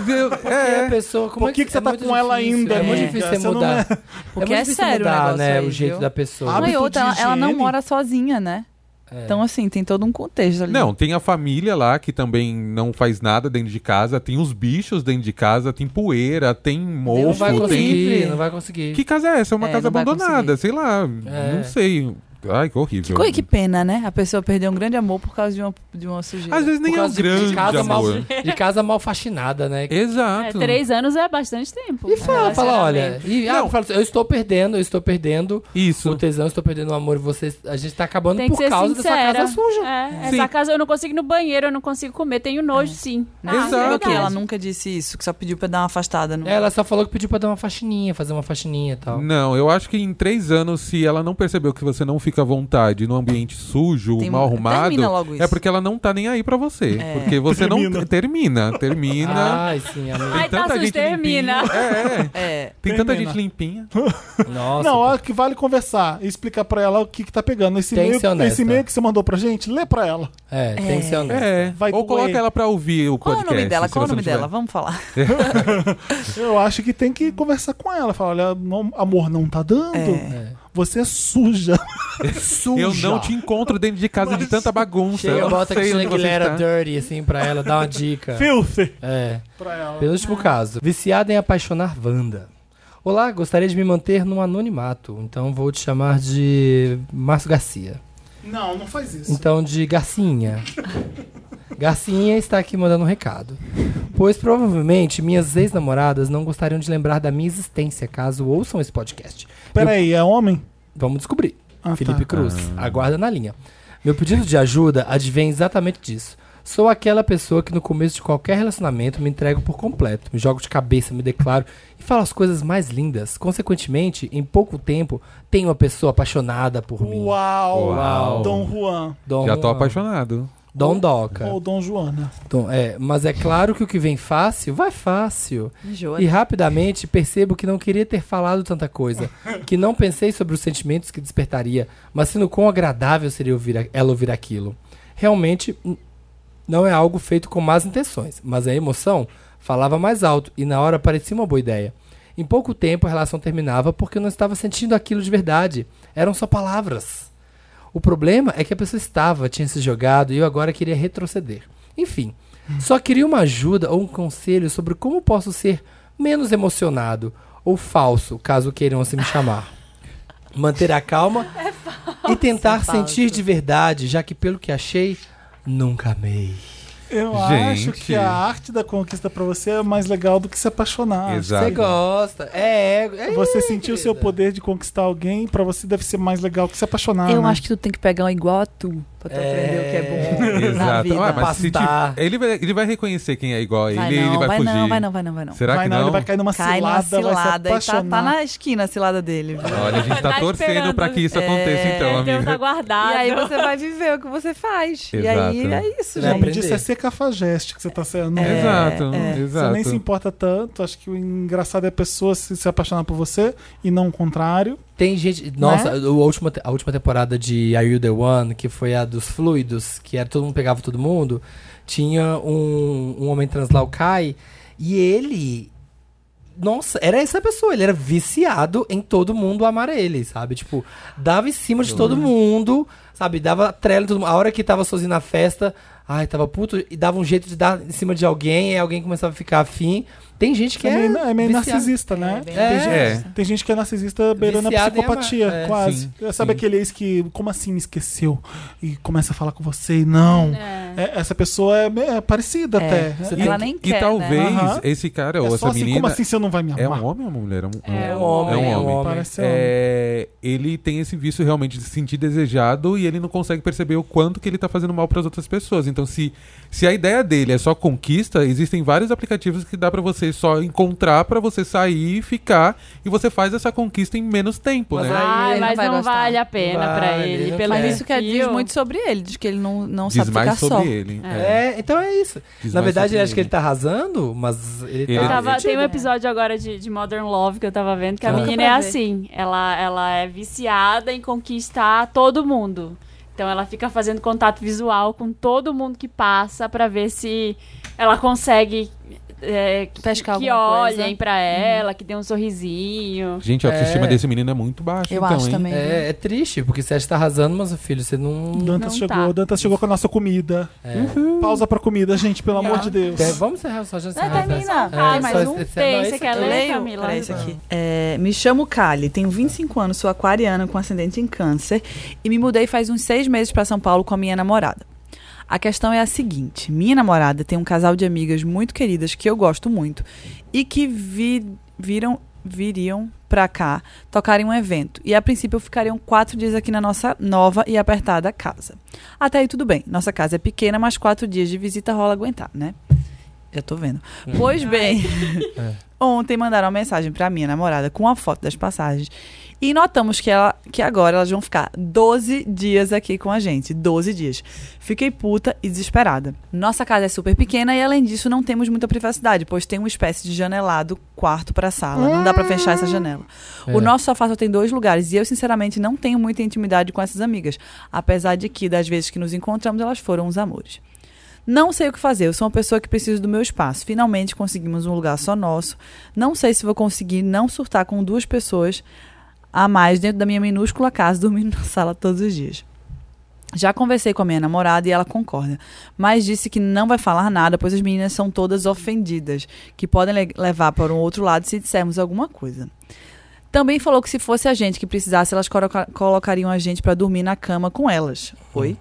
Speaker 5: Eu-
Speaker 4: É, a
Speaker 5: é.
Speaker 4: pessoa, como
Speaker 1: Por
Speaker 4: é
Speaker 1: que que você
Speaker 4: é
Speaker 1: tá
Speaker 4: muito
Speaker 1: com ela
Speaker 4: difícil,
Speaker 1: ainda,
Speaker 4: É muito
Speaker 2: amiga?
Speaker 4: difícil
Speaker 1: Você
Speaker 4: você
Speaker 1: não
Speaker 4: mudar.
Speaker 1: é-
Speaker 2: Porque é
Speaker 4: muito difícil
Speaker 2: sério o
Speaker 4: mudar,
Speaker 2: negócio
Speaker 4: né?
Speaker 2: aí,
Speaker 4: o jeito
Speaker 2: viu?
Speaker 4: da pessoa.
Speaker 2: Não, e
Speaker 1: hábito
Speaker 2: outra,
Speaker 1: de
Speaker 2: ela, ela não
Speaker 1: higiene.
Speaker 2: mora sozinha, né?
Speaker 4: É.
Speaker 2: Então, assim, tem todo um contexto ali.
Speaker 5: Não, tem a família lá que também não faz nada dentro de casa, tem os bichos dentro de casa, tem poeira, tem
Speaker 4: não
Speaker 5: mofo,
Speaker 4: vai
Speaker 5: tem.
Speaker 4: conseguir,
Speaker 2: livre.
Speaker 4: não vai conseguir.
Speaker 5: Que casa é essa? É uma
Speaker 2: É,
Speaker 5: casa
Speaker 2: não vai
Speaker 5: abandonada,
Speaker 2: conseguir.
Speaker 5: sei lá.
Speaker 4: É.
Speaker 5: Não sei. Ai, que horrível.
Speaker 2: Que, coisa, que pena, né? A pessoa perdeu um grande amor por causa de uma, de uma sujeira.
Speaker 5: Às vezes nem
Speaker 4: Por
Speaker 5: é um
Speaker 4: causa de-
Speaker 5: grande
Speaker 4: de casa mal,
Speaker 5: amor.
Speaker 4: de casa mal faxinada, né?
Speaker 5: Exato.
Speaker 3: É, três anos é bastante tempo.
Speaker 4: E fala, fala, olha, e, ah,
Speaker 5: Não.
Speaker 4: fala assim, eu estou perdendo, eu estou perdendo o
Speaker 5: Isso.
Speaker 4: tesão, eu estou perdendo o amor, você, a gente tá acabando
Speaker 3: Tem que
Speaker 4: por
Speaker 3: ser
Speaker 4: causa
Speaker 3: sincera.
Speaker 4: dessa casa suja.
Speaker 3: É,
Speaker 5: Sim.
Speaker 3: essa casa eu não consigo ir no banheiro, eu não consigo comer, tenho nojo, sim.
Speaker 2: É. Não,
Speaker 3: Ah,
Speaker 2: você
Speaker 5: Exato.
Speaker 2: viu que ela nunca disse isso, que só pediu pra dar uma afastada. No...
Speaker 4: É, Ela só falou que pediu pra dar uma faxininha, fazer uma faxininha e tal.
Speaker 5: Não, eu acho que em três anos, se ela não percebeu que você não fica à vontade num ambiente sujo,
Speaker 2: Tem- um-
Speaker 5: mal arrumado,
Speaker 2: termina logo isso.
Speaker 5: é porque ela não tá nem aí pra você.
Speaker 2: É. Ah.
Speaker 5: Porque você não
Speaker 1: Termina.
Speaker 5: termina, termina.
Speaker 4: Ai, sim, amiga.
Speaker 3: Ai, tá sujo, termina.
Speaker 5: limpinha. É, é.
Speaker 2: É.
Speaker 5: Tem tanta
Speaker 1: Termina.
Speaker 5: gente limpinha.
Speaker 4: Nossa.
Speaker 1: Não, acho que vale conversar e explicar pra ela o que, que tá pegando. Esse
Speaker 4: Tem que
Speaker 1: e-mail,
Speaker 4: ser honesta.
Speaker 1: esse e-mail que você mandou pra gente, lê pra ela.
Speaker 4: É, tem que ser honesto.
Speaker 5: É.
Speaker 1: Vai
Speaker 5: Ou coloca
Speaker 1: doer.
Speaker 5: ela pra ouvir o
Speaker 2: Qual é
Speaker 5: podcast.
Speaker 2: o nome dela?
Speaker 5: se
Speaker 2: Qual o
Speaker 5: você
Speaker 2: nome
Speaker 5: não tiver.
Speaker 2: dela? Vamos falar.
Speaker 1: Eu acho que tem que conversar com ela. Falar, olha, não- amor, não tá dando.
Speaker 2: É.
Speaker 1: Você é suja.
Speaker 4: Suja.
Speaker 5: Eu não te encontro dentro de casa de tanta bagunça.
Speaker 4: Chega,
Speaker 5: eu não
Speaker 4: bota a
Speaker 5: sei
Speaker 4: Cristina
Speaker 5: onde você
Speaker 4: Aguilera
Speaker 5: está.
Speaker 4: dirty, assim, pra ela, dá uma dica.
Speaker 1: Filthy.
Speaker 4: É.
Speaker 1: Pra ela.
Speaker 4: Pelo último caso. Viciada em apaixonar Wanda. Olá, gostaria de me manter no anonimato, então vou te chamar de Márcio Garcia.
Speaker 1: Não, não faz isso.
Speaker 4: Então, de Garcinha. Garcinha está aqui mandando um recado. Pois provavelmente minhas ex-namoradas não gostariam de lembrar da minha existência caso ouçam esse podcast.
Speaker 1: Peraí, é homem?
Speaker 4: Vamos descobrir.
Speaker 1: Ah,
Speaker 4: Felipe
Speaker 1: tá.
Speaker 4: Cruz, aguarda na linha. Meu pedido de ajuda advém exatamente disso. Sou aquela pessoa que no começo de qualquer relacionamento me entrego por completo, me jogo de cabeça, me declaro e falo as coisas mais lindas. Consequentemente, em pouco tempo, tenho uma pessoa apaixonada por mim.
Speaker 1: Uau,
Speaker 4: Uau.
Speaker 1: Dom Juan.
Speaker 4: Dom,
Speaker 5: Já tô apaixonado.
Speaker 4: Dom Doca.
Speaker 1: Ou Dom Joana.
Speaker 4: Dom- é, mas é claro que o que vem fácil, vai fácil.
Speaker 2: Enjoa. né?
Speaker 4: E rapidamente percebo que não queria ter falado tanta coisa, que não pensei sobre os sentimentos que despertaria, mas sendo quão agradável seria ouvir a- ela ouvir aquilo. Realmente n- não é algo feito com más intenções, mas a emoção falava mais alto e na hora parecia uma boa ideia. Em pouco tempo a relação terminava porque eu não estava sentindo aquilo de verdade. Eram só palavras. O problema é que a pessoa estava, tinha se jogado e eu agora queria retroceder. Enfim, só queria uma ajuda ou um conselho sobre como posso ser menos emocionado ou falso, caso queiram assim me chamar. Manter a calma e tentar sentir de verdade, já que pelo que achei, nunca amei.
Speaker 1: Eu
Speaker 5: Gente.
Speaker 1: acho que a arte da conquista pra você é mais legal do que se apaixonar.
Speaker 5: Exato.
Speaker 4: Você gosta? É, é, é
Speaker 1: Tá. Você sentir o seu
Speaker 4: querida.
Speaker 1: poder de conquistar alguém, pra você deve ser mais legal que se apaixonar.
Speaker 2: Eu
Speaker 5: Ah,
Speaker 1: né?
Speaker 2: acho que tu tem que pegar um igual a tu pra tu aprender o que é bom. na
Speaker 5: Exato.
Speaker 2: vida.
Speaker 5: Ah, mas se
Speaker 4: Pastar.
Speaker 5: te- ele, vai, ele vai reconhecer quem é igual a ele,
Speaker 2: Vai
Speaker 5: ele
Speaker 2: não,
Speaker 5: vai,
Speaker 2: vai
Speaker 5: fugir.
Speaker 2: não, vai não, vai não, vai não.
Speaker 5: Será
Speaker 1: vai
Speaker 5: que
Speaker 1: não,
Speaker 5: não?
Speaker 1: ele vai cair numa
Speaker 2: Cai
Speaker 1: cilada,
Speaker 2: numa
Speaker 1: vai se
Speaker 2: cilada e tá,
Speaker 1: apaixonar.
Speaker 2: tá na esquina a cilada dele. viu?
Speaker 5: Olha, a gente tá
Speaker 3: Tá
Speaker 5: torcendo
Speaker 3: esperando.
Speaker 5: pra que isso aconteça,
Speaker 2: É,
Speaker 5: então,
Speaker 3: Deus tá
Speaker 5: amiga.
Speaker 3: guardado.
Speaker 2: e aí você vai viver o que você faz. E aí
Speaker 5: Exato.
Speaker 2: é isso,
Speaker 1: O
Speaker 4: Vai
Speaker 2: gente.
Speaker 1: nome
Speaker 4: aprender.
Speaker 1: disso é ser cafajeste que você tá sendo.
Speaker 2: É,
Speaker 5: Exato,
Speaker 2: é.
Speaker 1: Você
Speaker 5: exato.
Speaker 1: nem se importa tanto. Acho que o engraçado é a pessoa se, se apaixonar por você e não o contrário.
Speaker 4: Tem gente. Nossa,
Speaker 1: Né?
Speaker 4: o- a, última, te- a última temporada de Are You the One, que foi a dos fluidos, que era todo mundo pegava todo mundo, tinha um, um homem trans lá, o Kai, e ele. Nossa, era essa pessoa, ele era viciado em todo mundo amar ele, sabe? Tipo, dava em cima de
Speaker 1: Uhum.
Speaker 4: todo mundo, sabe? Dava trela em todo mundo. A hora que tava sozinho na festa, ai, tava puto, e dava um jeito de dar em cima de alguém, e alguém começava a ficar afim. Tem gente que
Speaker 1: é
Speaker 4: é.
Speaker 1: meio, é meio
Speaker 4: viciado.
Speaker 1: narcisista, né?
Speaker 2: bem
Speaker 1: Tem, gente,
Speaker 5: É.
Speaker 1: tem gente que é narcisista beirando a
Speaker 4: Viciado em amar.
Speaker 1: psicopatia,
Speaker 4: É,
Speaker 1: quase. Sabe
Speaker 5: sim.
Speaker 1: aquele ex que, como assim me esqueceu? E começa a falar com você e não. É, essa pessoa é, é parecida
Speaker 2: É.
Speaker 1: até.
Speaker 2: Você
Speaker 1: E-
Speaker 2: Ela nem
Speaker 5: e
Speaker 2: quer, né?
Speaker 5: talvez
Speaker 1: Aham.
Speaker 5: esse cara
Speaker 1: é
Speaker 5: ou
Speaker 1: só
Speaker 5: essa
Speaker 1: assim,
Speaker 5: menina
Speaker 1: como assim você não vai me amar?
Speaker 5: é um homem ou uma mulher? É um,
Speaker 4: É
Speaker 3: É
Speaker 4: um
Speaker 5: É
Speaker 4: homem,
Speaker 5: um
Speaker 4: é um
Speaker 5: homem.
Speaker 4: homem.
Speaker 1: Parece homem.
Speaker 5: É, ele tem esse vício realmente de se sentir desejado e ele não consegue perceber o quanto que ele tá fazendo mal para as outras pessoas. Então, se, se a ideia dele é só conquista, existem vários aplicativos que dá para você só encontrar, para você sair e ficar, e você faz essa conquista em menos tempo,
Speaker 4: Mas
Speaker 5: né?
Speaker 4: aí-
Speaker 3: Ai,
Speaker 2: ele não
Speaker 3: mas
Speaker 2: vai
Speaker 3: não
Speaker 2: gostar.
Speaker 3: vale a pena pra
Speaker 4: Vale,
Speaker 3: ele.
Speaker 4: não
Speaker 3: Pelo
Speaker 4: quer.
Speaker 2: Mas
Speaker 4: É.
Speaker 2: isso que diz
Speaker 3: perfil.
Speaker 2: muito sobre ele, diz que ele não, não
Speaker 5: Diz
Speaker 2: sabe ficar
Speaker 5: mais sobre
Speaker 2: só.
Speaker 5: ele.
Speaker 4: É,
Speaker 5: É.
Speaker 4: então é isso.
Speaker 5: Diz
Speaker 4: Na
Speaker 5: mais
Speaker 4: verdade,
Speaker 5: sobre
Speaker 4: eu acho que
Speaker 5: ele.
Speaker 4: ele tá arrasando, mas ele,
Speaker 5: Ele
Speaker 4: tá.
Speaker 3: Eu tava-
Speaker 5: Entendi.
Speaker 3: tem um episódio agora de, de Modern Love que eu tava vendo, que a
Speaker 4: Ah.
Speaker 3: menina é
Speaker 2: Nunca pra ver.
Speaker 3: assim. Ela, ela é viciada em conquistar todo mundo. Então ela fica fazendo contato visual com todo mundo que passa pra ver se ela consegue é, que,
Speaker 2: Pescar
Speaker 3: que
Speaker 2: alguma coisa. Uhum.
Speaker 3: olhem pra ela, que dê um sorrisinho.
Speaker 5: Gente, a
Speaker 4: É.
Speaker 5: autoestima desse menino é muito baixa.
Speaker 2: Eu
Speaker 5: então,
Speaker 2: acho
Speaker 5: hein?
Speaker 2: também.
Speaker 4: É, é triste, porque você acha que tá arrasando, mas o filho, você não.
Speaker 1: Dantas
Speaker 3: Não
Speaker 1: chegou,
Speaker 3: tá.
Speaker 1: Dantas chegou com a nossa comida. Uhum. Pausa pra comida, gente, pelo amor de Deus.
Speaker 4: É, vamos encerrar só já
Speaker 2: É,
Speaker 4: encerrar,
Speaker 2: termina.
Speaker 4: tá?
Speaker 3: Tem mais
Speaker 4: só
Speaker 3: um?
Speaker 4: esse-
Speaker 3: Tem,
Speaker 4: não,
Speaker 3: você
Speaker 4: esse
Speaker 3: quer
Speaker 4: aqui.
Speaker 2: Eu
Speaker 3: ler?
Speaker 2: leio?
Speaker 3: Camila?
Speaker 2: Peraí, isso aqui. É, me chamo Kali, tenho 25 anos, sou aquariana com ascendente em câncer e me mudei faz uns seis meses para São Paulo com a minha namorada. A questão é a seguinte: minha namorada tem um casal de amigas muito queridas que eu gosto muito e que vi- viram viriam pra cá tocar em um evento. E a princípio ficariam quatro dias aqui na nossa nova e apertada casa. Até aí tudo bem. Nossa casa é pequena, mas quatro dias de visita rola aguentar, né? Já tô vendo. Pois bem. Ontem mandaram uma mensagem pra minha namorada com a foto das passagens. E notamos que, ela, que agora elas vão ficar 12 dias aqui com a gente. 12 dias. Fiquei puta e desesperada. Nossa casa é super pequena e, além disso, não temos muita privacidade, pois tem uma espécie de janelado quarto pra sala. Não dá pra fechar essa janela. O
Speaker 4: É.
Speaker 2: nosso sofá só tem dois lugares e eu, sinceramente, não tenho muita intimidade com essas amigas. Apesar de que, das vezes que nos encontramos, elas foram uns amores. Não sei o que fazer, eu sou uma pessoa que precisa do meu espaço. Finalmente conseguimos um lugar só nosso. Não sei se vou conseguir não surtar com duas pessoas a mais dentro da minha minúscula casa, dormindo na sala todos os dias. Já conversei com a minha namorada e ela concorda, mas disse que não vai falar nada, pois as meninas são todas ofendidas, que podem le- levar para um outro lado se dissermos alguma coisa. Também falou que se fosse a gente que precisasse, elas coloca- colocariam a gente para dormir na cama com elas. Oi?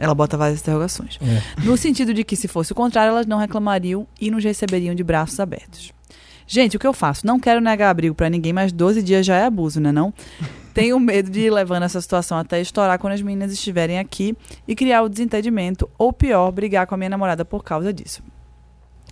Speaker 2: Ela bota várias interrogações. No sentido de que, se fosse o contrário, elas não reclamariam e nos receberiam de braços abertos. Gente, o que eu faço? Não quero negar abrigo pra ninguém, mas 12 dias já é abuso, né não? Tenho medo de ir levando essa situação até estourar quando as meninas estiverem aqui e criar o desentendimento, ou pior, brigar com a minha namorada por causa disso.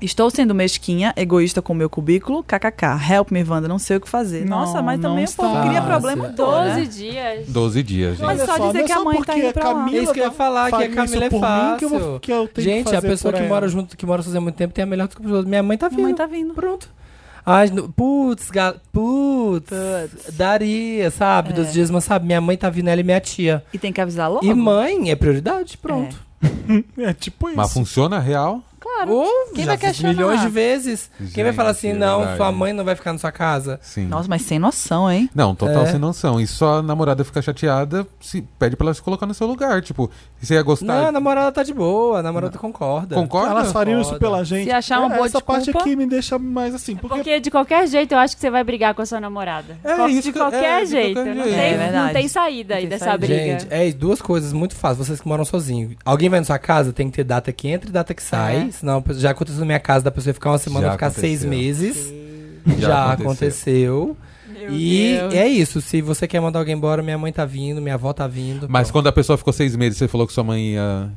Speaker 2: Estou sendo mesquinha, egoísta com o meu cubículo, kkk. Help me, Wanda, não sei o que fazer.
Speaker 1: Não,
Speaker 2: Nossa, mas
Speaker 1: não
Speaker 2: também o povo
Speaker 1: está.
Speaker 2: cria problema todo,
Speaker 3: 12
Speaker 2: né?
Speaker 3: dias.
Speaker 5: 12 dias, gente.
Speaker 2: Mas só dizer que a mãe tá indo pra lá.
Speaker 4: É isso que eu ia falar, que a
Speaker 1: faz isso
Speaker 4: Camila é
Speaker 1: por mim, que eu vou-
Speaker 4: fácil.
Speaker 1: que eu tenho que
Speaker 4: Gente, a
Speaker 1: fazer
Speaker 4: pessoa
Speaker 1: por né?
Speaker 4: que
Speaker 1: ela.
Speaker 4: mora junto, que mora sozinha há muito tempo, tem a melhor desculpa. do mundo. Minha mãe tá viva.
Speaker 2: Minha mãe tá vindo.
Speaker 4: Pronto. Ai, no- putz, gal... putz, daria, sabe?
Speaker 2: É.
Speaker 4: Dos dias, mas sabe, minha mãe tá vindo, ela e minha tia.
Speaker 2: E tem que avisar logo.
Speaker 4: E mãe é prioridade, pronto.
Speaker 1: É tipo isso.
Speaker 5: Mas funciona real?
Speaker 2: Claro.
Speaker 4: Ou
Speaker 2: Quem
Speaker 4: já
Speaker 2: vai
Speaker 4: fiz
Speaker 2: questionar?
Speaker 4: milhões de vezes. Quem vai
Speaker 5: Gente, é
Speaker 4: falar assim, não,
Speaker 5: verdade.
Speaker 4: sua mãe não vai ficar na sua casa?
Speaker 5: Sim.
Speaker 2: Nossa, mas sem noção, hein?
Speaker 5: Não, total
Speaker 4: É.
Speaker 5: sem noção. E só a namorada ficar chateada, se pede pra ela se colocar no seu lugar. Tipo, você ia
Speaker 4: Não, a
Speaker 5: gostar.
Speaker 4: namorada tá de boa, a namorada concorda.
Speaker 5: Concorda?
Speaker 1: Elas fariam isso
Speaker 4: Foda.
Speaker 1: pela gente.
Speaker 2: Se achar um uma
Speaker 1: É,
Speaker 2: boa
Speaker 1: Essa parte
Speaker 2: desculpa-
Speaker 1: aqui me deixa mais assim. Porque,
Speaker 3: Porque de qualquer jeito eu acho que você vai brigar com a sua namorada.
Speaker 5: É
Speaker 3: Qual-
Speaker 5: isso
Speaker 3: de
Speaker 5: que-
Speaker 3: qualquer
Speaker 5: é, de
Speaker 3: jeito.
Speaker 5: qualquer
Speaker 3: não,
Speaker 5: jeito.
Speaker 3: Tem,
Speaker 2: É verdade.
Speaker 3: não tem saída aí
Speaker 2: Não tem
Speaker 3: dessa
Speaker 2: saída.
Speaker 3: briga.
Speaker 4: Gente, é duas coisas muito fáceis. Vocês que moram sozinhos. Alguém vai na sua casa, tem que ter data que entra e data que sai.
Speaker 2: É.
Speaker 4: Senão, já aconteceu na minha casa da pessoa ficar uma semana,
Speaker 5: Já
Speaker 4: ficar seis
Speaker 5: aconteceu.
Speaker 4: meses. Já, aconteceu.
Speaker 3: Meu
Speaker 4: E
Speaker 3: Deus.
Speaker 4: é isso. Se você quer mandar alguém embora, minha mãe tá vindo, minha avó tá vindo.
Speaker 5: Mas
Speaker 4: Pronto.
Speaker 5: quando a pessoa ficou seis meses, você falou que sua mãe ia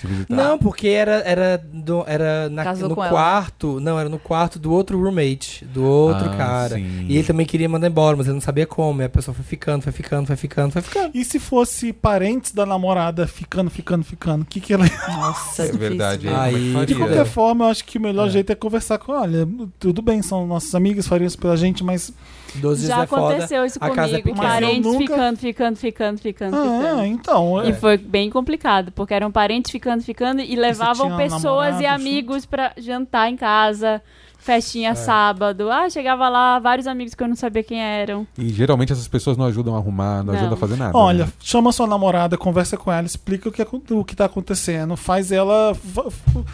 Speaker 5: te visitar?
Speaker 4: Não, porque era, era, do- era na-
Speaker 2: Casou
Speaker 4: no
Speaker 2: com ela.
Speaker 4: quarto. Não, era no quarto do outro roommate, do outro
Speaker 5: Ah,
Speaker 4: cara.
Speaker 5: sim.
Speaker 4: E ele também queria mandar embora, mas ele não sabia como. E a pessoa foi ficando, foi ficando, foi ficando, foi ficando.
Speaker 1: E se fosse parentes da namorada ficando, ficando, ficando? O que que ela
Speaker 2: Nossa,
Speaker 5: É verdade.
Speaker 4: né?
Speaker 5: aí como é que
Speaker 4: Aí,
Speaker 5: faria?
Speaker 1: De qualquer
Speaker 4: É.
Speaker 1: forma, eu acho que o melhor
Speaker 4: É.
Speaker 1: jeito é conversar com. Olha, tudo bem, são nossos amigos, fariam isso pela gente, mas.
Speaker 4: Doze dias
Speaker 3: Já
Speaker 4: é foda.
Speaker 3: aconteceu isso
Speaker 4: a casa é
Speaker 3: comigo.
Speaker 4: pequena.
Speaker 1: Mas eu
Speaker 3: parentes
Speaker 1: nunca-
Speaker 3: ficando, ficando, ficando, ficando,
Speaker 1: Ah,
Speaker 3: ficando.
Speaker 1: então.
Speaker 3: E
Speaker 1: é.
Speaker 3: foi bem complicado, porque eram parentes ficando, ficando e levavam
Speaker 1: tinha
Speaker 3: pessoas
Speaker 1: namorado
Speaker 3: e amigos pra jantar em casa,
Speaker 4: É.
Speaker 3: festinha sábado. Ah, chegava lá vários amigos que eu não sabia quem eram.
Speaker 5: E geralmente essas pessoas não ajudam a arrumar, não,
Speaker 3: Não.
Speaker 5: ajudam a fazer
Speaker 4: Tá
Speaker 5: nada.
Speaker 1: Olha,
Speaker 5: né?
Speaker 1: chama sua namorada, conversa com ela, explica o que, acon- o que tá acontecendo, faz ela fa- fa-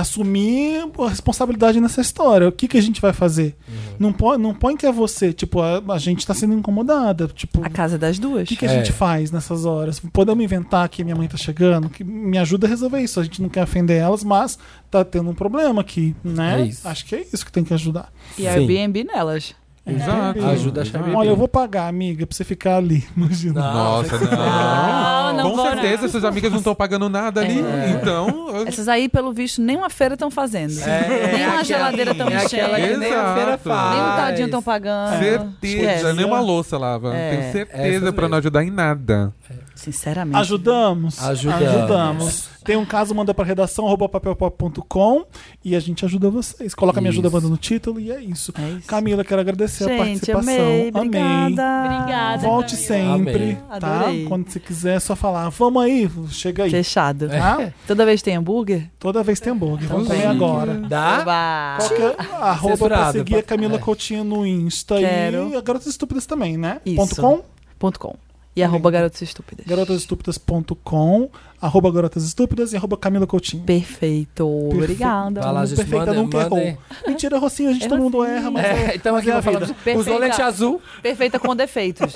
Speaker 1: assumir a responsabilidade nessa história. O que, que a gente vai fazer?
Speaker 4: Uhum.
Speaker 1: Não, põe, não põe que é você. Tipo, a, a gente tá sendo incomodada. Tipo,
Speaker 2: A casa das
Speaker 1: O
Speaker 2: duas.
Speaker 1: que, que a
Speaker 4: É.
Speaker 1: gente faz nessas horas? Podemos inventar que minha mãe tá chegando? Que me ajuda a resolver isso. A gente não quer ofender elas, mas tá tendo um problema aqui, né?
Speaker 4: É isso.
Speaker 1: Acho que é isso que tem que ajudar. É,
Speaker 2: E a
Speaker 4: Sim.
Speaker 2: Airbnb nelas.
Speaker 3: É.
Speaker 5: Exato.
Speaker 4: Ajuda a
Speaker 5: Exato.
Speaker 4: chamar
Speaker 1: Olha, eu vou pagar, amiga, pra você ficar ali. Imagina.
Speaker 5: Nossa, não.
Speaker 2: Ah,
Speaker 3: Não, não
Speaker 5: Com
Speaker 3: vou né? É.
Speaker 5: certeza,
Speaker 3: não.
Speaker 5: essas amigas não estão pagando nada ali. Então. eu-
Speaker 2: Essas aí, pelo visto, nem uma feira estão fazendo. nem uma
Speaker 4: aquela-
Speaker 2: geladeira tão
Speaker 4: é
Speaker 2: enchendo.
Speaker 4: aquela que nem a feira
Speaker 5: Exato.
Speaker 4: faz.
Speaker 2: Nem um tadinho estão
Speaker 5: Ah,
Speaker 2: pagando.
Speaker 5: Certeza, né?
Speaker 2: Esquece.
Speaker 5: nem uma louça lava.
Speaker 2: É,
Speaker 5: Tenho certeza
Speaker 4: essas
Speaker 5: pra não
Speaker 4: mesmo.
Speaker 5: ajudar em nada.
Speaker 2: Sinceramente.
Speaker 1: Ajudamos.
Speaker 4: Ajudamos.
Speaker 1: Ajudamos. Tem um caso, manda pra redação, arroba papelpop.com e a gente ajuda vocês. Coloca Minha Ajuda
Speaker 4: Isso.
Speaker 1: Banda no título e é isso.
Speaker 2: É isso.
Speaker 1: Camila, quero agradecer a
Speaker 2: Gente,
Speaker 1: participação.
Speaker 2: amei. Obrigada.
Speaker 3: Obrigada.
Speaker 1: Volte
Speaker 3: Camila.
Speaker 1: sempre,
Speaker 2: Amei.
Speaker 1: tá?
Speaker 2: Adorei.
Speaker 1: Quando você quiser, é só falar. Vamos aí, chega aí.
Speaker 2: Fechado.
Speaker 1: Tá?
Speaker 2: Toda vez tem hambúrguer?
Speaker 1: Toda vez tem hambúrguer. Vamos
Speaker 2: bem.
Speaker 1: comer agora.
Speaker 4: Dá?
Speaker 2: Oba.
Speaker 1: Qualquer arroba pra
Speaker 4: Censurado,
Speaker 1: seguir é
Speaker 4: pra-
Speaker 1: Camila
Speaker 4: é.
Speaker 1: Coutinho no Insta
Speaker 2: Quero.
Speaker 1: e a Garotas Estúpidas também, né?
Speaker 2: Isso.
Speaker 1: Ponto .com,
Speaker 2: Ponto .com. E arroba garotas estúpidas.
Speaker 1: garotasestúpidas.com, arroba Garotas Estúpidas e arroba Camila Coutinho.
Speaker 2: Perfeito. Obrigada.
Speaker 4: Vai lá, gente,
Speaker 1: Perfeita,
Speaker 4: mandem,
Speaker 1: nunca
Speaker 4: mandem.
Speaker 1: errou. Mentira, Rocinho, a gente todo mundo erra, mas
Speaker 4: É, então aqui
Speaker 1: é a
Speaker 4: eu falo.
Speaker 1: vida.
Speaker 4: Usou
Speaker 2: Perfeita.
Speaker 4: lente azul.
Speaker 2: Perfeita com defeitos.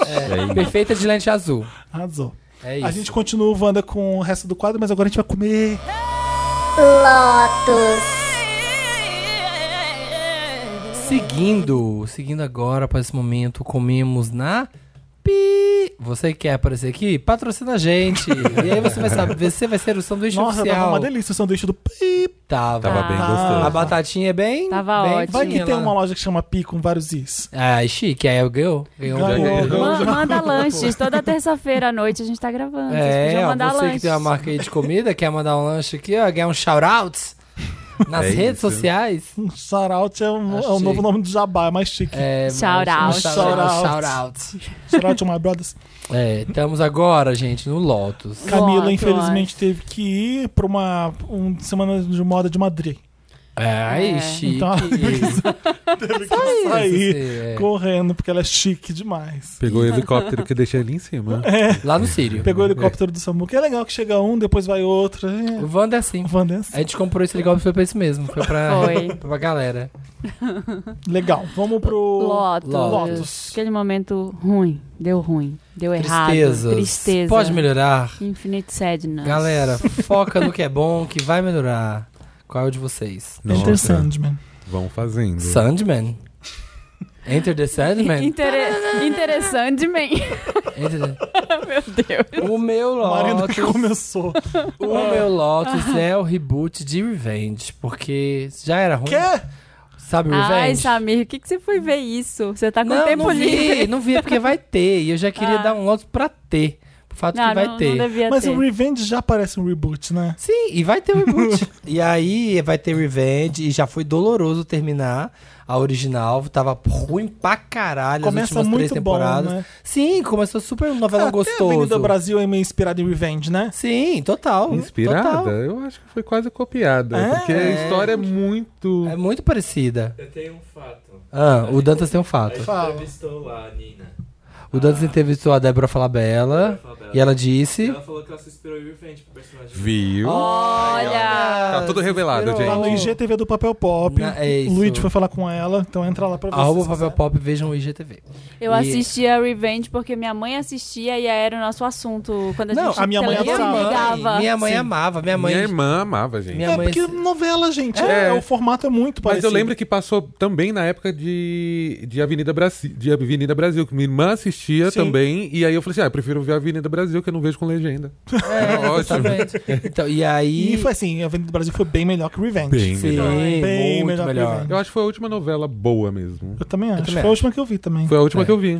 Speaker 4: Perfeita de lente azul.
Speaker 1: arrasou.
Speaker 4: É isso.
Speaker 1: É A gente continua, Wanda, com o resto do quadro, mas agora a gente vai comer.
Speaker 6: Lotus,
Speaker 4: Seguindo, seguindo agora para esse momento, comemos na Pi. Você quer aparecer aqui? Patrocina a gente. e aí você vai saber, você vai ser o sanduíche
Speaker 1: Nossa, tava
Speaker 4: oficial.
Speaker 1: uma delícia o sanduíche do Pi.
Speaker 4: Tava.
Speaker 5: Tava bem
Speaker 4: A
Speaker 5: gostoso.
Speaker 4: batatinha é bem.
Speaker 3: Tava
Speaker 4: bem
Speaker 3: ótimo.
Speaker 1: Vai que
Speaker 4: fininha
Speaker 1: tem
Speaker 4: lá.
Speaker 1: uma loja que chama Pi com vários Is.
Speaker 4: Ah, chique, aí eu ganhou. Ganhou um
Speaker 1: Ganhou,
Speaker 4: jogo.
Speaker 1: ganhou.
Speaker 3: Ma- Manda lanches. Toda terça-feira à noite a gente tá gravando. Vocês
Speaker 4: É,
Speaker 3: podiam
Speaker 4: ó,
Speaker 3: mandar
Speaker 4: você que
Speaker 3: lanches.
Speaker 4: tem uma marca aí de comida, quer mandar um lanche aqui, ó, ganhar um shout-out nas
Speaker 5: É
Speaker 4: redes
Speaker 5: isso.
Speaker 4: sociais.
Speaker 1: Um Shoutout é, um, é o
Speaker 4: Achei.
Speaker 1: novo nome do Jabá, é mais chique.
Speaker 4: É,
Speaker 3: Shout-out.
Speaker 4: um
Speaker 1: Shout-out.
Speaker 4: shout-out.
Speaker 1: Shoutout My Brothers.
Speaker 4: É, estamos agora, gente, no Lotus.
Speaker 1: Camila,
Speaker 3: Lotus.
Speaker 1: infelizmente, teve que ir pra uma um, semana de moda de Madrid.
Speaker 4: Ai,
Speaker 3: É.
Speaker 4: chique.
Speaker 1: Então, Teve que sair
Speaker 4: Sim, é.
Speaker 1: correndo, porque ela é chique demais.
Speaker 5: Pegou o helicóptero que eu deixei ali em cima.
Speaker 4: Lá no Sírio.
Speaker 1: Pegou o helicóptero do SAMU, que é legal que chega um, depois vai outro.
Speaker 4: É.
Speaker 1: É.
Speaker 4: O Wanda é assim.
Speaker 1: Vanessa,
Speaker 4: A gente comprou esse helicóptero foi pra isso mesmo. Foi pra,
Speaker 3: Foi.
Speaker 4: pra galera.
Speaker 1: legal. Vamos pro
Speaker 3: Lotus.
Speaker 1: Lotus.
Speaker 3: Aquele momento ruim. Deu ruim. Deu errado.
Speaker 4: Tristezas.
Speaker 3: Tristeza.
Speaker 4: Pode melhorar.
Speaker 3: Infinite sadness.
Speaker 4: Galera, foca no que é bom, que vai melhorar. Qual é o de vocês?
Speaker 1: Enter
Speaker 5: Nossa,
Speaker 1: Sandman.
Speaker 5: Vão fazendo.
Speaker 4: Sandman. Enter the Sandman?
Speaker 3: Intere- Interessante, man.
Speaker 4: Enter the...
Speaker 3: Então. Meu Deus. Ah.
Speaker 4: O meu
Speaker 1: O marido que
Speaker 4: Lotus.
Speaker 1: começou.
Speaker 4: O meu Lotus é o reboot de Revenge. Porque já era ruim.
Speaker 1: Quê?
Speaker 4: Sabe o Revenge?
Speaker 3: Ai, Samir, o que, que você foi ver isso? Você tá com
Speaker 4: não,
Speaker 3: tempo
Speaker 4: não vi,
Speaker 3: livre.
Speaker 4: não vi, é porque vai ter. E eu já queria
Speaker 3: Ah.
Speaker 4: dar um Lotus pra ter. Por fato que vai
Speaker 3: não,
Speaker 4: ter.
Speaker 3: não devia
Speaker 1: Mas
Speaker 3: ter.
Speaker 1: o Revenge já parece um reboot, né?
Speaker 4: Sim, e vai ter o reboot. e aí vai ter Revenge, e já foi doloroso terminar a original. Tava ruim pra caralho
Speaker 1: Começa
Speaker 4: as últimas três
Speaker 1: muito bom,
Speaker 4: temporadas.
Speaker 1: né?
Speaker 4: Sim, começou super um novelão
Speaker 1: Até
Speaker 4: gostoso.
Speaker 1: A Avenida Brasil é meio inspirada em Revenge, né?
Speaker 4: Sim, total.
Speaker 5: Inspirada?
Speaker 4: total.
Speaker 5: Eu acho que foi quase copiada.
Speaker 1: É?
Speaker 5: Porque a história é muito.
Speaker 4: É muito parecida.
Speaker 7: Eu tenho um fato.
Speaker 4: Ah, o Dantas tem um
Speaker 7: A gente
Speaker 4: fato.
Speaker 1: Fala.
Speaker 7: entrevistou lá a Nina. Ah.
Speaker 4: O Dantas entrevistou a Débora Falabella e ela disse.
Speaker 7: Ela falou que ela se inspirou em Revenge pro personagem.
Speaker 5: Viu?
Speaker 1: Ah.
Speaker 7: "Ah,
Speaker 3: Olha!
Speaker 5: tá tudo revelado,
Speaker 4: inspirou.
Speaker 1: Tá no
Speaker 4: Então-
Speaker 5: gente.
Speaker 1: IGTV do Papel Pop.
Speaker 4: Na- é isso.
Speaker 1: o Luigi foi falar com ela, então entra lá pra vocês.
Speaker 4: Arroba papel pop, vejam o IGTV.
Speaker 3: Eu
Speaker 4: E-
Speaker 3: assistia Revenge porque minha mãe assistia e era o nosso assunto. Quando a
Speaker 4: Não,
Speaker 3: gente
Speaker 1: a minha mãe
Speaker 3: ela
Speaker 1: adorava.
Speaker 3: ligava.
Speaker 4: minha mãe
Speaker 1: Sim.
Speaker 4: amava, minha mãe.
Speaker 5: Minha irmã amava, gente.
Speaker 4: Minha
Speaker 1: É,
Speaker 4: mãe-
Speaker 1: porque novela, gente. É.
Speaker 5: É.
Speaker 1: o formato é muito
Speaker 5: Mas
Speaker 1: parecido.
Speaker 5: eu lembro que passou também na época de, de, Avenida Brasil, de Avenida Brasil, que minha irmã assistia
Speaker 1: Sim.
Speaker 5: também. E aí eu falei assim: ah, eu prefiro ver Avenida Brasil, que eu não vejo com legenda.
Speaker 4: É,
Speaker 5: Ótimo.
Speaker 4: exatamente. Então, e aí.
Speaker 1: E foi assim, a Avenida do Brasil foi bem melhor que Revenge.
Speaker 5: Bem
Speaker 4: Sim,
Speaker 5: melhor.
Speaker 1: Bem
Speaker 4: muito
Speaker 1: melhor
Speaker 4: melhor.
Speaker 1: que Revenge.
Speaker 5: Eu acho que foi a última novela boa mesmo.
Speaker 1: Eu também acho.
Speaker 4: também
Speaker 1: foi a
Speaker 4: acho.
Speaker 1: última que eu vi também.
Speaker 5: Foi a última
Speaker 4: É.
Speaker 5: que eu vi.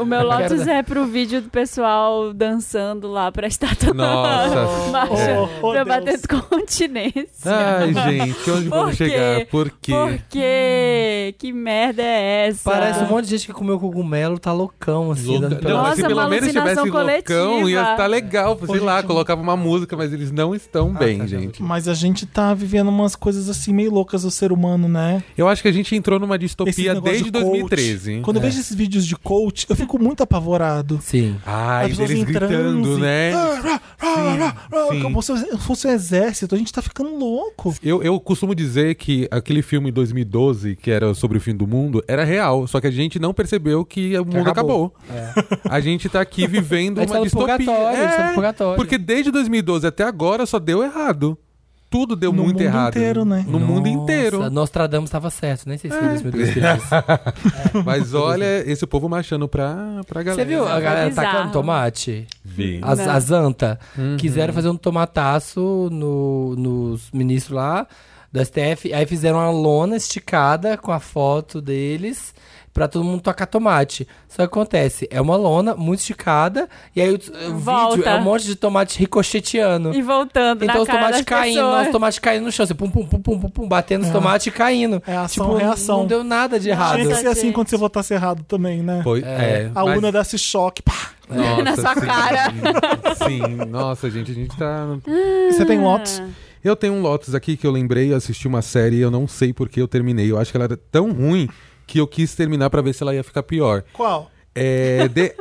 Speaker 3: O meu
Speaker 4: cara
Speaker 3: Lotus
Speaker 4: da-
Speaker 3: é pro vídeo do pessoal dançando lá pra estátua da-
Speaker 5: Nossa.
Speaker 3: Marcha
Speaker 1: Oh, oh,
Speaker 3: pra
Speaker 1: Deus.
Speaker 3: bater continência.
Speaker 5: Ai, gente, onde
Speaker 3: Por
Speaker 5: vamos
Speaker 3: quê?
Speaker 5: chegar? Por quê?
Speaker 3: Por quê? Que merda é essa?
Speaker 4: Parece um monte de gente que comeu cogumelo, tá loucão, assim,
Speaker 5: Louca-
Speaker 4: dando
Speaker 5: Não,
Speaker 4: pela-
Speaker 5: mas
Speaker 3: Nossa,
Speaker 5: se Então, pelo
Speaker 3: uma
Speaker 5: menos
Speaker 3: alucinação
Speaker 5: tivesse loucão,
Speaker 3: coletiva.
Speaker 5: ia estar legal. Sei
Speaker 1: Pô,
Speaker 5: lá,
Speaker 1: gente,
Speaker 5: colocava uma música, mas eles não
Speaker 1: Ah,
Speaker 5: estão bem,
Speaker 4: tá,
Speaker 5: gente.
Speaker 1: Mas a gente tá vivendo umas coisas assim meio loucas do ser humano, né?
Speaker 5: Eu acho que a gente entrou numa
Speaker 1: Esse
Speaker 5: distopia
Speaker 1: negócio
Speaker 5: desde
Speaker 1: de coach.
Speaker 5: 2013.
Speaker 1: Quando eu
Speaker 4: É.
Speaker 1: vejo esses vídeos de coach, eu fico muito apavorado.
Speaker 4: Sim.
Speaker 5: Ai,
Speaker 1: As pessoas assim. Ah!
Speaker 5: eles
Speaker 1: em transe.
Speaker 5: gritando, né? sim.
Speaker 1: Como se fosse um exército, a gente tá ficando louco.
Speaker 5: Eu, eu costumo dizer que aquele filme 2012, que era sobre o fim do mundo, era real. Só que a gente não percebeu que o mundo acabou.
Speaker 1: É.
Speaker 5: A gente tá aqui vivendo
Speaker 4: A gente tá
Speaker 5: uma
Speaker 4: no
Speaker 5: distopia. É.
Speaker 4: purgatório, a gente tá no purgatório.
Speaker 5: Porque desde 2012 até agora só deu errado. Tudo deu
Speaker 1: No
Speaker 5: muito
Speaker 1: mundo
Speaker 5: errado.
Speaker 1: inteiro, né?
Speaker 5: No mundo inteiro. É.
Speaker 4: Nossa, Nostradamus tava certo, nem sei se foi 2002 que ele disse.
Speaker 5: Mas olha, esse povo machando pra, pra galera.
Speaker 4: Você viu a galera
Speaker 3: bizarro.
Speaker 4: tacando tomate?
Speaker 5: é Vi. Uhum.
Speaker 4: As,
Speaker 3: Não.
Speaker 4: as anta. Quiseram fazer um tomataço no, nos ministros lá do STF. Aí fizeram uma lona esticada com a foto deles pra todo mundo tocar tomate. Só que acontece, é uma lona muito esticada e aí o, o vídeo
Speaker 3: Volta.
Speaker 4: é um monte de tomate ricocheteando.
Speaker 3: E voltando
Speaker 4: Então
Speaker 3: na
Speaker 4: os
Speaker 3: cara
Speaker 4: tomates
Speaker 3: das
Speaker 4: caindo,
Speaker 3: pessoas.
Speaker 4: os tomates caindo no chão, assim, pum, pum, pum, pum, pum, pum, batendo
Speaker 1: É.
Speaker 4: os tomates e caindo.
Speaker 1: É ação,
Speaker 4: tipo,
Speaker 1: reação.
Speaker 4: não deu nada de
Speaker 5: Ah,
Speaker 4: errado.
Speaker 1: Tinha que
Speaker 3: Nossa,
Speaker 1: ser assim
Speaker 3: gente.
Speaker 1: quando você votasse errado também, né?
Speaker 5: Foi,
Speaker 4: É.
Speaker 5: é,
Speaker 1: A
Speaker 5: mas-
Speaker 1: urna desse choque. Pá.
Speaker 5: Nossa,
Speaker 3: Na sua
Speaker 5: sim,
Speaker 3: cara.
Speaker 5: Sim, nossa, gente, a gente tá
Speaker 1: Você tem Lotus?
Speaker 5: Eu tenho um Lotus aqui que eu lembrei, eu assisti uma série e eu não sei por que eu terminei. Eu acho que ela era tão ruim que eu quis terminar pra ver se ela ia ficar pior.
Speaker 1: Qual?
Speaker 5: É The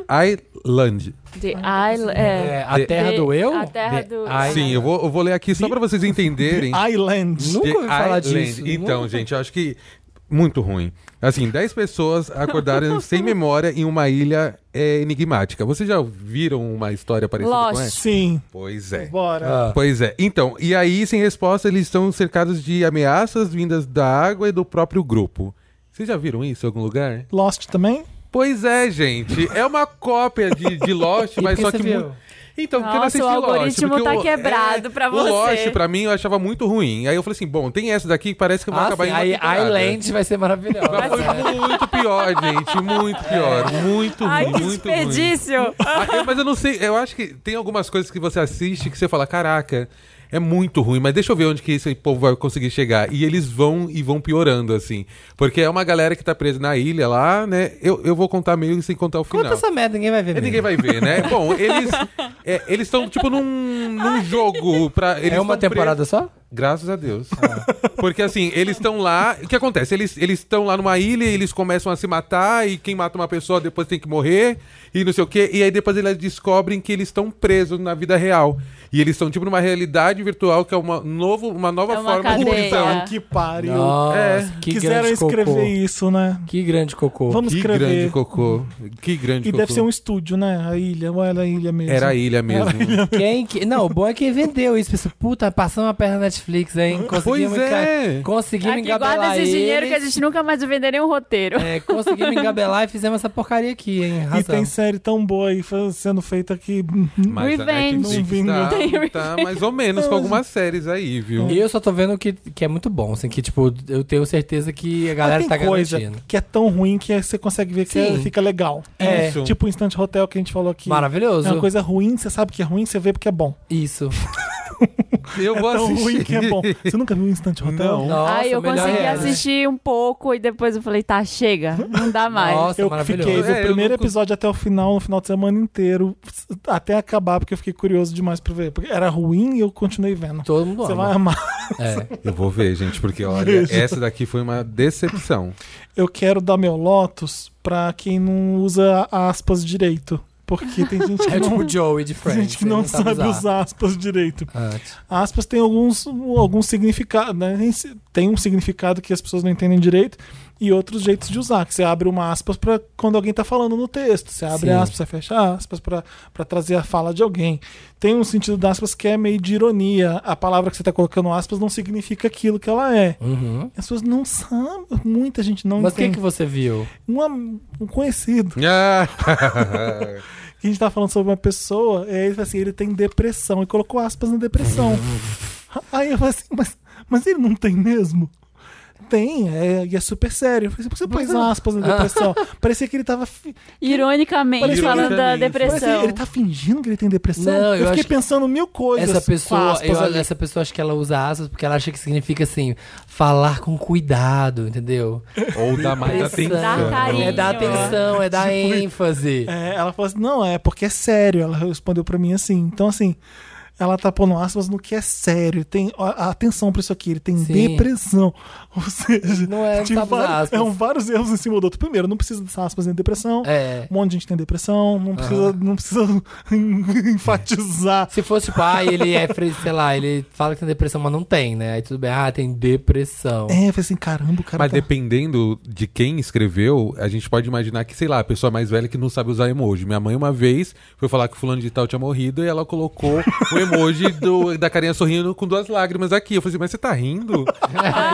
Speaker 5: Island.
Speaker 3: The Isle. É.
Speaker 4: É, a terra
Speaker 3: The-
Speaker 4: do eu?
Speaker 3: A terra
Speaker 4: The
Speaker 3: do.
Speaker 4: Island.
Speaker 5: Sim, eu vou, eu vou ler aqui só pra vocês entenderem.
Speaker 1: Island.
Speaker 4: Nunca
Speaker 5: The
Speaker 4: ouvi falar
Speaker 5: Island.
Speaker 4: disso.
Speaker 5: Então,
Speaker 4: Nunca.
Speaker 5: gente, eu acho que muito ruim. Assim, 10 pessoas acordaram sem memória em uma ilha é, enigmática. Vocês já viram uma história parecida com
Speaker 3: Lost.
Speaker 5: essa?
Speaker 1: Sim.
Speaker 5: Pois é.
Speaker 1: Bora.
Speaker 4: Ah.
Speaker 5: Pois é. Então, e aí, sem resposta, eles estão cercados de ameaças vindas da água e do próprio grupo. Vocês já viram isso em algum lugar?
Speaker 1: Lost também?
Speaker 5: Pois é, gente. É uma cópia de, de Lost,
Speaker 4: E
Speaker 5: mas
Speaker 4: por
Speaker 5: só
Speaker 4: você
Speaker 5: que.
Speaker 4: viu?
Speaker 5: mu- Então, porque eu não
Speaker 3: Nossa,
Speaker 5: assisti
Speaker 3: o
Speaker 5: Lost.
Speaker 3: algoritmo
Speaker 5: porque
Speaker 3: tá
Speaker 5: o- é,
Speaker 3: quebrado pra
Speaker 5: O
Speaker 3: você.
Speaker 5: Lost, pra mim, eu achava muito ruim. Aí eu falei assim: bom, tem essa daqui que parece que vai
Speaker 4: Ah,
Speaker 5: acabar
Speaker 4: sim,
Speaker 5: em uma
Speaker 4: aí,
Speaker 5: temporada.
Speaker 4: Island vai ser É. maravilhosa.
Speaker 5: Mas foi muito pior, gente. Muito pior. Muito,
Speaker 3: Ai, que
Speaker 5: muito, muito.
Speaker 3: desperdício!
Speaker 5: Ah, eu- mas eu não sei, eu acho que tem algumas coisas que você assiste que você fala, caraca, é muito ruim, mas deixa eu ver onde que esse povo vai conseguir chegar. E eles vão e vão piorando, assim. Porque é uma galera que tá presa na ilha lá, né? Eu, eu vou contar meio sem contar o final.
Speaker 4: Conta tá essa merda, ninguém vai ver.
Speaker 5: É,
Speaker 4: mesmo.
Speaker 5: Ninguém vai ver, né? Bom, eles é, eles estão tipo num, num jogo pra. Eles
Speaker 4: É uma
Speaker 5: tão presos-
Speaker 4: temporada só?
Speaker 5: Graças a Deus. Porque assim, eles estão lá. O que acontece? Eles eles estão lá numa ilha e eles começam a se matar, e quem mata uma pessoa depois tem que morrer, e não sei o quê. E aí depois eles descobrem que eles estão presos na vida real. E eles estão tipo numa realidade virtual que é uma, novo, uma nova
Speaker 3: É uma
Speaker 5: forma de
Speaker 3: cadeia.
Speaker 5: prisão.
Speaker 1: Que pariu.
Speaker 4: Nossa,
Speaker 5: É,
Speaker 4: que
Speaker 1: Quiseram
Speaker 4: grande
Speaker 1: escrever
Speaker 4: cocô.
Speaker 1: isso, né?
Speaker 4: Que grande cocô.
Speaker 1: Vamos
Speaker 5: Que
Speaker 1: escrever.
Speaker 5: grande cocô. Que grande
Speaker 1: E um
Speaker 5: cocô.
Speaker 1: deve ser um estúdio, né? A ilha. Ou era a ilha mesmo?
Speaker 5: Era a ilha mesmo.
Speaker 4: Quem que... Não, Não, o bom é que vendeu isso. Pensou, puta, passamos a perna na Netflix, hein? Conseguimos,
Speaker 5: Pois é.
Speaker 4: enca- conseguimos
Speaker 3: Aqui
Speaker 4: engabelar
Speaker 3: guarda esse dinheiro que a
Speaker 4: eles.
Speaker 3: gente nunca mais vai vender nenhum roteiro.
Speaker 4: É, conseguimos engabelar e fizemos essa porcaria aqui, hein?
Speaker 1: E
Speaker 4: Razão.
Speaker 1: tem série tão boa aí fa- sendo feita que.
Speaker 5: Mas a
Speaker 3: Revenge.
Speaker 5: Netflix tá,
Speaker 3: Tem
Speaker 5: tá mais ou menos
Speaker 1: É.
Speaker 5: com algumas séries aí, viu?
Speaker 4: Eu só tô vendo que, que é muito bom, assim, que, tipo, eu tenho certeza que a galera
Speaker 1: Mas Ah, tem
Speaker 4: tá
Speaker 1: coisa
Speaker 4: garantindo.
Speaker 1: que é tão ruim que você consegue ver que
Speaker 4: Sim.
Speaker 1: fica legal.
Speaker 4: É.
Speaker 5: Isso.
Speaker 1: Tipo o Instant Hotel que a gente falou aqui. É
Speaker 4: Maravilhoso.
Speaker 1: uma coisa ruim, você sabe que é ruim, você vê porque é bom.
Speaker 4: Isso.
Speaker 5: Eu
Speaker 1: é
Speaker 5: vou
Speaker 1: tão
Speaker 5: assistir.
Speaker 1: ruim que é bom. Você nunca viu o Instant Hotel?
Speaker 5: Não.
Speaker 4: Nossa,
Speaker 3: Aí eu
Speaker 4: melhor
Speaker 3: consegui
Speaker 4: é, né?
Speaker 3: assistir um pouco e depois eu falei, tá, chega, não dá mais.
Speaker 4: Nossa,
Speaker 1: Eu
Speaker 4: maravilhoso.
Speaker 1: fiquei do
Speaker 5: É, eu
Speaker 1: primeiro
Speaker 5: nunca-
Speaker 1: episódio até o final, no final de semana inteiro, até acabar, porque eu fiquei curioso demais pra ver. Porque era ruim e eu continuei vendo.
Speaker 4: Todo mundo
Speaker 1: Você
Speaker 4: ama.
Speaker 1: vai amar.
Speaker 4: É.
Speaker 5: Eu vou ver, gente, porque olha, essa daqui foi uma decepção.
Speaker 1: Eu quero dar meu Lotus pra quem não usa aspas direito. Porque tem gente que
Speaker 4: É tipo
Speaker 1: não,
Speaker 4: o Joey de
Speaker 1: tem
Speaker 4: Friends.
Speaker 1: gente que não sabe usar. aspas direito.
Speaker 4: Ah,
Speaker 1: Aspas tem alguns, algum significado, né? Tem um significado que as pessoas não entendem direito e outros jeitos de usar. Que você abre uma aspas pra quando alguém tá falando no texto. Você abre
Speaker 4: Sim.
Speaker 1: aspas, você fecha aspas pra pra trazer a fala de alguém. Tem um sentido das aspas que é meio de ironia. A palavra que você tá colocando aspas não significa aquilo que ela é.
Speaker 4: uhum.
Speaker 1: As pessoas não sabem, muita gente não
Speaker 4: Mas o que,
Speaker 1: entende.
Speaker 4: que você viu?
Speaker 1: Um am- um conhecido
Speaker 5: Ah,
Speaker 1: que a gente tá falando sobre uma pessoa, e aí ele fala assim, ele tem depressão, e colocou aspas na depressão. aí eu falei assim, mas, mas ele não tem mesmo? Tem, é, e é super sério. Eu falei assim, por que você pôs aspas na depressão? Parecia que ele tava. fi-
Speaker 3: Ironicamente,
Speaker 1: Parecia
Speaker 3: falando
Speaker 5: que-
Speaker 3: da
Speaker 1: Parecia,
Speaker 3: depressão.
Speaker 1: ele tá fingindo que ele tem depressão?
Speaker 4: Não, eu
Speaker 1: fiquei
Speaker 4: acho que
Speaker 1: pensando mil coisas.
Speaker 4: Essa
Speaker 1: com
Speaker 4: pessoa,
Speaker 1: aspas
Speaker 4: eu,
Speaker 1: ali.
Speaker 4: essa pessoa acho que ela usa aspas porque ela acha que significa assim, falar com cuidado, entendeu?
Speaker 5: Ou dá mais
Speaker 4: Pressão.
Speaker 5: atenção.
Speaker 3: Dá carinho.
Speaker 4: É dar atenção, é dar ênfase.
Speaker 1: Tipo, É, ela falou assim, não, é porque é sério. Ela respondeu pra mim assim. Então, assim, ela tá pondo aspas no que é sério. Tem ó, atenção pra isso aqui, ele tem
Speaker 4: Sim.
Speaker 1: depressão. Ou seja,
Speaker 4: Não é, não
Speaker 1: tinha
Speaker 4: sabe usar
Speaker 1: vários,
Speaker 4: aspas.
Speaker 1: eram vários erros em cima do outro. Primeiro, não precisa dessas aspas em depressão.
Speaker 4: É.
Speaker 1: Um monte de gente tem depressão, não precisa, não precisa enfatizar.
Speaker 4: Se fosse, tipo, ah, ele é, fre- sei lá, ele fala que tem depressão, mas não tem, né? Aí tudo bem, ah, tem depressão.
Speaker 1: É, eu falei assim, caramba, o cara
Speaker 5: Mas
Speaker 1: tá...
Speaker 5: dependendo de quem escreveu, a gente pode imaginar que, sei lá, a pessoa mais velha que não sabe usar emoji. Minha mãe uma vez foi falar que o fulano de tal tinha morrido e ela colocou o emoji do- da carinha sorrindo com duas lágrimas aqui. Eu falei assim, mas você tá rindo?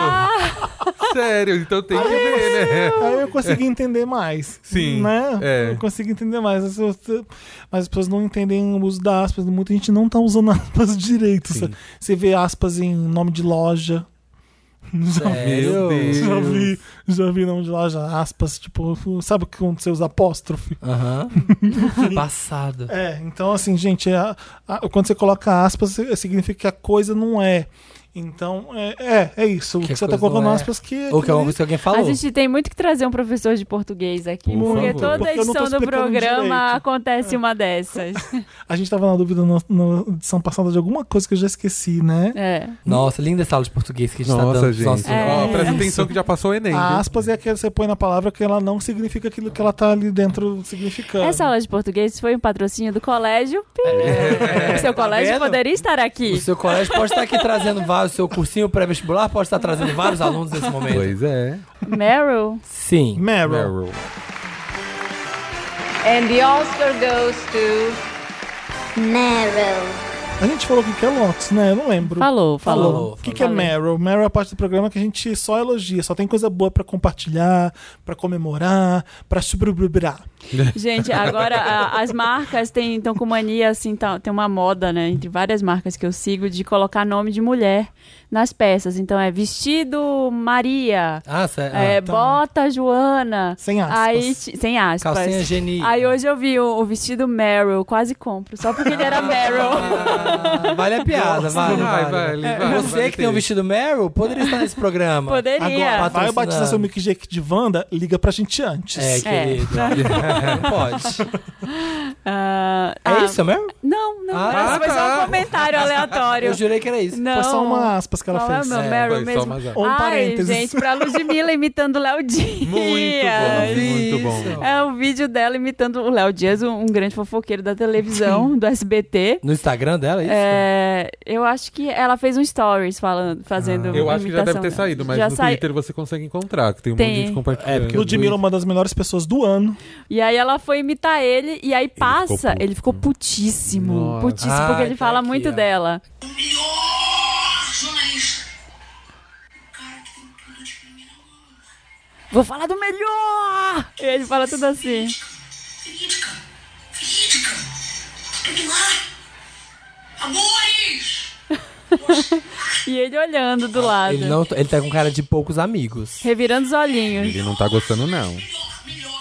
Speaker 3: Ah!
Speaker 5: Sério, então tem que ver, né?
Speaker 1: Aí eu consegui entender mais.
Speaker 5: Sim,
Speaker 1: Né?
Speaker 5: é.
Speaker 1: Eu consegui entender mais. Mas eu- mas as pessoas não entendem o uso da aspas. Muita gente não tá usando aspas direito. Você- Você vê aspas em nome de loja. Já,
Speaker 5: Meu Deus.
Speaker 1: já vi, já vi nome de loja, aspas, tipo, sabe quando você usa apóstrofe?
Speaker 4: Aham. Passado.
Speaker 1: É, então assim, gente, a- a- quando você coloca aspas, eh, significa que a coisa não é. Então, é, é, é isso. O
Speaker 4: Que
Speaker 1: que
Speaker 4: a
Speaker 1: você tá
Speaker 4: coisa não
Speaker 1: colocando
Speaker 4: é.
Speaker 1: aspas que.
Speaker 4: Ou que é
Speaker 1: aquilo
Speaker 4: uma
Speaker 1: ali-
Speaker 4: coisa que alguém
Speaker 3: A
Speaker 4: falou.
Speaker 3: gente tem muito que trazer um professor de português aqui,
Speaker 5: Por
Speaker 3: porque
Speaker 5: favor.
Speaker 3: toda
Speaker 1: Porque eu não tô
Speaker 3: edição do
Speaker 1: explicando
Speaker 3: programa
Speaker 1: direito.
Speaker 3: acontece uma dessas.
Speaker 1: A gente tava na dúvida na na edição passada de alguma coisa que eu já esqueci, né?
Speaker 3: É.
Speaker 4: Nossa, linda essa aula de português que a gente tá
Speaker 5: Nossa,
Speaker 4: dando. pros
Speaker 5: gente.
Speaker 4: nossos-
Speaker 5: Ó,
Speaker 3: É.
Speaker 5: presta atenção que já passou o Enem. viu?
Speaker 1: A aspas é aquela que você põe na palavra que ela não significa aquilo que ela tá ali dentro significando.
Speaker 3: Essa aula de português foi um patrocínio do colégio. Pi. Seu colégio
Speaker 4: É Tá vendo?
Speaker 3: poderia estar
Speaker 4: O
Speaker 3: aqui.
Speaker 4: seu colégio pode estar aqui trazendo vários, o seu cursinho pré-vestibular pode estar trazendo vários alunos nesse momento.
Speaker 5: Pois é.
Speaker 3: Meryl.
Speaker 4: Sim.
Speaker 1: Meryl.
Speaker 5: Meryl.
Speaker 8: And the Oscar goes to.
Speaker 6: Meryl.
Speaker 1: A gente falou o que que é Lotus, né? Eu não lembro.
Speaker 3: Falou, falou.
Speaker 4: Falou,
Speaker 1: O que, que é
Speaker 3: falou.
Speaker 1: Meryl? Meryl é a parte do programa que a gente só elogia, só tem coisa boa pra compartilhar, pra comemorar, pra subrubrubrar.
Speaker 3: Gente, agora a- as marcas estão com mania, assim, tá- tem uma moda, né, entre várias marcas que eu sigo, de colocar nome de mulher nas peças. Então é vestido Maria,
Speaker 4: Ah, sério.
Speaker 3: é,
Speaker 1: tá.
Speaker 3: bota Joana.
Speaker 1: Sem aspas.
Speaker 3: Aí, ti- sem aspas.
Speaker 4: Calcinha Geni.
Speaker 3: Aí hoje eu vi o, o vestido Meryl, quase compro, só porque ele era Meryl.
Speaker 4: Ah, vale a piada, vale,
Speaker 5: Vai,
Speaker 4: vale.
Speaker 5: vale, vale,
Speaker 4: Você
Speaker 5: vale
Speaker 4: que tem um
Speaker 5: ter.
Speaker 4: vestido Meryl, poderia estar nesse programa.
Speaker 3: Poderia.
Speaker 1: Agora, vai
Speaker 4: Patrocinado.
Speaker 1: batizar seu milkshake de Wanda, liga pra gente antes.
Speaker 4: É, querido. Não pode.
Speaker 3: Ah,
Speaker 4: É
Speaker 3: ah,
Speaker 4: isso mesmo?
Speaker 3: Não, não,
Speaker 4: Ah,
Speaker 3: essa foi só
Speaker 5: tá.
Speaker 3: um comentário aleatório.
Speaker 4: Eu jurei que era isso.
Speaker 3: Não.
Speaker 1: Foi só uma aspas que ela
Speaker 3: Qual é o
Speaker 1: fez.
Speaker 3: meu
Speaker 4: É,
Speaker 3: Meryl
Speaker 5: foi só
Speaker 3: mesmo?
Speaker 5: mais
Speaker 1: um. Um
Speaker 3: Ai,
Speaker 1: parênteses.
Speaker 3: gente, pra Ludmilla imitando o Léo Dias.
Speaker 5: Muito bom, muito bom.
Speaker 3: É um vídeo dela imitando o Léo Dias, um um grande fofoqueiro da televisão, do SBT.
Speaker 4: No Instagram dela, é isso?
Speaker 3: É, eu acho que ela fez um stories falando, fazendo
Speaker 5: Ah, Eu acho que já
Speaker 3: É imitação
Speaker 5: deve ter
Speaker 3: dela.
Speaker 5: saído, mas
Speaker 3: já
Speaker 5: no
Speaker 3: saiu.
Speaker 5: Twitter você consegue encontrar, que tem um
Speaker 3: Tem.
Speaker 5: monte de gente compartilhando.
Speaker 4: É, porque o
Speaker 1: Ludmilla,
Speaker 4: Luiz.
Speaker 1: uma das melhores pessoas do ano.
Speaker 3: E aí ela foi imitar ele e aí passa,
Speaker 5: puto.
Speaker 3: ele ficou, putíssimo.
Speaker 4: Nossa.
Speaker 3: Putíssimo,
Speaker 4: Ah,
Speaker 3: porque ele
Speaker 4: tá
Speaker 3: fala
Speaker 4: aqui,
Speaker 3: muito
Speaker 4: ó.
Speaker 3: dela. Vou falar do melhor! E ele fala tudo assim.
Speaker 9: Фридка! Фридка! Ты была? Амориш!
Speaker 3: E ele olhando do lado.
Speaker 4: Ele, não, ele tá com cara de poucos amigos.
Speaker 3: Revirando os olhinhos.
Speaker 5: Ele não tá gostando, não.
Speaker 3: É
Speaker 9: Миллион!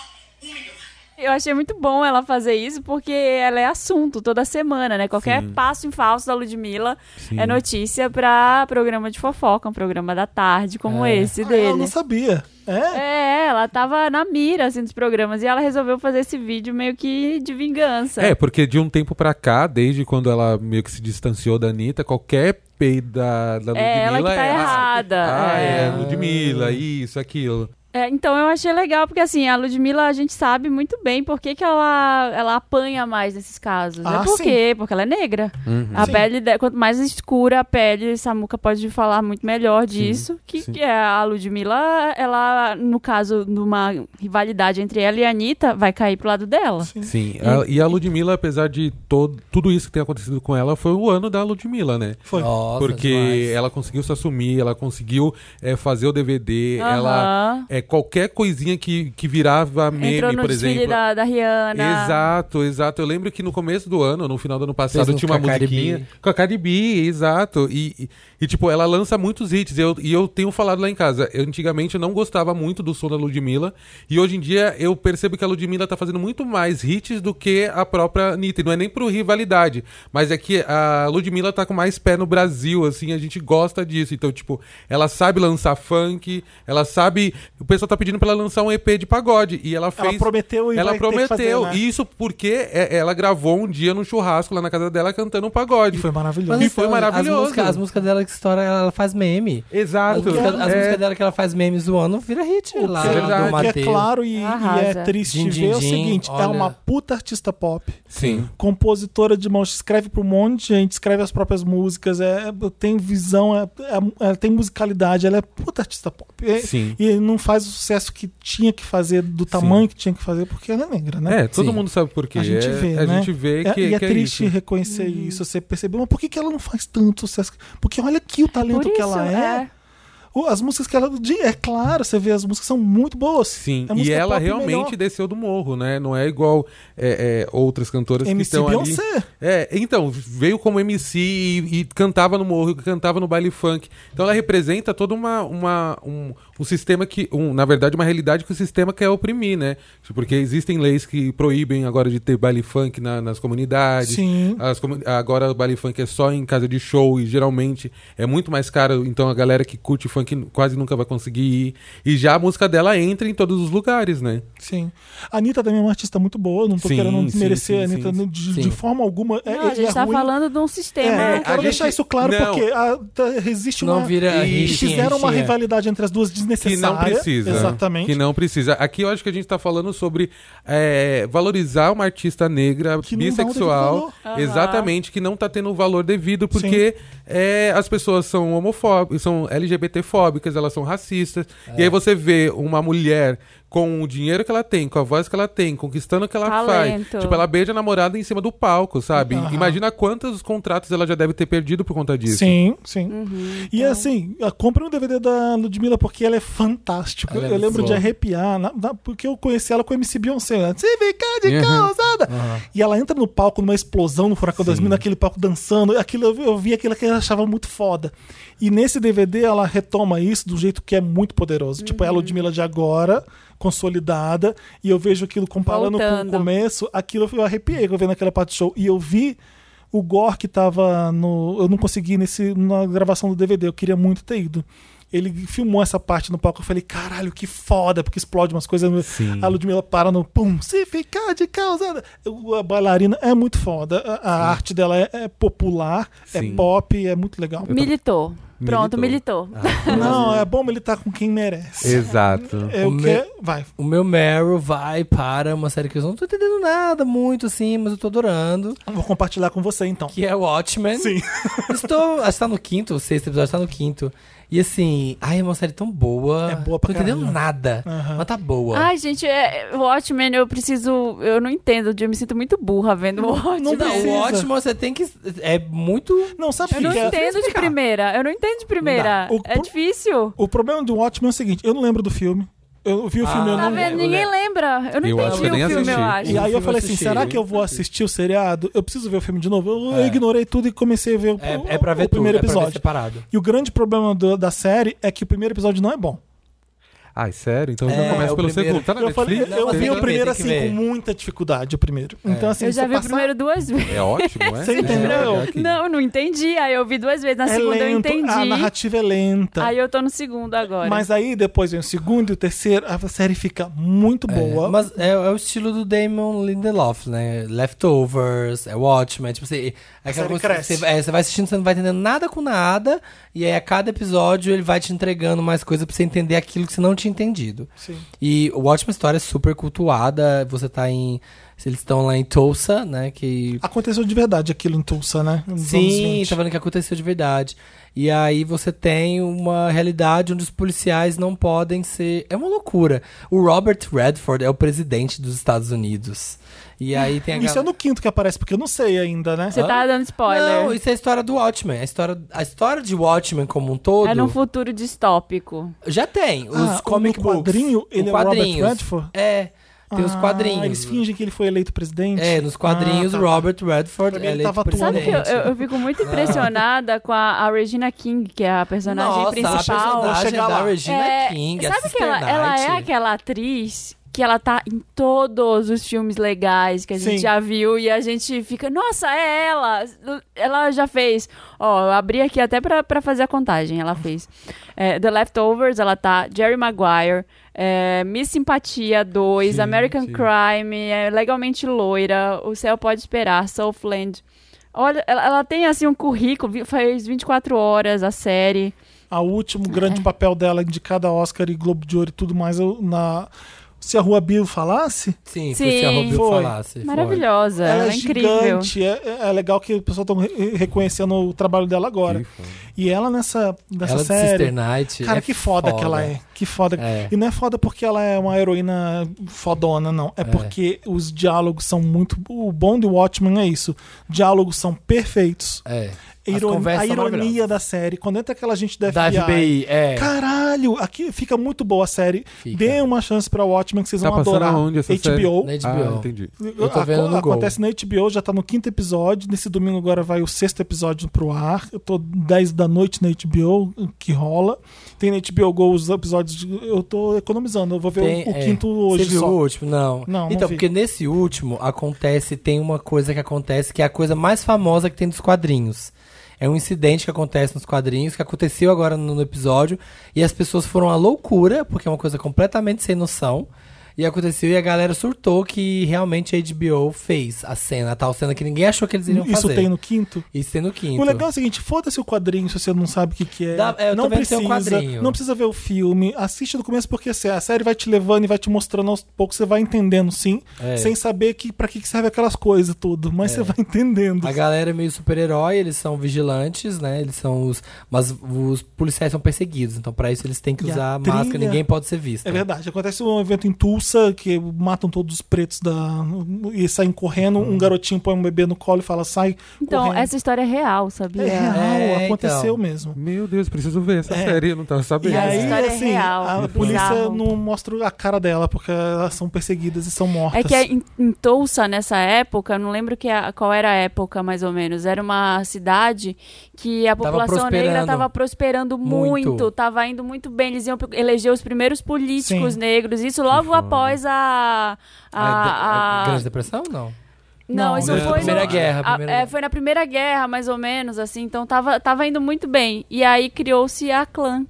Speaker 9: У меня!
Speaker 3: Eu achei muito bom ela fazer isso, porque ela é assunto toda semana, né? Qualquer passo em falso da Ludmilla é notícia pra programa de fofoca, um programa da tarde como
Speaker 4: É.
Speaker 3: esse
Speaker 1: Ah, eu
Speaker 3: dele.
Speaker 1: não sabia. É?
Speaker 3: É, ela tava na mira, assim, dos programas. E ela resolveu fazer esse vídeo meio que de vingança.
Speaker 5: É, porque de um tempo pra cá, desde quando ela meio que se distanciou da Anitta, qualquer peida da Ludmilla
Speaker 3: É, ela que tá
Speaker 5: ah,
Speaker 3: errada.
Speaker 5: Ah, é.
Speaker 3: É.
Speaker 5: Ludmilla, isso, aquilo.
Speaker 3: É, então eu achei legal, porque assim, a Ludmilla a gente sabe muito bem por que, que ela, ela apanha mais nesses casos.
Speaker 1: Ah,
Speaker 3: é por
Speaker 1: sim.
Speaker 3: quê? Porque ela é negra.
Speaker 5: Uhum.
Speaker 3: A
Speaker 1: Sim.
Speaker 3: pele, de- quanto mais escura a pele, Samuca pode falar muito melhor disso. Que,
Speaker 5: sim.
Speaker 3: que é a Ludmilla, ela, no caso, numa rivalidade entre ela e a Anitta, vai cair pro lado dela.
Speaker 5: Sim. a- e a Ludmilla, apesar de todo, tudo isso que tem acontecido com ela, foi o ano da Ludmilla, né?
Speaker 1: Foi.
Speaker 4: Nossa,
Speaker 5: porque
Speaker 4: demais.
Speaker 5: ela conseguiu se assumir, ela conseguiu é, fazer o DVD, ela.
Speaker 3: Aham.
Speaker 5: É, qualquer coisinha que, que virava meme,
Speaker 3: Entrou no
Speaker 5: por
Speaker 3: desfile
Speaker 5: exemplo.
Speaker 3: da, da Rihanna.
Speaker 5: Exato, exato. Eu lembro que no começo do ano, no final do ano passado,
Speaker 4: Fez um
Speaker 5: tinha uma
Speaker 4: com a Cardi
Speaker 5: musiquinha
Speaker 4: B.
Speaker 5: com a Cardi B, exato. E, e- e, tipo, ela lança muitos hits. E eu, e eu tenho falado lá em casa, eu antigamente eu não gostava muito do som da Ludmilla. E hoje em dia eu percebo que a Ludmilla tá fazendo muito mais hits do que a própria Anitta. E não é nem por rivalidade, mas é que a Ludmilla tá com mais pé no Brasil, assim, a gente gosta disso. Então, tipo, ela sabe lançar funk, ela sabe. O pessoal tá pedindo pra ela lançar um EP de pagode. E ela fez.
Speaker 1: Ela prometeu e
Speaker 5: Ela
Speaker 1: vai ter que
Speaker 5: prometeu.
Speaker 1: fazer, né?
Speaker 5: Isso porque é- ela gravou um dia num churrasco lá na casa dela cantando um pagode.
Speaker 1: E foi maravilhoso.
Speaker 5: Mas- E foi
Speaker 4: então,
Speaker 5: maravilhoso.
Speaker 4: As músicas, as músicas dela que estoura, ela, ela faz meme. As,
Speaker 5: Exato.
Speaker 4: músicas, as
Speaker 5: É,
Speaker 4: músicas dela que ela faz meme zoando vira hit
Speaker 1: O
Speaker 4: lá
Speaker 1: que,
Speaker 5: é verdade.
Speaker 4: do
Speaker 1: o que é
Speaker 4: Matheus.
Speaker 1: claro e, e é
Speaker 3: Arrasa.
Speaker 1: triste
Speaker 4: Din,
Speaker 1: ver
Speaker 4: din,
Speaker 1: é o
Speaker 4: din,
Speaker 1: seguinte: é
Speaker 4: olha.
Speaker 1: uma puta artista pop,
Speaker 5: Sim.
Speaker 1: compositora de mãos, escreve pra um monte de gente, escreve as próprias músicas, é, tem visão, é, é- ela tem musicalidade, ela é puta artista pop. E,
Speaker 5: Sim.
Speaker 1: e não faz o sucesso que tinha que fazer, do tamanho que tinha que fazer, porque ela é negra, né?
Speaker 5: É, todo
Speaker 4: Sim.
Speaker 5: mundo sabe por quê.
Speaker 1: A gente
Speaker 5: É-
Speaker 1: vê,
Speaker 5: a
Speaker 1: né?
Speaker 5: gente vê
Speaker 1: É,
Speaker 5: que,
Speaker 1: e é
Speaker 5: que
Speaker 1: triste
Speaker 5: isso.
Speaker 1: reconhecer isso, você percebeu, mas por que, que ela não faz tanto sucesso? Porque olha aqui o
Speaker 3: Por
Speaker 1: talento
Speaker 3: isso,
Speaker 1: que ela é.
Speaker 3: é.
Speaker 1: O- As músicas que ela. de- É claro, você vê, as músicas são muito boas.
Speaker 5: Sim,
Speaker 1: É
Speaker 5: e
Speaker 1: música
Speaker 5: ela
Speaker 1: pop
Speaker 5: realmente
Speaker 1: melhor.
Speaker 5: desceu do morro, né? Não é igual é, é, outras cantoras que
Speaker 1: MC
Speaker 5: estão ali.
Speaker 1: Beyoncé.
Speaker 5: É, então, veio como MC e, e cantava no morro, cantava no baile funk. Então ela representa toda uma, uma um, um sistema que, um, na verdade, uma realidade que o sistema quer oprimir, né? Porque existem leis que proíbem agora de ter baile funk na- nas comunidades.
Speaker 1: Sim.
Speaker 5: As comu- agora o baile funk é só em casa de show e geralmente é muito mais caro, então a galera que curte funk nu- quase nunca vai conseguir ir. E já a música dela entra em todos os lugares, né?
Speaker 1: Sim. A Anitta também é uma artista muito boa, não tô
Speaker 5: Sim,
Speaker 1: querendo
Speaker 5: sim,
Speaker 1: desmerecer a
Speaker 5: sim,
Speaker 1: Anitta né,
Speaker 5: sim,
Speaker 1: de,
Speaker 4: sim.
Speaker 1: de forma alguma. É,
Speaker 3: Não, a
Speaker 1: é-
Speaker 3: gente
Speaker 1: é
Speaker 3: tá
Speaker 1: ruim.
Speaker 3: falando de um
Speaker 1: É,
Speaker 3: sistema.
Speaker 1: eu
Speaker 5: a
Speaker 1: quero
Speaker 5: gente-
Speaker 1: deixar isso claro
Speaker 5: não.
Speaker 1: porque a- tá- existe
Speaker 4: Não
Speaker 1: uma.
Speaker 4: vira
Speaker 5: E
Speaker 1: eles
Speaker 4: hitinha,
Speaker 1: fizeram uma
Speaker 4: hitinha.
Speaker 1: rivalidade entre as duas
Speaker 5: Que
Speaker 1: desnecessária.
Speaker 5: não precisa.
Speaker 1: Exatamente.
Speaker 5: Que não precisa. Aqui eu acho que a gente tá falando sobre é, valorizar uma artista negra,
Speaker 1: Que não dá o
Speaker 5: bissexual.
Speaker 1: devido
Speaker 3: valor.
Speaker 5: Exatamente, que não tá tendo o valor devido, porque é, as pessoas são homofóbicas, são LGBTfóbicas, elas são racistas. E aí você vê uma mulher com o dinheiro que ela tem, com a voz que ela tem, conquistando o que ela
Speaker 3: Talento.
Speaker 5: faz. Tipo, ela beija a namorada em cima do palco, sabe?
Speaker 1: Aham.
Speaker 5: Imagina quantos contratos ela já deve ter perdido por conta disso.
Speaker 1: Sim, sim. e assim, a- compre um DVD da Ludmilla porque ela é fantástica.
Speaker 4: Ela é
Speaker 1: eu lembro
Speaker 4: boa.
Speaker 1: de arrepiar, na- na- porque eu conheci ela com o MC Beyoncé. Né? Se fica de
Speaker 5: Uhum.
Speaker 1: causada. E ela entra no palco numa explosão no Furacão 2000, naquele palco dançando. Aquilo, eu, eu vi aquilo que eu achava muito foda. E nesse DVD ela retoma isso do jeito que é muito poderoso. Tipo, é a Ludmilla de agora, consolidada. E eu vejo aquilo comparando com
Speaker 3: Voltando.
Speaker 1: o começo. Aquilo eu arrepiei eu vendo aquela parte do show. E eu vi o Gore que tava no. Eu não consegui nesse, na gravação do DVD, eu queria muito ter ido. Ele filmou essa parte no palco. Eu falei, caralho, que foda, porque explode umas coisas. né? A Ludmilla para no pum, se ficar de causa. O- A bailarina é muito foda. A, a arte dela é, é popular,
Speaker 5: Sim.
Speaker 1: é pop, é muito legal.
Speaker 3: Militou. Pronto,
Speaker 5: Militou.
Speaker 3: militou.
Speaker 1: Não, é bom militar com quem merece.
Speaker 5: Exato.
Speaker 1: É o
Speaker 4: O
Speaker 1: que.
Speaker 4: meu-
Speaker 1: Vai.
Speaker 4: O meu Meryl vai para é uma série que eu não tô entendendo nada muito, assim, mas eu tô adorando.
Speaker 1: Vou compartilhar com você então.
Speaker 4: Que é Watchmen.
Speaker 1: Sim.
Speaker 4: Estou. Acho que tá no quinto, o sexto episódio tá no quinto. E assim, ai, é uma série tão boa.
Speaker 1: É boa pra
Speaker 4: Não entendeu
Speaker 1: caralho.
Speaker 4: nada.
Speaker 1: Aham.
Speaker 4: Mas tá boa.
Speaker 3: Ai, gente, é, Watchmen, eu preciso. Eu não entendo, eu me sinto muito burra vendo Watchmen.
Speaker 1: não
Speaker 4: não,
Speaker 1: precisa.
Speaker 4: o ótimo você tem que. É muito.
Speaker 1: Não, sabe
Speaker 3: Eu não
Speaker 1: o que é?
Speaker 3: entendo de primeira. Eu não entendo de primeira.
Speaker 1: Não dá. O
Speaker 3: É
Speaker 1: pro-
Speaker 3: difícil.
Speaker 1: O problema do Watchmen é o seguinte, eu não lembro do filme. Eu vi o filme, eu
Speaker 3: Tá
Speaker 1: não
Speaker 3: vendo?
Speaker 1: lembro.
Speaker 3: Ninguém lembra. Eu não
Speaker 5: Eu
Speaker 3: entendi
Speaker 5: acho que eu
Speaker 3: o
Speaker 5: nem
Speaker 3: filme, eu
Speaker 5: assisti.
Speaker 3: acho.
Speaker 1: E aí eu
Speaker 4: filme
Speaker 1: falei assim,
Speaker 4: assistido.
Speaker 1: será que eu vou assistir o seriado? Eu preciso ver o filme de novo. Eu
Speaker 4: É.
Speaker 1: ignorei tudo e comecei a ver o,
Speaker 4: É, é pra ver
Speaker 1: o primeiro
Speaker 4: tudo, É pra ver
Speaker 1: episódio.
Speaker 4: separado.
Speaker 1: E o grande problema do- da série é que o primeiro episódio não é bom.
Speaker 5: Ai, sério? Então eu
Speaker 4: É,
Speaker 5: já começa
Speaker 4: o
Speaker 5: pelo
Speaker 4: primeiro.
Speaker 5: segundo. Tá na
Speaker 1: Eu, falei,
Speaker 5: Netflix?
Speaker 4: não,
Speaker 1: eu
Speaker 4: mas
Speaker 1: vi
Speaker 4: tem
Speaker 1: o
Speaker 4: que
Speaker 1: primeiro
Speaker 4: ver, tem
Speaker 1: assim
Speaker 4: que ver. É.
Speaker 1: com muita dificuldade, o primeiro. Então assim,
Speaker 3: eu já
Speaker 1: você
Speaker 3: vi o
Speaker 1: passar-
Speaker 3: primeiro duas vezes.
Speaker 5: É ótimo, é?
Speaker 1: Você entendeu?
Speaker 5: É, aqui.
Speaker 3: Não, eu não entendi. Aí eu vi duas vezes. Na
Speaker 1: é
Speaker 3: segunda eu
Speaker 1: lento,
Speaker 3: entendi.
Speaker 1: a narrativa é lenta.
Speaker 3: Aí eu tô no segundo agora.
Speaker 1: Mas aí depois vem o segundo e o terceiro, a série fica muito boa.
Speaker 4: É, mas é, é o estilo do Damon Lindelof, né? Leftovers, é Watchmen, tipo assim, é aquela
Speaker 1: série
Speaker 4: coisa que
Speaker 1: cresce.
Speaker 4: você, é, você vai assistindo, você não vai entendendo nada com nada, e aí a cada episódio ele vai te entregando mais coisa pra você entender aquilo que você não tinha entendido.
Speaker 1: Sim.
Speaker 4: E o Watchmen História é super cultuada, você tá em. Eles estão lá em Tulsa, né? Que
Speaker 1: Aconteceu de verdade aquilo em Tulsa, né? Nos anos
Speaker 4: Sim,
Speaker 1: 20.
Speaker 4: tá falando que aconteceu de verdade. E aí você tem uma realidade onde os policiais não podem ser. É uma loucura. O Robert Redford é o presidente dos Estados Unidos. E aí tem a
Speaker 1: Isso é
Speaker 4: gal-
Speaker 1: no quinto que aparece, porque eu não sei ainda, né?
Speaker 3: Você tá dando spoiler.
Speaker 4: Não, isso é a história do Watchmen. A história, a história de Watchmen como um todo.
Speaker 3: É num futuro distópico.
Speaker 4: Já tem. Os
Speaker 1: Ah,
Speaker 4: comic
Speaker 1: no
Speaker 4: books.
Speaker 1: quadrinho,
Speaker 4: No
Speaker 1: ele é o Robert
Speaker 4: quadrinhos.
Speaker 1: Redford?
Speaker 4: É. Tem os
Speaker 1: Ah,
Speaker 4: quadrinhos.
Speaker 1: Eles fingem que ele foi eleito presidente.
Speaker 4: É, nos quadrinhos,
Speaker 1: Ah, tá.
Speaker 4: Robert Redford
Speaker 1: Pra mim
Speaker 4: é
Speaker 1: ele
Speaker 4: eleito
Speaker 1: tava atuando.
Speaker 3: Sabe que eu,
Speaker 4: presidente.
Speaker 3: eu- eu fico muito impressionada com a, a Regina King, que é a personagem
Speaker 4: Nossa, a
Speaker 3: principal.
Speaker 4: personagem
Speaker 1: chegar
Speaker 4: da
Speaker 1: lá.
Speaker 4: Regina
Speaker 3: É,
Speaker 4: King, a
Speaker 3: sabe que
Speaker 4: Sister
Speaker 3: ela, ela é
Speaker 4: Knight.
Speaker 3: aquela atriz que ela tá em todos os filmes legais que a gente
Speaker 1: Sim.
Speaker 3: já viu e a gente fica, nossa, é ela! Ela já fez. Ó, eu abri aqui até pra, pra fazer a contagem, ela fez. É, The Leftovers, ela tá. Jerry Maguire. é, Miss Simpatia 2,
Speaker 5: Sim,
Speaker 3: American
Speaker 5: sim.
Speaker 3: Crime, é, Legalmente Loira, O Céu Pode Esperar, Southland. Olha, ela, ela tem assim um currículo, vi- faz 24 horas a série.
Speaker 1: A último grande papel dela, indicada a Oscar e Globo de Ouro e tudo mais, eu- na... se a Rua Bill falasse,
Speaker 4: Sim,
Speaker 3: Sim.
Speaker 4: Sim. Rubio
Speaker 1: Foi.
Speaker 4: falasse. foi.
Speaker 3: Maravilhosa,
Speaker 1: ela, é,
Speaker 3: incrível.
Speaker 1: gigante. É, é legal que o pessoal tá re- reconhecendo o trabalho dela agora.
Speaker 5: Que foda.
Speaker 1: E ela nessa, nessa
Speaker 4: Ela é de Sister
Speaker 1: série.
Speaker 4: Knight.
Speaker 1: Cara,
Speaker 4: é
Speaker 1: que foda, que ela é. Que foda.
Speaker 4: É.
Speaker 1: E não é foda porque ela é uma heroína fodona, não. É, porque os diálogos são muito. O bom do Watchmen é isso. Diálogos são perfeitos.
Speaker 4: É.
Speaker 1: A,
Speaker 4: As
Speaker 1: iron-
Speaker 4: conversas
Speaker 1: a
Speaker 4: são
Speaker 1: ironia da série. Quando entra aquela gente da FBI.
Speaker 4: Da FBI, é.
Speaker 1: Caralho, aqui fica muito boa a série.
Speaker 4: Fica.
Speaker 1: Dê uma chance pra Watchmen que vocês
Speaker 5: Tá
Speaker 1: vão
Speaker 5: passando
Speaker 1: adorar.
Speaker 5: aonde essa série?
Speaker 1: HBO.
Speaker 4: Na
Speaker 5: Ah,
Speaker 4: HBO.
Speaker 5: entendi.
Speaker 4: Eu tô vendo no Go.
Speaker 1: acontece na HBO, já tá no quinto episódio. Nesse domingo agora vai o sexto episódio pro ar. Eu tô 10 da noite na HBO, que rola. Tem na HBO Go os episódios. de- Eu tô economizando, eu vou ver
Speaker 4: Tem-
Speaker 1: o, o
Speaker 4: é.
Speaker 1: quinto
Speaker 4: Você
Speaker 1: um hoje
Speaker 4: viu
Speaker 1: só.
Speaker 4: o último? Não.
Speaker 1: Não, não
Speaker 4: Então,
Speaker 1: vi.
Speaker 4: porque nesse último acontece, tem uma coisa que acontece que é a coisa mais famosa que tem dos quadrinhos. É um incidente que acontece nos quadrinhos, que aconteceu agora no, no episódio, e as pessoas foram à loucura, porque é uma coisa completamente sem noção. E aconteceu e a galera surtou que realmente a HBO fez a cena, a tal cena que ninguém achou que eles iriam
Speaker 1: Isso
Speaker 4: fazer.
Speaker 1: tem no quinto?
Speaker 4: Isso tem no quinto.
Speaker 1: O legal é o seguinte, foda-se o quadrinho se você não sabe o que, que é.
Speaker 4: Então. Dá- é, eu
Speaker 1: não
Speaker 4: também
Speaker 1: precisa.
Speaker 4: tenho um quadrinho.
Speaker 1: Não precisa ver o filme. Assiste do começo porque assim, a série vai te levando e vai te mostrando aos poucos, você vai entendendo sim,
Speaker 4: É.
Speaker 1: sem saber que para que que serve aquelas coisas tudo, mas você vai entendendo.
Speaker 4: A galera é meio super-herói, eles são vigilantes, né? Eles são os. Mas os policiais são perseguidos, então pra isso eles têm que
Speaker 1: E a
Speaker 4: usar
Speaker 1: trilha-
Speaker 4: máscara, ninguém pode ser visto.
Speaker 1: É verdade. Acontece um evento em Tulsa que matam todos os pretos da e saem correndo.
Speaker 4: Uhum.
Speaker 1: Um garotinho põe um bebê no colo e fala sai.
Speaker 3: Então,
Speaker 1: correndo.
Speaker 3: essa história é real,
Speaker 1: é
Speaker 3: sabia?
Speaker 1: real,
Speaker 4: É, então.
Speaker 1: aconteceu mesmo.
Speaker 5: Meu Deus, preciso ver essa
Speaker 1: É.
Speaker 5: série, eu não tava
Speaker 1: E
Speaker 5: sabendo.
Speaker 3: Essa
Speaker 1: aí,
Speaker 3: história é
Speaker 1: assim,
Speaker 3: real,
Speaker 1: a
Speaker 3: bizarro.
Speaker 1: polícia não mostra a cara dela porque elas são perseguidas e são mortas.
Speaker 3: É que em, em Tulsa, nessa época, eu não lembro que a- qual era a época, mais ou menos. Era uma cidade que a
Speaker 4: Tava
Speaker 3: população negra
Speaker 4: prosperando.
Speaker 3: estava prosperando
Speaker 4: Muito.
Speaker 3: muito, estava indo muito bem. Eles iam pro- eleger os primeiros políticos
Speaker 1: Sim.
Speaker 3: negros. Isso logo após a... a-
Speaker 4: Ah,
Speaker 3: a-
Speaker 4: Grande Depressão? Não.
Speaker 3: Não,
Speaker 1: Não,
Speaker 3: isso
Speaker 5: né?
Speaker 3: foi
Speaker 5: Primeira
Speaker 3: no-
Speaker 4: Guerra,
Speaker 3: a-
Speaker 4: Primeira
Speaker 3: é,
Speaker 4: Guerra.
Speaker 3: foi na Primeira Guerra, mais ou menos, assim. Então, tava, tava indo muito bem. E aí, criou-se a clã.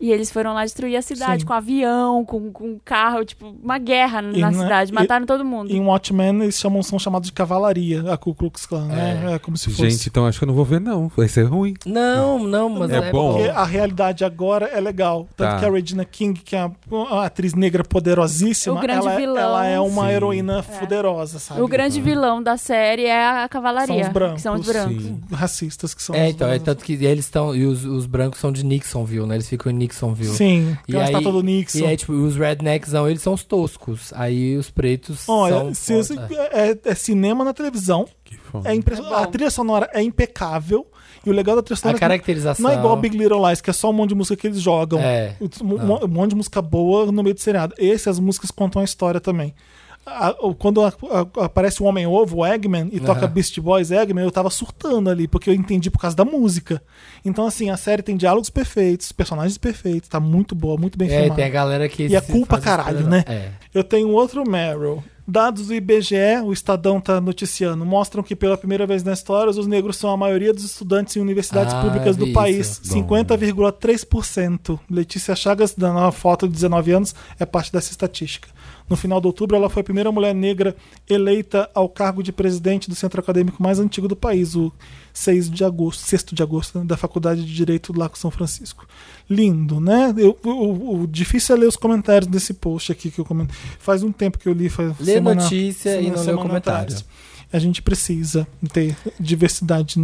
Speaker 3: E eles foram lá destruir a cidade
Speaker 1: Sim.
Speaker 3: com avião, com, com carro, tipo, uma guerra
Speaker 1: E
Speaker 3: na
Speaker 1: não é-
Speaker 3: cidade.
Speaker 1: e-
Speaker 3: Mataram todo mundo.
Speaker 1: Em Watchmen, eles chamam, são chamados de cavalaria, a Ku Klux Klan. né? É, como se fosse.
Speaker 5: Gente, então acho que eu não vou ver, não. Vai ser ruim.
Speaker 4: Não, não, mas
Speaker 5: É bom.
Speaker 1: Porque a realidade agora é legal. Tanto
Speaker 5: Tá.
Speaker 1: que a Regina King, que é uma- uma atriz negra poderosíssima,
Speaker 3: O grande
Speaker 1: ela,
Speaker 3: vilão.
Speaker 1: ela é uma
Speaker 5: Sim.
Speaker 1: heroína fuderosa, sabe?
Speaker 3: O grande vilão da série é a
Speaker 1: um São os
Speaker 3: cavalaria.
Speaker 1: brancos.
Speaker 3: que são os brancos.
Speaker 5: Sim.
Speaker 1: Racistas que são.
Speaker 4: É,
Speaker 1: os
Speaker 4: então, é
Speaker 1: brancos.
Speaker 4: tanto que eles estão. E os, os brancos são de Nixonville, né? Eles ficam em Nixonville.
Speaker 1: Sim,
Speaker 4: E
Speaker 1: tem uma
Speaker 4: aí-
Speaker 1: estátua do Nixon.
Speaker 4: E aí, tipo, os rednecks não, eles são os toscos. Aí os pretos
Speaker 1: Olha,
Speaker 4: são.
Speaker 1: se- se- é, é cinema na televisão.
Speaker 5: Que foda.
Speaker 1: É impre-
Speaker 3: bom.
Speaker 1: a trilha sonora é impecável. E o legal da trilha
Speaker 4: a
Speaker 1: sonora é que
Speaker 4: caracterização.
Speaker 1: não é igual a Big Little Lies, que é só um monte de música que eles jogam.
Speaker 4: É.
Speaker 1: Um, mo- um monte de música boa no meio do seriado. Esse, as músicas contam a história também. A- o- quando a- a- aparece o Homem Ovo, o Eggman, e toca Beast Boys Eggman, eu tava surtando ali, porque eu entendi por causa da música. Então, assim, a série tem diálogos perfeitos, personagens perfeitos, tá muito boa, muito bem
Speaker 4: É,
Speaker 1: filmada.
Speaker 4: tem a galera que.
Speaker 1: E é
Speaker 4: se
Speaker 1: culpa
Speaker 4: faz
Speaker 1: caralho,
Speaker 4: esperar.
Speaker 1: né?
Speaker 4: É.
Speaker 1: Eu tenho outro Meryl. Dados do IBGE, o Estadão tá noticiando, mostram que pela primeira vez na história os negros são a maioria dos estudantes em universidades
Speaker 4: Ah,
Speaker 1: públicas do
Speaker 4: vi
Speaker 1: país.
Speaker 4: isso.
Speaker 1: 50,3%. Letícia Chagas, dando uma foto de 19 anos, é parte dessa estatística. No final de outubro, ela foi a primeira mulher negra eleita ao cargo de presidente do centro acadêmico mais antigo do país, o 6 de agosto, 6 de agosto, né, da Faculdade de Direito do Lago São Francisco. Lindo, né? Eu- o, o difícil é ler os comentários desse post aqui que eu comento. Faz um tempo que eu li, faz
Speaker 4: Lê
Speaker 1: semana- tá.
Speaker 4: notícia e não lê o comentário.
Speaker 1: atrás. A gente precisa ter diversidade.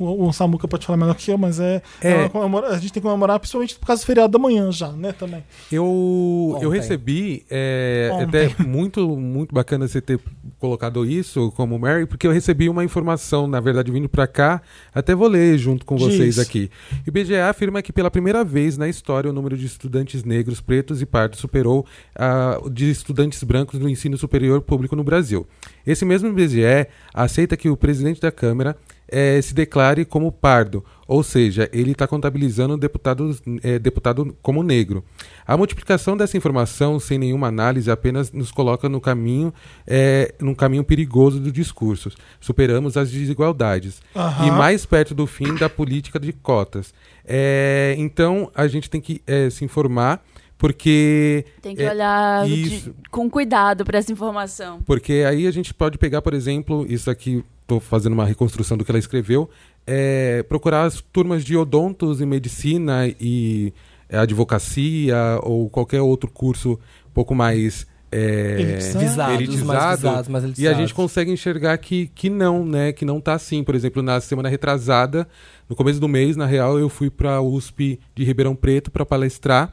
Speaker 1: O, o Samuca pode falar melhor que eu, mas é,
Speaker 5: É.
Speaker 1: é uma comemora- a gente tem que comemorar, principalmente por causa do feriado da manhã já, né? Também.
Speaker 5: Eu, eu
Speaker 4: Ontem.
Speaker 5: recebi, é,
Speaker 1: Ontem.
Speaker 5: até muito, muito bacana você ter colocado isso como Mary, porque eu recebi uma informação, na verdade, vindo pra cá, até vou ler junto com vocês
Speaker 1: Diz.
Speaker 5: aqui. O IBGE afirma que pela primeira vez na história o número de estudantes negros, pretos e pardos superou ah, o de estudantes brancos no ensino superior público no Brasil. Esse mesmo IBGE aceita que o presidente da Câmara eh, se declare como pardo, ou seja, ele está contabilizando o deputado, eh, deputado como negro. A multiplicação dessa informação, sem nenhuma análise, apenas nos coloca no caminho, eh, num caminho perigoso do discurso. Superamos as desigualdades
Speaker 1: Aham.
Speaker 5: e mais perto do fim da política de cotas. Eh, então, a gente tem que eh, se informar, porque
Speaker 3: Tem que
Speaker 5: É,
Speaker 3: olhar de-
Speaker 5: isso.
Speaker 3: com cuidado pra essa informação.
Speaker 5: porque aí a gente pode pegar, por exemplo, isso aqui, estou fazendo uma reconstrução do que ela escreveu, é, procurar as turmas de odontos e medicina e é, advocacia ou qualquer outro curso um pouco mais é,
Speaker 1: Elitizado.
Speaker 4: Visados, mais visados, mais
Speaker 5: e a
Speaker 4: elitizados.
Speaker 5: gente consegue enxergar que, que não, né? Que não tá assim. Por exemplo, na semana retrasada, no começo do mês, na real, eu fui para USP de Ribeirão Preto para palestrar,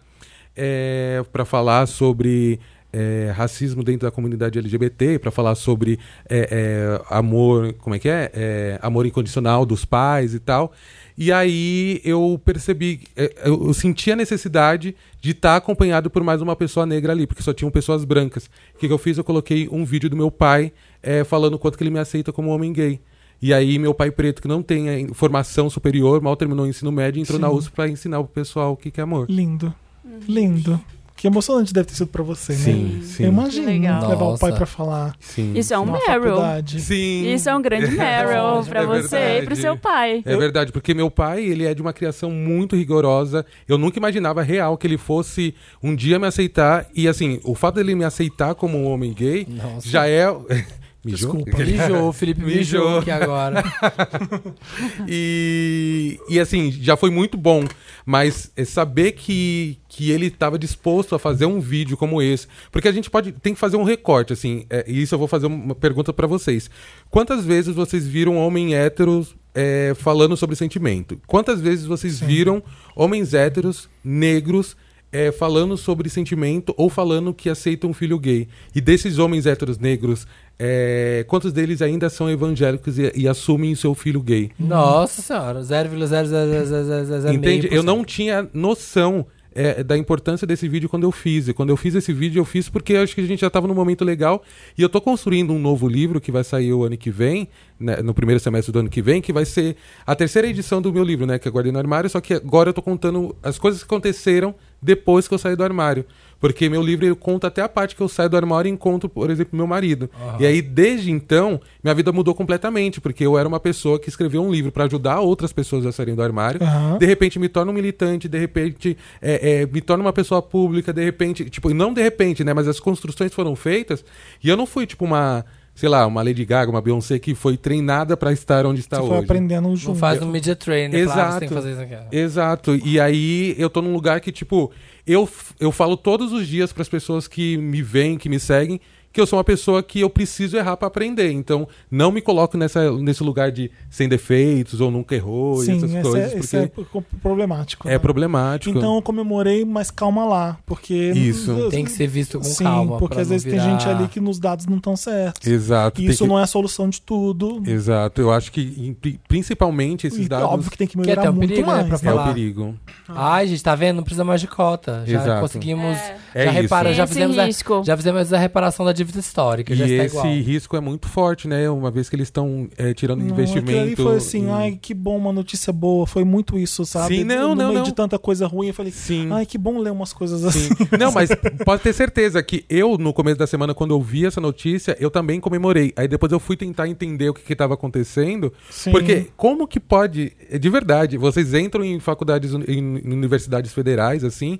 Speaker 5: é, para falar sobre é, racismo dentro da comunidade LGBT, para falar sobre é, é, amor, como é que é? É, Amor incondicional dos pais e tal. E aí eu percebi, é, eu eu senti a necessidade de estar acompanhado por mais uma pessoa negra ali, porque só tinham pessoas brancas. O que, que eu fiz? Eu coloquei um vídeo do meu pai é, falando o quanto que ele me aceita como homem gay. E aí meu pai preto, que não tem é, formação superior, mal terminou o ensino médio, entrou na USP para ensinar o pessoal o que, que é amor.
Speaker 1: Lindo.
Speaker 3: Uhum.
Speaker 1: Lindo. Que emocionante deve ter sido pra você, né?
Speaker 5: sim.
Speaker 1: Eu imagino
Speaker 3: Que legal.
Speaker 1: levar o
Speaker 4: Nossa.
Speaker 1: pai pra falar
Speaker 5: sim.
Speaker 3: Isso é um
Speaker 1: numa
Speaker 3: Meryl.
Speaker 1: faculdade.
Speaker 5: Sim.
Speaker 3: Isso é um grande Meryl pra
Speaker 5: É
Speaker 3: você e pro
Speaker 5: verdade.
Speaker 3: seu pai.
Speaker 5: É verdade, porque meu pai, ele é de uma criação muito rigorosa. Eu nunca imaginava real que ele fosse um dia me aceitar. E assim, o fato dele me aceitar como um homem gay
Speaker 4: Nossa.
Speaker 5: já é. Mijou?
Speaker 4: Mijou, Felipe mijou,
Speaker 5: Mijou.
Speaker 4: aqui agora.
Speaker 5: E, e assim, já foi muito bom. Mas é saber que, que ele estava disposto a fazer um vídeo como esse. Porque a gente pode tem que fazer um recorte, assim. é, e isso eu vou fazer uma pergunta pra vocês. Quantas vezes vocês viram homem hétero é, falando sobre sentimento? Quantas vezes vocês viram homens héteros, negros, é, falando sobre sentimento ou falando que aceitam um filho gay? E desses homens héteros negros, é, quantos deles ainda são evangélicos e, e assumem o seu filho gay?
Speaker 4: Nossa senhora, 0,00000.
Speaker 5: Entende? Eu não tinha noção é, da importância desse vídeo quando eu fiz. E quando eu fiz esse vídeo, eu fiz porque eu acho que a gente já estava num momento legal. E eu tô construindo um novo livro que vai sair o ano que vem, né, no primeiro semestre do ano que vem, que vai ser a terceira edição do meu livro, né? Que é Guardei no Armário. Só que agora eu tô contando as coisas que aconteceram depois que eu saí do armário. Porque meu livro ele conta até a parte que eu saio do armário e encontro, por exemplo, meu marido. E aí, desde então, minha vida mudou completamente, porque eu era uma pessoa que escreveu um livro para ajudar outras pessoas a saírem do armário.
Speaker 1: Aham.
Speaker 5: De repente me torno um militante, de repente é, é, me torno uma pessoa pública, de repente. Tipo, e não de repente, né? Mas as construções foram feitas e eu não fui, tipo, uma. Sei lá, uma Lady Gaga, uma Beyoncé que foi treinada para estar onde está
Speaker 1: Você foi
Speaker 5: Tá hoje.
Speaker 1: aprendendo
Speaker 4: Não
Speaker 1: junto.
Speaker 4: faz um media trainer, Claro, você tem que
Speaker 5: Exato.
Speaker 4: fazer isso aqui.
Speaker 5: Exato. E aí eu tô num lugar que, tipo, eu, f- eu falo todos os dias pras pessoas que me veem, que me seguem, que eu sou uma pessoa que eu preciso errar pra aprender. Então, não me coloco nessa, nesse lugar de sem defeitos ou nunca errou e
Speaker 1: Sim,
Speaker 5: essas
Speaker 1: esse,
Speaker 5: coisas,
Speaker 1: é, esse é
Speaker 5: porque
Speaker 1: pro- problemático.
Speaker 5: é,
Speaker 1: né?
Speaker 5: problemático.
Speaker 1: Então eu comemorei, mas calma lá, porque...
Speaker 5: Isso.
Speaker 4: Tem que ser visto com
Speaker 1: Sim,
Speaker 4: calma.
Speaker 1: porque
Speaker 4: pra
Speaker 1: às
Speaker 4: não
Speaker 1: vezes tem
Speaker 4: virar-
Speaker 1: gente ali que nos dados não estão certos.
Speaker 5: Exato.
Speaker 1: E
Speaker 5: tem
Speaker 1: isso
Speaker 5: que-
Speaker 1: não é a solução de tudo.
Speaker 5: Exato. Eu acho que, em pri- principalmente, esses
Speaker 1: E
Speaker 5: dados
Speaker 1: óbvio que tem que
Speaker 4: é
Speaker 1: melhorar
Speaker 4: até um
Speaker 1: muito
Speaker 4: perigo, né,
Speaker 1: mais.
Speaker 4: pra
Speaker 5: é
Speaker 4: falar.
Speaker 5: o perigo.
Speaker 4: Ai, gente, tá vendo? Não precisa mais de cota. Já
Speaker 5: Exato.
Speaker 4: conseguimos.
Speaker 3: É.
Speaker 5: É
Speaker 4: já
Speaker 5: isso.
Speaker 4: repara,
Speaker 3: Tem
Speaker 4: já
Speaker 3: esse
Speaker 4: fizemos, a,
Speaker 3: risco.
Speaker 4: já fizemos a reparação da dívida histórica. já
Speaker 5: e
Speaker 4: está
Speaker 5: esse
Speaker 4: igual.
Speaker 5: risco é muito forte, né? Uma vez que eles estão é, tirando
Speaker 1: Não,
Speaker 5: investimento. hum,
Speaker 1: aquilo ali foi assim,
Speaker 5: em-
Speaker 1: ai, que bom, uma notícia boa. Foi muito isso, sabe?
Speaker 5: Sim, não,
Speaker 1: no
Speaker 5: não,
Speaker 1: meio
Speaker 5: não.
Speaker 1: de tanta coisa ruim, eu falei,
Speaker 5: Sim.
Speaker 1: ai, que bom ler umas coisas assim.
Speaker 5: Sim. Não, mas pode ter certeza que eu, no começo da semana, quando eu vi essa notícia, eu também comemorei. Aí depois eu fui tentar entender o que estava acontecendo.
Speaker 1: Sim.
Speaker 5: Porque como que pode. é De verdade, vocês entram em faculdades, uni- em universidades federais, assim.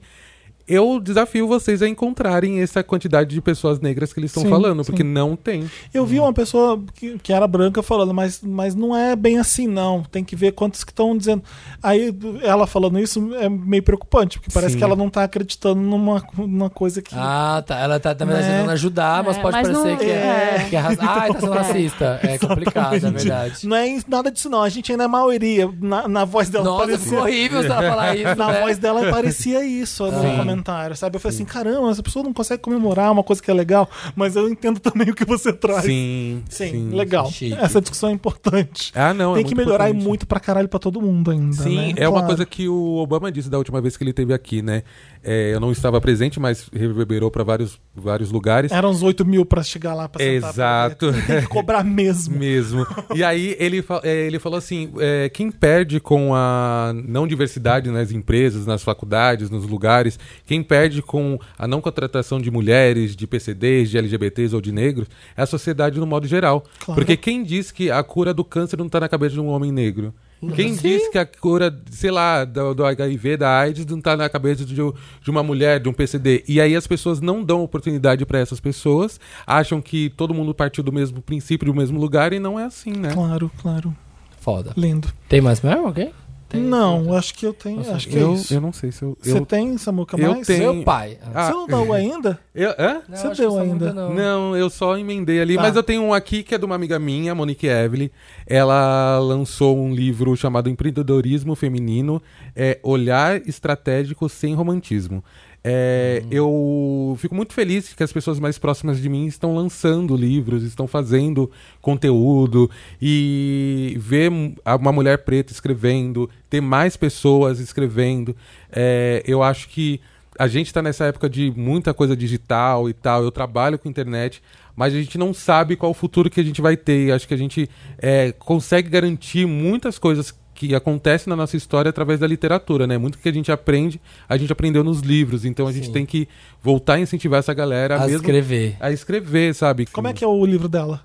Speaker 5: Eu desafio vocês a encontrarem essa quantidade de pessoas negras que eles estão
Speaker 1: Sim,
Speaker 5: falando,
Speaker 1: sim.
Speaker 5: porque não tem.
Speaker 1: Eu vi uma pessoa que, que era branca falando, mas, mas não é bem assim, não. Tem que ver quantos que estão dizendo. Aí ela falando isso é meio preocupante, porque parece
Speaker 5: Sim.
Speaker 1: que ela não tá acreditando numa, numa coisa que.
Speaker 4: Ah, tá. Ela tá, na verdade,
Speaker 1: Né?
Speaker 4: tentando ajudar, mas
Speaker 3: É,
Speaker 4: pode
Speaker 3: mas
Speaker 4: parecer
Speaker 3: não-
Speaker 4: que é.
Speaker 3: é.
Speaker 4: Que é raci- Ai, tá sendo racista. É complicado, na
Speaker 1: Exatamente.
Speaker 4: verdade.
Speaker 1: Não é isso- nada disso, não. A gente ainda é maioria. Na, na voz dela
Speaker 4: Nossa, ficou
Speaker 1: parecia.
Speaker 4: horrível se ela falar isso.
Speaker 1: Na
Speaker 4: né?
Speaker 5: É.
Speaker 1: voz dela parecia isso no
Speaker 4: Sim.
Speaker 1: comentário, sabe? Eu falei assim: caramba, essa pessoa não consegue comemorar uma coisa que é legal, mas eu entendo também o que você traz.
Speaker 5: Sim.
Speaker 1: Sim, legal.
Speaker 4: Chique.
Speaker 1: Essa discussão é importante.
Speaker 5: Ah, não. é
Speaker 1: Tem que melhorar e
Speaker 5: importante.
Speaker 1: muito pra caralho pra todo mundo ainda. né?
Speaker 5: Sim, é uma
Speaker 1: Claro.
Speaker 5: coisa que o Obama disse da última vez que ele esteve aqui, né? É, eu não estava presente, mas reverberou para vários, vários lugares.
Speaker 1: Eram uns 8 mil pra chegar lá pra sentar.
Speaker 5: Exato.
Speaker 1: E Tem que cobrar mesmo.
Speaker 5: Mesmo. E aí ele, fa- é, ele falou assim: é, quem perde com a não diversidade nas empresas, nas faculdades, nos lugares, quem perde com a não contratação de mulheres, de PCDs, de LGBTs ou de negros, é a sociedade no modo geral.
Speaker 1: Claro.
Speaker 5: Porque quem diz que a cura do câncer não está na cabeça de um homem negro? Quem diz que a cura, sei lá, do, do HIV, da AIDS, não tá na cabeça de, um- de uma mulher, de um PCD? E aí as pessoas não dão oportunidade para essas pessoas, acham que todo mundo partiu do mesmo princípio, do mesmo lugar, e não é assim, né?
Speaker 1: Claro, claro.
Speaker 4: Foda.
Speaker 1: Lindo.
Speaker 4: Tem mais mesmo? Ok? Tem-
Speaker 1: não, acho que eu tenho. acho que
Speaker 5: eu,
Speaker 1: é isso.
Speaker 5: eu não sei se eu.
Speaker 1: Você
Speaker 5: eu-
Speaker 1: tem, Samuca,
Speaker 5: eu
Speaker 1: mais?
Speaker 5: tenho.
Speaker 4: Meu pai.
Speaker 5: Ah,
Speaker 1: Você não dá ainda?
Speaker 5: eu- hã?
Speaker 4: Não,
Speaker 1: você
Speaker 4: acho que
Speaker 1: deu
Speaker 4: essa
Speaker 1: ainda?
Speaker 4: nunca Não.
Speaker 5: Não, eu só emendei ali,
Speaker 1: Tá.
Speaker 5: mas eu tenho um aqui que é de uma amiga minha, Monique Evelyn. Ela lançou um livro chamado Empreendedorismo Feminino, é Olhar Estratégico Sem Romantismo.
Speaker 4: Hum.
Speaker 5: É, Eu fico muito feliz que as pessoas mais próximas de mim estão lançando livros, estão fazendo conteúdo e ver m- a- uma mulher preta escrevendo, ter mais pessoas escrevendo. É, eu acho que a gente está nessa época de muita coisa digital e tal. Eu trabalho com internet, mas a gente não sabe qual o futuro que a gente vai ter. E Acho que a gente é, consegue garantir muitas coisas que acontecem na nossa história através da literatura, né? Muito que a gente aprende, a gente aprendeu nos livros. Então a gente
Speaker 4: Sim.
Speaker 5: tem que voltar a incentivar essa galera
Speaker 4: A
Speaker 5: mesmo
Speaker 4: escrever.
Speaker 5: a escrever, sabe?
Speaker 1: Como é que é o livro dela?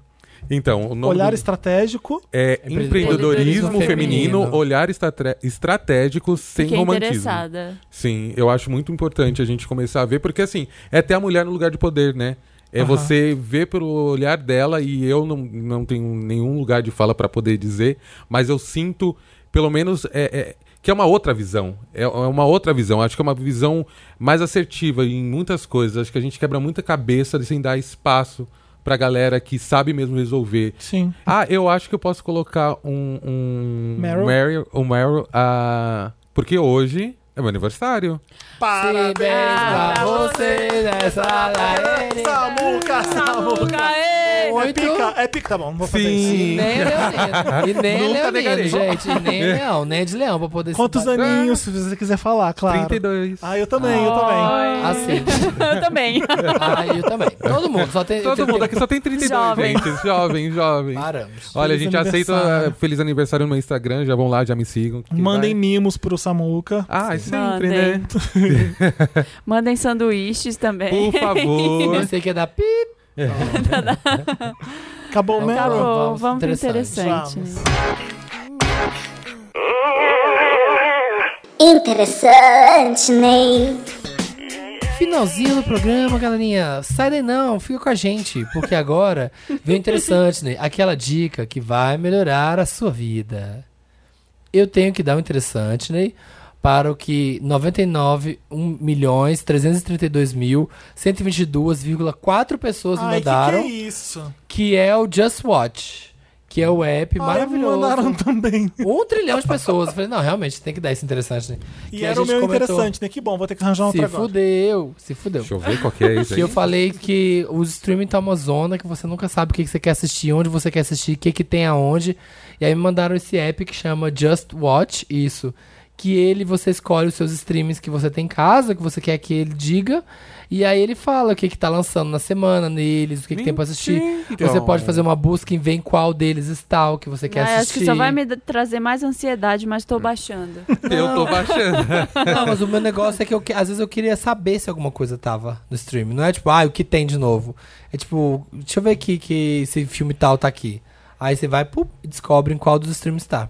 Speaker 5: Então, o nome
Speaker 1: Olhar
Speaker 5: do-
Speaker 1: estratégico.
Speaker 5: é
Speaker 3: Empreendedorismo
Speaker 5: empreendedorismo feminino,
Speaker 4: feminino.
Speaker 5: olhar estrate- estratégico sem
Speaker 3: Fiquei
Speaker 5: romantismo.
Speaker 3: interessada.
Speaker 5: Sim, eu acho muito importante a gente começar a ver, porque assim, é ter a mulher no lugar de poder, né? É
Speaker 1: Aham.
Speaker 5: você ver pelo olhar dela, e eu não, não tenho nenhum lugar de fala pra poder dizer, mas eu sinto, pelo menos, é, é- que é uma outra visão. É, é uma outra visão. Acho que é uma visão mais assertiva em muitas coisas. Acho que a gente quebra muita cabeça sem dar espaço pra galera que sabe mesmo resolver.
Speaker 1: Sim.
Speaker 5: Ah, eu acho que eu posso colocar um. um
Speaker 1: Meryl?
Speaker 5: Meryl, um Meryl ah, porque hoje é meu aniversário.
Speaker 4: Parabéns pra
Speaker 3: pra
Speaker 4: você nessa
Speaker 1: Samuca, Samuca!
Speaker 3: Aê!
Speaker 1: É
Speaker 4: muito.
Speaker 1: pica, é pica. Tá bom, não vou fazer
Speaker 5: Sim.
Speaker 1: isso.
Speaker 5: Sim.
Speaker 4: E nem é Leonino. E nem é
Speaker 5: Nunca
Speaker 4: Leonino,
Speaker 5: negarei.
Speaker 4: gente. E nem é Leão. Nem de Leão pra poder
Speaker 1: Quantos
Speaker 4: citar.
Speaker 1: aninhos, se você quiser falar, claro.
Speaker 5: 32.
Speaker 1: Ah, eu também, eu também. Assim,
Speaker 4: Aceite.
Speaker 3: Eu também.
Speaker 4: Ah, eu também. Todo mundo. Só tem,
Speaker 5: Todo
Speaker 4: tem-
Speaker 5: mundo aqui só tem 32,
Speaker 3: Jovem.
Speaker 5: gente. Jovem, jovem.
Speaker 4: Paramos.
Speaker 5: Olha, a
Speaker 1: Feliz
Speaker 5: gente aceita
Speaker 1: aniversário.
Speaker 5: uh, feliz aniversário no meu Instagram. Já vão lá, já me sigam. que
Speaker 1: Mandem
Speaker 5: vai-
Speaker 1: mimos pro Samuca.
Speaker 5: Ah, é sempre,
Speaker 3: Mandem.
Speaker 5: né?
Speaker 3: Mandem sanduíches também.
Speaker 5: Por favor.
Speaker 4: Pensei que ia dar é pi.
Speaker 1: Acabou mesmo?
Speaker 3: Tá bom,
Speaker 4: Vamos,
Speaker 3: vamos pro
Speaker 4: interessante.
Speaker 3: interessante. né?
Speaker 6: Interessante, Ney.
Speaker 4: Finalzinho do programa, galerinha. Sai daí não, fica com a gente, porque agora veio interessante, né? Aquela dica que vai melhorar a sua vida. Eu tenho que dar um interessante, né? Para o que 99 1 milhões 332 mil 122,4 pessoas me
Speaker 1: Ai, que que
Speaker 4: mandaram,
Speaker 1: é
Speaker 4: que,
Speaker 1: isso?
Speaker 4: é o Just Watch, que é o app
Speaker 1: Ai,
Speaker 4: maravilhoso.
Speaker 1: me mandaram também.
Speaker 4: Um trilhão de pessoas. Eu falei, não, realmente tem que dar esse interessante, né?
Speaker 1: E
Speaker 4: Que a
Speaker 1: era o
Speaker 4: gente
Speaker 1: meu
Speaker 4: comentou,
Speaker 1: interessante, né? Que bom, vou ter que arranjar outro
Speaker 4: Se
Speaker 1: agora.
Speaker 4: fudeu, se fudeu.
Speaker 5: Deixa eu ver qual que é isso
Speaker 4: Que eu
Speaker 5: aí.
Speaker 4: falei que os streaming tá uma zona que você nunca sabe o que, que você quer assistir, onde você quer assistir, o que, que tem aonde. E aí me mandaram esse app que chama Just Watch, isso. Que ele, você escolhe os seus streamings que você tem em casa, que você quer que ele diga. E aí ele fala o que, que tá lançando na semana neles, o que, que tem pra assistir.
Speaker 5: Mentira.
Speaker 4: Você pode fazer uma busca e ver em qual deles está o que você quer
Speaker 3: Ai, acho
Speaker 4: assistir.
Speaker 3: que só vai me d- trazer mais ansiedade, mas tô baixando.
Speaker 5: Eu tô baixando.
Speaker 4: Não, mas o meu negócio é que eu que- às vezes eu queria saber se alguma coisa tava no stream. Não é tipo, ah, o que tem de novo. É tipo, deixa eu ver aqui que esse filme tal tá aqui. Aí você vai pum, e descobre em qual dos streams tá.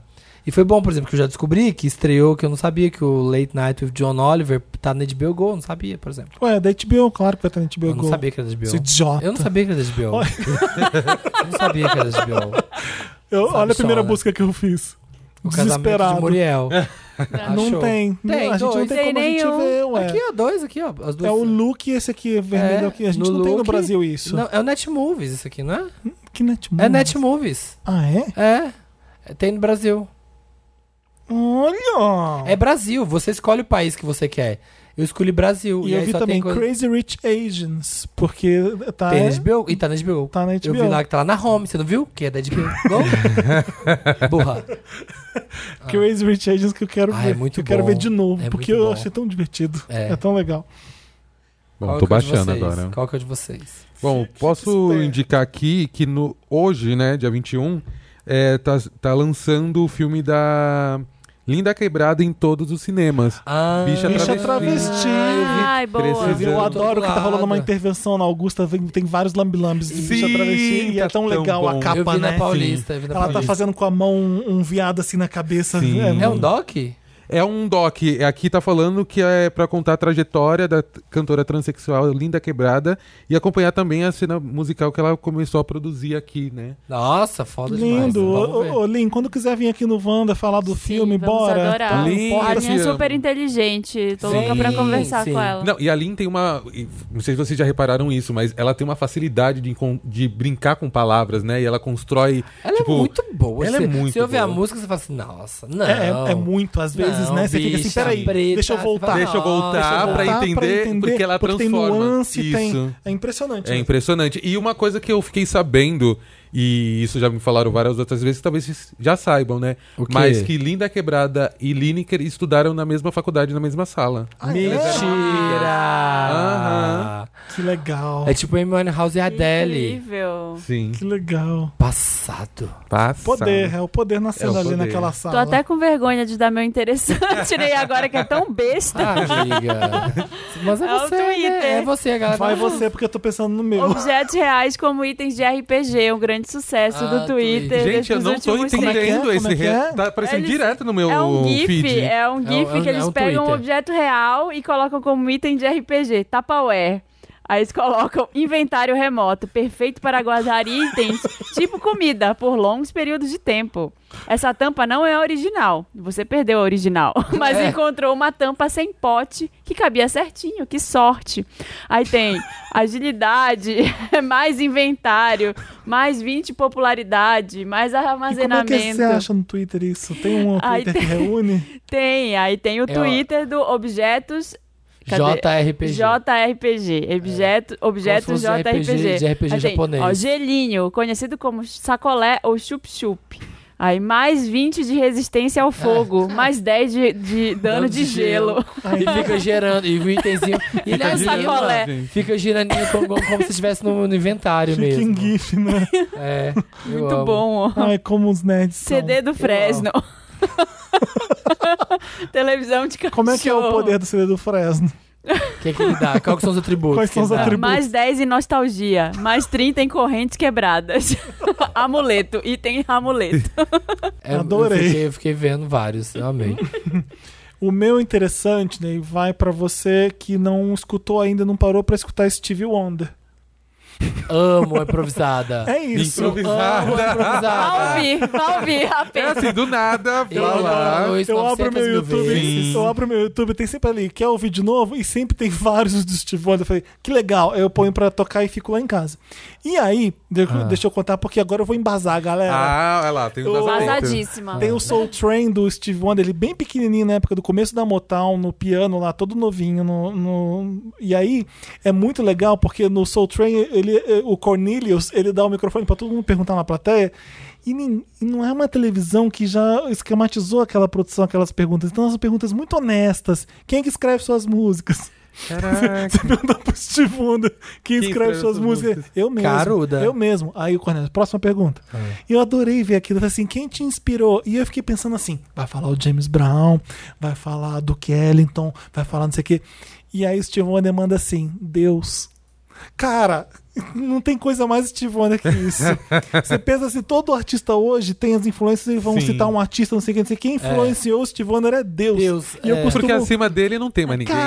Speaker 4: E foi bom, por exemplo, que eu já descobri que estreou, que eu não sabia que o Late Night with John Oliver tá na HBO Go, não sabia, por exemplo.
Speaker 1: Ué, é da HBO, claro que vai ter na HBO
Speaker 4: Eu não
Speaker 1: Go.
Speaker 4: sabia que era da HBO.
Speaker 1: Sou idiota.
Speaker 4: Eu não sabia que era da HBO. eu não sabia que era da HBO.
Speaker 1: Eu-
Speaker 4: sabe
Speaker 1: olha a
Speaker 4: só,
Speaker 1: primeira
Speaker 4: né?
Speaker 1: busca que eu fiz.
Speaker 4: O casamento de
Speaker 1: Desesperado.
Speaker 4: Muriel.
Speaker 1: Não
Speaker 4: Achou.
Speaker 1: tem.
Speaker 4: Tem,
Speaker 1: Não, a gente não tem
Speaker 4: dois.
Speaker 3: Tem
Speaker 1: como a gente
Speaker 3: nenhum.
Speaker 1: ver, ué.
Speaker 4: Aqui, ó, dois aqui, ó. As duas.
Speaker 1: é o look e esse aqui vermelho
Speaker 4: É,
Speaker 1: aqui. A gente
Speaker 4: no
Speaker 1: não tem no
Speaker 4: look-
Speaker 1: Brasil isso.
Speaker 4: Não, é o Netmovies isso aqui, não é?
Speaker 1: Que Netmovies?
Speaker 4: É Netmovies.
Speaker 1: Ah, é?
Speaker 4: É. É, Tem no Brasil.
Speaker 1: Olha!
Speaker 4: É Brasil. Você escolhe o país que você quer. Eu escolhi Brasil.
Speaker 1: e eu
Speaker 4: aí
Speaker 1: vi
Speaker 4: só
Speaker 1: também
Speaker 4: tem coisa...
Speaker 1: Crazy Rich Asians, porque tá,
Speaker 4: Tem na HBO. E tá na HBO.
Speaker 1: tá na HBO.
Speaker 4: Eu vi lá que tá lá na home. Você não viu? Que é da HBO. Go. Burra.
Speaker 1: Crazy Rich Asians que eu quero
Speaker 4: Ah,
Speaker 1: ver.
Speaker 4: é muito
Speaker 1: que eu quero
Speaker 4: bom.
Speaker 1: ver de novo,
Speaker 4: É
Speaker 1: porque
Speaker 4: muito
Speaker 1: eu
Speaker 4: bom.
Speaker 1: achei tão divertido.
Speaker 4: É.
Speaker 1: É, tão legal.
Speaker 5: Bom,
Speaker 4: Qual
Speaker 5: tô
Speaker 4: que é o de
Speaker 5: baixando
Speaker 4: vocês?
Speaker 5: agora.
Speaker 4: Qual que é o de vocês?
Speaker 5: Bom, posso
Speaker 1: esperto.
Speaker 5: indicar aqui que no, hoje, né, dia 21, é, tá, tá lançando o filme da Linda Quebrada em todos os cinemas.
Speaker 4: Ah,
Speaker 5: Bicha
Speaker 1: Bicha
Speaker 5: Travesti.
Speaker 1: travesti.
Speaker 3: Ai, boa.
Speaker 5: Precisa-
Speaker 1: Eu
Speaker 5: Todo
Speaker 1: adoro que tá rolando uma
Speaker 4: lado.
Speaker 1: intervenção na Augusta, vem- tem vários lambilambes de bicha
Speaker 5: Sim,
Speaker 1: travesti e é
Speaker 5: tá
Speaker 1: tão
Speaker 5: tão
Speaker 1: legal
Speaker 5: bom.
Speaker 1: a capa,
Speaker 4: Eu vi
Speaker 1: né?
Speaker 4: na Paulista. Eu vi na
Speaker 1: Ela tá
Speaker 4: Paulista.
Speaker 1: fazendo com a mão um, um viado assim na cabeça.
Speaker 5: Sim.
Speaker 1: É,
Speaker 4: É um doc?
Speaker 5: É um doc. Aqui tá falando que é pra contar a trajetória da t- cantora transexual Linda Quebrada e acompanhar também a cena musical que ela começou a produzir aqui, né?
Speaker 4: Nossa, foda demais.
Speaker 1: Lindo.
Speaker 4: Vamos
Speaker 1: Ô,
Speaker 4: ver.
Speaker 1: ô, ô, Lin, quando quiser vir aqui no Wanda falar do
Speaker 3: Sim,
Speaker 1: filme,
Speaker 3: vamos
Speaker 1: bora. assim,
Speaker 3: adorar.
Speaker 5: Tá lindo,
Speaker 3: a
Speaker 5: te
Speaker 3: minha é
Speaker 5: amo.
Speaker 3: super inteligente. Tô louca
Speaker 4: Sim,
Speaker 3: pra conversar
Speaker 4: sim.
Speaker 3: com ela.
Speaker 5: Não, e a Lin tem uma. e Não sei se vocês já repararam isso, mas ela tem uma facilidade de, encon- de brincar com palavras, né? E ela constrói.
Speaker 4: Ela
Speaker 5: tipo,
Speaker 4: é muito boa.
Speaker 5: ela é
Speaker 4: Você-
Speaker 5: muito
Speaker 4: Você ouve a
Speaker 5: boa.
Speaker 4: música, você fala assim, nossa, não.
Speaker 1: É, é- é muito, às vezes,
Speaker 4: Não,
Speaker 1: né? Você fica assim,
Speaker 4: bicha
Speaker 1: peraí,
Speaker 4: preta,
Speaker 1: deixa eu
Speaker 4: você
Speaker 1: voltar.
Speaker 4: fala,
Speaker 5: Deixa eu voltar
Speaker 4: "Nossa,
Speaker 5: pra
Speaker 1: voltar
Speaker 5: entender, porque ela transforma.
Speaker 1: Tem nuance,
Speaker 5: Isso.
Speaker 1: Tem... É impressionante.
Speaker 5: É
Speaker 1: né?
Speaker 5: impressionante. E uma coisa que eu fiquei sabendo, e isso já me falaram várias outras vezes, talvez vocês já saibam, né?
Speaker 4: O quê?
Speaker 5: Mas que Linda Quebrada e Lineker estudaram na mesma faculdade, na mesma sala.
Speaker 1: Ah, é?
Speaker 4: Mentira!
Speaker 1: Que legal.
Speaker 4: É tipo Amy House e a Adele.
Speaker 3: Incrível.
Speaker 5: Sim.
Speaker 1: Que legal.
Speaker 4: Passado.
Speaker 5: Passa.
Speaker 1: Poder, é o poder nascendo
Speaker 5: É o
Speaker 1: ali
Speaker 5: poder.
Speaker 1: naquela
Speaker 3: Tô
Speaker 1: sala.
Speaker 3: até com vergonha de dar meu interessante, né? E agora que é tão besta.
Speaker 4: Ah, amiga. Mas é
Speaker 3: É o
Speaker 4: você, né?
Speaker 3: Twitter.
Speaker 4: É você, galera.
Speaker 1: Vai você, porque eu tô pensando no meu.
Speaker 3: Objetos reais como itens de RPG, um grande sucesso
Speaker 4: Ah,
Speaker 3: do Twitter.
Speaker 4: Twitter.
Speaker 5: Gente,
Speaker 3: desses
Speaker 5: eu não tô
Speaker 3: últimos tempos.
Speaker 5: entendendo
Speaker 1: Como é que é?
Speaker 5: esse
Speaker 1: Como é que é?
Speaker 5: re... Tá aparecendo
Speaker 3: Eles-
Speaker 5: direto no meu
Speaker 3: É um GIF,
Speaker 5: feed.
Speaker 3: é um GIF
Speaker 4: é um-
Speaker 3: que eles
Speaker 4: é um
Speaker 3: pegam um
Speaker 4: Twitter.
Speaker 3: objeto real e colocam como item de RPG, Tupperware. Aí eles colocam inventário remoto, perfeito para guardar itens tipo comida por longos períodos de tempo. Essa tampa não é a original, você perdeu a original, mas
Speaker 4: É.
Speaker 3: encontrou uma tampa sem pote que cabia certinho, que sorte. Aí tem agilidade, mais inventário, mais 20 popularidade, mais
Speaker 1: E como é
Speaker 3: armazenamento.
Speaker 1: que você acha no Twitter isso? Tem um
Speaker 3: Ai,
Speaker 1: Twitter que reúne?
Speaker 3: Tem, aí tem o
Speaker 4: É, ó.
Speaker 3: Twitter do Objetos Cadê?
Speaker 4: JRPG.
Speaker 3: JRPG, objeto, objeto
Speaker 4: É. Como se fosse um
Speaker 3: JRPG.
Speaker 4: RPG de RPG
Speaker 3: Aí tem,
Speaker 4: japonês.
Speaker 3: Assim, Ó, gelinho, conhecido como sacolé ou chup-chup. Aí, mais 20 de resistência
Speaker 4: É.
Speaker 3: ao fogo, mais 10 de, de dano de, gelo.
Speaker 4: E fica gerando, e o itemzinho. E ele
Speaker 3: Fica
Speaker 4: azila,
Speaker 3: girando, sacolé.
Speaker 5: Tá gente.
Speaker 4: Fica girandinho como, como se estivesse no, no
Speaker 5: É
Speaker 4: inventário
Speaker 1: Fica em
Speaker 4: mesmo.
Speaker 1: GIF, né?
Speaker 4: É, eu
Speaker 3: Muito
Speaker 4: amo.
Speaker 3: bom, ó.
Speaker 1: Ai, como os nerds são.
Speaker 3: CD do Fresno. Televisão de cachorro.
Speaker 1: Como é que é o poder do CD do Fresno?
Speaker 4: O que, é que ele dá? Quais são os atributos?
Speaker 1: Quais são
Speaker 4: que ele
Speaker 1: os
Speaker 4: dá?
Speaker 1: atributos?
Speaker 3: Tá. Mais 10 em nostalgia, mais 30 em correntes quebradas. amuleto, item amuleto.
Speaker 4: É, eu
Speaker 1: Adorei.
Speaker 4: fiquei- Eu fiquei vendo vários, eu amei.
Speaker 1: O meu interessante, Ney, vai pra você que não escutou ainda, não parou pra escutar Steve Wonder.
Speaker 4: Amo a improvisada.
Speaker 1: É isso.
Speaker 4: Amo a
Speaker 5: Improvisada.
Speaker 1: Tá,
Speaker 4: improvisada.
Speaker 3: Alvi, Alvi,
Speaker 5: É
Speaker 3: apenas.
Speaker 5: assim, do nada,
Speaker 4: Eu
Speaker 5: vai lá.
Speaker 4: falo isso
Speaker 1: Eu abro
Speaker 4: 900
Speaker 1: meu
Speaker 4: mil
Speaker 1: YouTube,
Speaker 4: vezes.
Speaker 1: eu abro meu YouTube, tem sempre ali, quer ouvir de novo? E sempre tem vários do Steve Wonder. Eu falei, que legal, Aí eu ponho pra tocar e fico lá em casa. E aí, de- deixa eu contar, porque agora eu vou embasar, galera.
Speaker 5: Ah, olha lá, tem um
Speaker 1: Eu-
Speaker 5: vazamento.
Speaker 3: Vazadíssima.
Speaker 1: Tem o Soul Train do Steve Wonder, ele bem pequenininho na época do começo da Motown, no piano lá, todo novinho. No, no- E aí, é muito legal, porque no Soul Train, ele, eh, o Cornelius, ele dá o microfone pra todo mundo perguntar na plateia. E nin- e não é uma televisão que já esquematizou aquela produção, aquelas perguntas. Então, são perguntas muito honestas. Quem é que escreve suas músicas?
Speaker 5: Caraca.
Speaker 1: Perguntar pro Steve Wonder quem, escreve suas músicas. Eu mesmo.
Speaker 4: Caruda.
Speaker 1: Eu mesmo. Aí o Cornélio, próxima pergunta. Eu adorei ver aquilo. Falei assim, quem te inspirou? E eu fiquei pensando assim: vai falar o James Brown, vai falar do Kellington, vai falar não sei o quê. E aí o Steve Wonder manda assim: Deus. Cara, não tem coisa mais Steve Wonder que isso. Você pensa assim, todo artista hoje tem as influências e vão
Speaker 5: Sim.
Speaker 1: citar um artista, não sei quem, não sei quem influenciou o Steve Wonder é Deus.
Speaker 4: Deus,
Speaker 1: e eu
Speaker 4: é.
Speaker 1: costumo
Speaker 5: Porque acima dele não tem mais ninguém, é isso?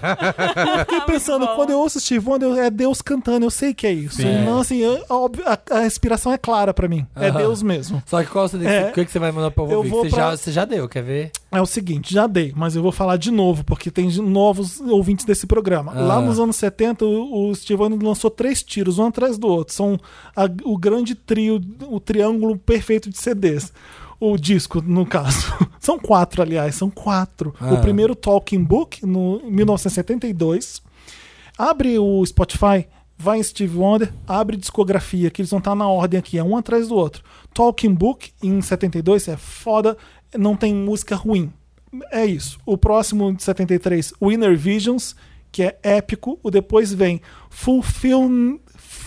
Speaker 1: Caralho! Eu fiquei pensando, quando eu ouço Steve Wonder, eu- é Deus cantando, eu sei que é isso.
Speaker 4: Sim.
Speaker 1: Não, assim, eu- óbvio, a, a inspiração é clara pra mim. É
Speaker 4: Aham.
Speaker 1: Deus mesmo.
Speaker 4: Só que qual você,
Speaker 1: É.
Speaker 4: o que que você vai mandar pra
Speaker 1: Eu
Speaker 4: ouvir?
Speaker 1: vou
Speaker 4: Você,
Speaker 1: pra-
Speaker 4: já, você já deu, quer ver?
Speaker 1: É o seguinte, já dei, mas eu vou falar de novo, porque tem de- novos ouvintes desse programa.
Speaker 4: Ah.
Speaker 1: Lá nos anos 70, o, o Steve Wonder lançou três tiros, um atrás do outro. São a- o grande trio, o triângulo perfeito de CDs. O disco, no caso. São quatro, aliás, são quatro.
Speaker 4: Ah.
Speaker 1: O primeiro Talking Book, no, em 1972. Abre o Spotify, vai em Steve Wonder, abre discografia, que eles vão estar na ordem aqui, é um atrás do outro. Talking Book, em 72, é foda, não tem música ruim. É isso. O próximo, de 73, Winner Visions, que é épico. O depois vem Fulfill...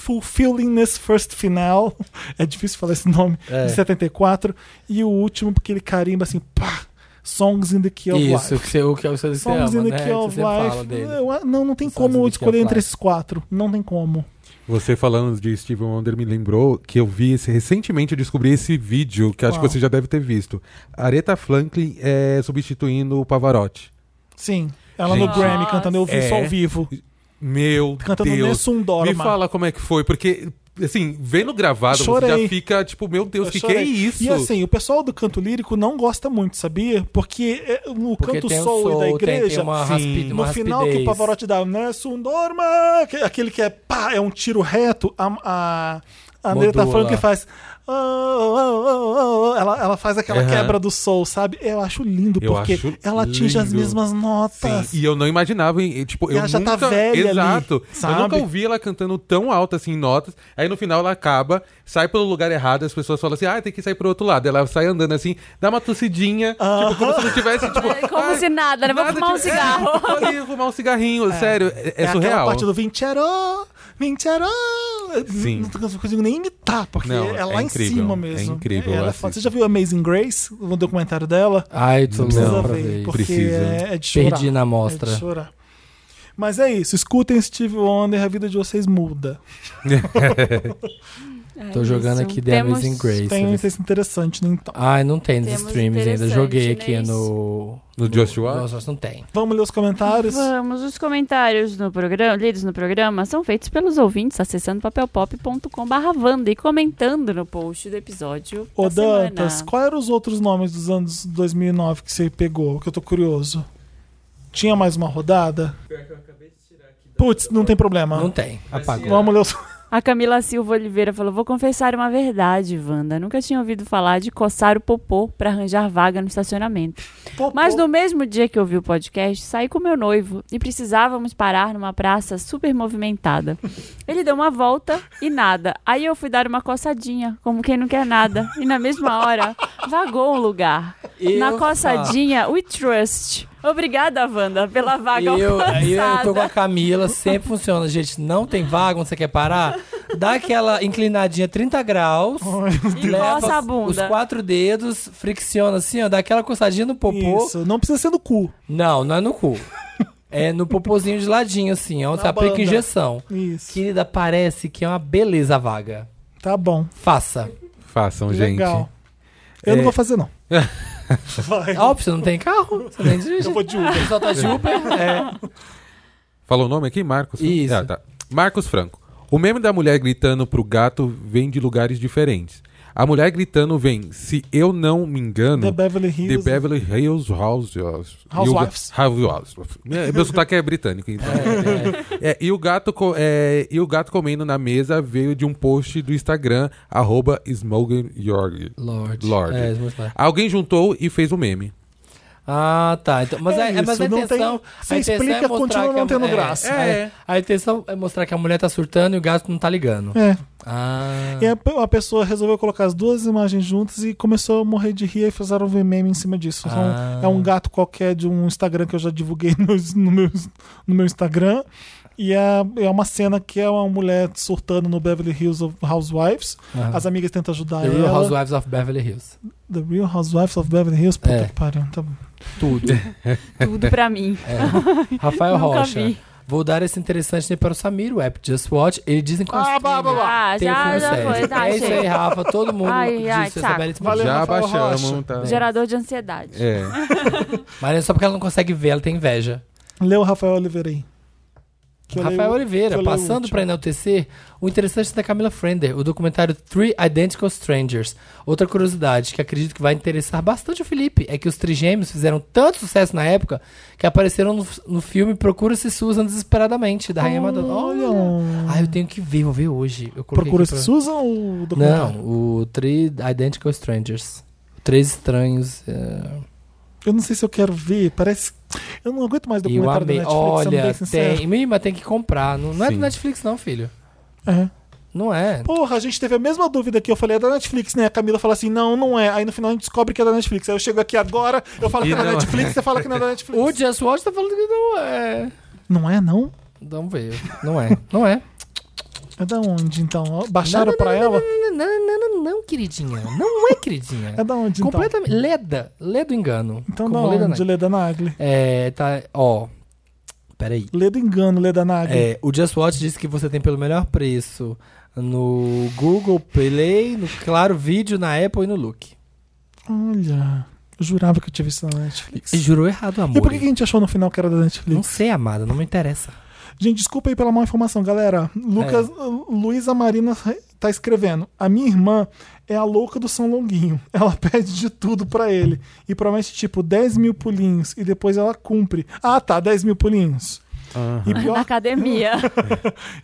Speaker 1: Fulfillingness First Final. É difícil falar esse nome.
Speaker 4: É.
Speaker 1: De 74. E o último, porque ele carimba assim, pá, Songs in the Key of
Speaker 4: Isso,
Speaker 1: Life.
Speaker 4: que você, o que você, você
Speaker 1: Songs
Speaker 4: ama,
Speaker 1: in the
Speaker 4: né? Que
Speaker 1: Key
Speaker 4: você
Speaker 1: of
Speaker 4: sempre fala
Speaker 1: Life.
Speaker 4: dele.
Speaker 1: Eu- não, não tem
Speaker 4: Songs in the
Speaker 1: como
Speaker 4: Key
Speaker 1: escolher
Speaker 4: of
Speaker 1: entre
Speaker 4: Life.
Speaker 1: esses quatro. Não tem como.
Speaker 5: Você falando de Steve Wonder me lembrou que eu vi esse, recentemente, eu descobri esse vídeo, que acho que
Speaker 1: Qual?
Speaker 5: você já deve ter visto. Aretha Franklin é, substituindo o Pavarotti.
Speaker 1: Sim. Ela no
Speaker 5: Gente.
Speaker 1: Grammy cantando Eu Vi
Speaker 5: É.
Speaker 1: Só ao Vivo.
Speaker 5: Meu
Speaker 1: Cantando
Speaker 5: Deus.
Speaker 1: Nessun Dorma.
Speaker 5: Me fala como é que foi, porque, assim, vendo gravado, você
Speaker 1: Chorei.
Speaker 5: já fica tipo, meu Deus,
Speaker 1: Eu
Speaker 5: que que é
Speaker 1: chorei.
Speaker 5: isso?
Speaker 1: E assim, o pessoal do canto lírico não gosta muito, sabia? Porque é, o
Speaker 4: Porque
Speaker 1: canto
Speaker 4: tem o
Speaker 1: soul,
Speaker 4: soul,
Speaker 1: da
Speaker 4: tem-
Speaker 1: igreja.
Speaker 4: tem uma
Speaker 1: sim,
Speaker 4: raspi- uma
Speaker 1: no final que o
Speaker 4: raspidez.
Speaker 1: Pavarotti dá, né? Sundorma! que- Aquele que é pá, é um tiro reto, a. a a Andrea tá
Speaker 4: Modula.
Speaker 1: falando que faz. "Oh, oh, oh, oh", ela, ela faz aquela
Speaker 5: Aham.
Speaker 1: quebra do soul, sabe? Eu acho lindo,
Speaker 5: Eu
Speaker 1: porque
Speaker 5: acho
Speaker 1: ela atinge as
Speaker 5: lindo.
Speaker 1: mesmas notas.
Speaker 5: Sim, e eu não imaginava, e, tipo,
Speaker 1: E
Speaker 5: eu
Speaker 1: ela já tá
Speaker 5: nunca,
Speaker 1: velha ali,
Speaker 5: exato.
Speaker 1: sabe?
Speaker 5: Eu nunca ouvi ela cantando tão alto assim em notas. Aí no final ela acaba, sai pelo lugar errado, as pessoas falam assim: "Ah, tem que sair pro outro lado". Ela sai andando assim, dá uma tossidinha, tipo, como se não tivesse,
Speaker 1: um
Speaker 5: tipo,
Speaker 3: Como
Speaker 5: "Ai,
Speaker 3: se nada, né? Vou
Speaker 5: nada
Speaker 3: fumar um
Speaker 5: tivesse-
Speaker 3: cigarro.
Speaker 5: É, vou ali fumar um cigarrinho, sério, é, é
Speaker 1: aquela
Speaker 5: surreal.
Speaker 1: parte do Vincero, Vincero.
Speaker 5: Sim.
Speaker 1: Não, não consigo nem imitar, porque
Speaker 5: Não,
Speaker 1: é
Speaker 5: é
Speaker 1: lá
Speaker 5: incrível,
Speaker 1: em cima
Speaker 5: é
Speaker 1: mesmo.
Speaker 5: incrível,
Speaker 1: Ela
Speaker 5: eu
Speaker 1: é foda. Você
Speaker 5: assisto.
Speaker 1: já viu Amazing Grace, o documentário dela?
Speaker 4: Ai, tu
Speaker 1: Precisa
Speaker 4: não, pra
Speaker 1: ver,
Speaker 4: ver.
Speaker 1: porque
Speaker 5: Precisa.
Speaker 1: É, é de chorar.
Speaker 4: Perdi na
Speaker 1: É
Speaker 4: mostra.
Speaker 1: de chorar. Mas é isso, escutem Steve Wonder, a vida de vocês muda.
Speaker 4: Tô jogando aqui The
Speaker 3: É Temos-
Speaker 4: Amazing Grace.
Speaker 1: Tem um
Speaker 4: Vê se-
Speaker 1: interesse interessante, né? Então,
Speaker 4: Ai, não tem nos
Speaker 3: Temos
Speaker 4: streams ainda.
Speaker 3: interessante,
Speaker 4: Joguei
Speaker 3: né,
Speaker 4: aqui
Speaker 3: isso?
Speaker 4: no.
Speaker 5: No Just Watch?
Speaker 4: No Just Watch não tem.
Speaker 1: vamos ler os comentários?
Speaker 3: Vamos, os comentários no programa, lidos no programa são feitos pelos ouvintes acessando papelpop.com/vanda e comentando no post do episódio.
Speaker 1: Ô
Speaker 3: da
Speaker 1: Dantas,
Speaker 3: semana.
Speaker 1: quais eram os outros nomes dos anos 2009 que você pegou? Que eu tô curioso. Tinha mais uma rodada?
Speaker 7: Pior que eu acabei de tirar aqui. da-
Speaker 1: Putz, não tem problema.
Speaker 4: Não tem. Apaga.
Speaker 1: Vamos ler os.
Speaker 3: A Camila Silva Oliveira falou: Vou confessar uma verdade, Wanda. Nunca tinha ouvido falar de coçar o popô pra arranjar vaga no estacionamento. Mas no mesmo dia que ouvi o podcast, saí com meu noivo e precisávamos parar numa praça super movimentada. Ele deu uma volta e nada. Aí eu fui dar uma coçadinha, como quem não quer nada. E na mesma hora, vagou um lugar. Na
Speaker 4: Eu-
Speaker 3: coçadinha, we trust. Obrigada, Wanda, pela
Speaker 4: E
Speaker 3: vaga
Speaker 4: eu,
Speaker 3: alcançada.
Speaker 4: e eu tô com a Camila, sempre funciona. Gente, não tem vaga onde você quer parar? Dá aquela inclinadinha 30 graus.
Speaker 3: E coça a
Speaker 4: os
Speaker 3: bunda.
Speaker 4: quatro dedos, fricciona assim, ó, dá aquela coçadinha no popô.
Speaker 1: Isso, não precisa ser no cu.
Speaker 4: Não, não é no cu. É no popozinho de ladinho, assim, ó, onde
Speaker 1: Na
Speaker 4: você aplica
Speaker 1: banda.
Speaker 4: injeção.
Speaker 1: Isso.
Speaker 4: Querida, parece que é uma beleza a vaga.
Speaker 1: Tá bom.
Speaker 4: Faça.
Speaker 5: Façam, gente.
Speaker 1: Legal. Eu
Speaker 4: É.
Speaker 1: não vou fazer, não. Vai.
Speaker 4: Óbvio, você não tem carro? Você nem dirige.
Speaker 1: Eu vou de Uber.
Speaker 4: Só tá de Uber? É.
Speaker 5: Falou o nome aqui? Marcos?
Speaker 4: Isso.
Speaker 5: Ah, tá. Marcos Franco. O meme da mulher gritando pro gato vem de lugares diferentes. A mulher gritando vem, se eu não me engano,
Speaker 1: The Beverly
Speaker 5: The
Speaker 1: Hills.
Speaker 5: Beverly Hills House,
Speaker 1: Housewives.
Speaker 5: Housewives. É, Meu sotaque é britânico. Então. É, e, o gato co- é, e o gato comendo na mesa veio de um post do Instagram, arroba Smoking Yorg.
Speaker 4: Lorde.
Speaker 5: Lorde.
Speaker 4: É, isso mesmo.
Speaker 5: Alguém juntou e fez o meme.
Speaker 4: Ah, tá. Então, mas,
Speaker 1: É
Speaker 4: é, é- mas
Speaker 1: isso,
Speaker 4: a
Speaker 1: não
Speaker 4: intenção.
Speaker 1: tem- você
Speaker 4: a intenção
Speaker 1: explica,
Speaker 4: é mostrar
Speaker 1: continua
Speaker 4: que a-
Speaker 1: não tendo
Speaker 4: é,
Speaker 1: graça.
Speaker 4: É, A intenção é mostrar que a mulher tá surtando e o gato não tá ligando.
Speaker 1: É.
Speaker 4: Ah.
Speaker 1: E a, pe- a pessoa resolveu colocar as duas imagens juntas e começou a morrer de rir e fizeram um meme em cima disso. Então,
Speaker 4: Ah.
Speaker 1: é um gato qualquer de um Instagram que eu já divulguei no, no meu, no meu Instagram. E é, é uma cena que é uma mulher surtando no Beverly Hills of Housewives.
Speaker 4: Aham.
Speaker 1: As amigas tentam ajudar
Speaker 4: Ah. The Real
Speaker 1: ela.
Speaker 4: Housewives of Beverly Hills.
Speaker 1: The Real Housewives of Beverly Hills. Puta
Speaker 4: É.
Speaker 1: que pariu. Tá bom.
Speaker 4: Tudo.
Speaker 3: Tudo pra mim.
Speaker 4: É. Rafael
Speaker 3: Nunca
Speaker 4: Rocha.
Speaker 3: vi.
Speaker 4: Vou dar esse interessante para o Samir, o app Just Watch. Ele diz em
Speaker 1: Ah, blá, blá, blá.
Speaker 3: Ah, já, já foi. Tá,
Speaker 4: É isso aí,
Speaker 3: achei.
Speaker 4: Rafa. Todo mundo
Speaker 3: Ai,
Speaker 4: disse
Speaker 3: ai,
Speaker 4: essa
Speaker 3: saco.
Speaker 4: belíssima
Speaker 1: Valeu,
Speaker 5: Já
Speaker 1: Rafael
Speaker 5: baixamos.
Speaker 1: Rocha.
Speaker 5: Tá.
Speaker 3: Gerador de ansiedade.
Speaker 5: É.
Speaker 4: Maria, é só porque ela não consegue ver, ela tem inveja.
Speaker 1: Lê o Rafael Oliveira aí. Que eu
Speaker 4: Rafael
Speaker 1: leio- que
Speaker 4: Oliveira,
Speaker 1: eu leio o
Speaker 4: passando
Speaker 1: último.
Speaker 4: para enaltecer o interessante da Camila Frender, o documentário Three Identical Strangers. Outra curiosidade que acredito que vai interessar bastante o Felipe é que os trigêmeos fizeram tanto sucesso na época que apareceram no, no filme Procura-se Susan desesperadamente, da Rainha Madonna.
Speaker 1: Olha,
Speaker 4: Olha!
Speaker 1: um...
Speaker 4: Ah, eu tenho que ver, vou ver hoje. Eu coloquei
Speaker 1: procura
Speaker 4: aqui pra-
Speaker 1: Susan ou documentário?
Speaker 4: Não, o Three Identical Strangers. Três estranhos. é.
Speaker 1: Eu não sei se eu quero ver, parece. Eu não aguento mais
Speaker 4: Eu
Speaker 1: documentário da
Speaker 4: amei.
Speaker 1: Netflix, sendo
Speaker 4: Olha,
Speaker 1: bem sincero.
Speaker 4: tem. Ih, Mas tem que comprar. Não, não é do
Speaker 5: Sim.
Speaker 4: Netflix, não, filho.
Speaker 1: É.
Speaker 4: Não é.
Speaker 1: Porra, a gente teve a mesma dúvida que eu falei, é da Netflix, né? A Camila fala assim, não, não é. Aí no final a gente descobre que é da Netflix. Aí eu chego aqui agora, eu falo
Speaker 5: E
Speaker 1: que é da
Speaker 5: não.
Speaker 1: Netflix, você fala que não é da Netflix.
Speaker 4: O Just Watch tá falando que não é.
Speaker 1: Não é, não?
Speaker 4: Vamos ver. Não é. Não é.
Speaker 1: É da onde, então? Ó, Baixaram pra ela?
Speaker 4: Não, não, não, não, não, não, queridinha. Não é, queridinha.
Speaker 1: É da onde, então?
Speaker 4: Completamente. Leda. Leda engano.
Speaker 1: Então da
Speaker 4: Como Leda
Speaker 1: onde?
Speaker 4: Knight.
Speaker 1: Leda Nagli.
Speaker 4: É, tá. Ó. Peraí.
Speaker 1: Leda engano, Leda Nagli.
Speaker 4: É, o Just Watch disse que você tem pelo melhor preço no Google Play, no Claro Vídeo, na Apple e no Look.
Speaker 1: Olha, eu jurava que eu tive isso na Netflix.
Speaker 4: E jurou errado, amor.
Speaker 1: E por que que a gente achou no final que era da
Speaker 4: Não
Speaker 1: Netflix?
Speaker 4: sei, amada, não me interessa.
Speaker 1: Gente, desculpa aí pela má informação, galera.
Speaker 5: É.
Speaker 1: Lucas, Luísa Marina tá escrevendo. A minha irmã é a louca do São Longuinho. Ela pede de tudo pra ele. E promete, tipo, 10 mil pulinhos. E depois ela cumpre. Ah, tá, 10 mil pulinhos. E,
Speaker 3: Na
Speaker 1: pior,
Speaker 3: academia.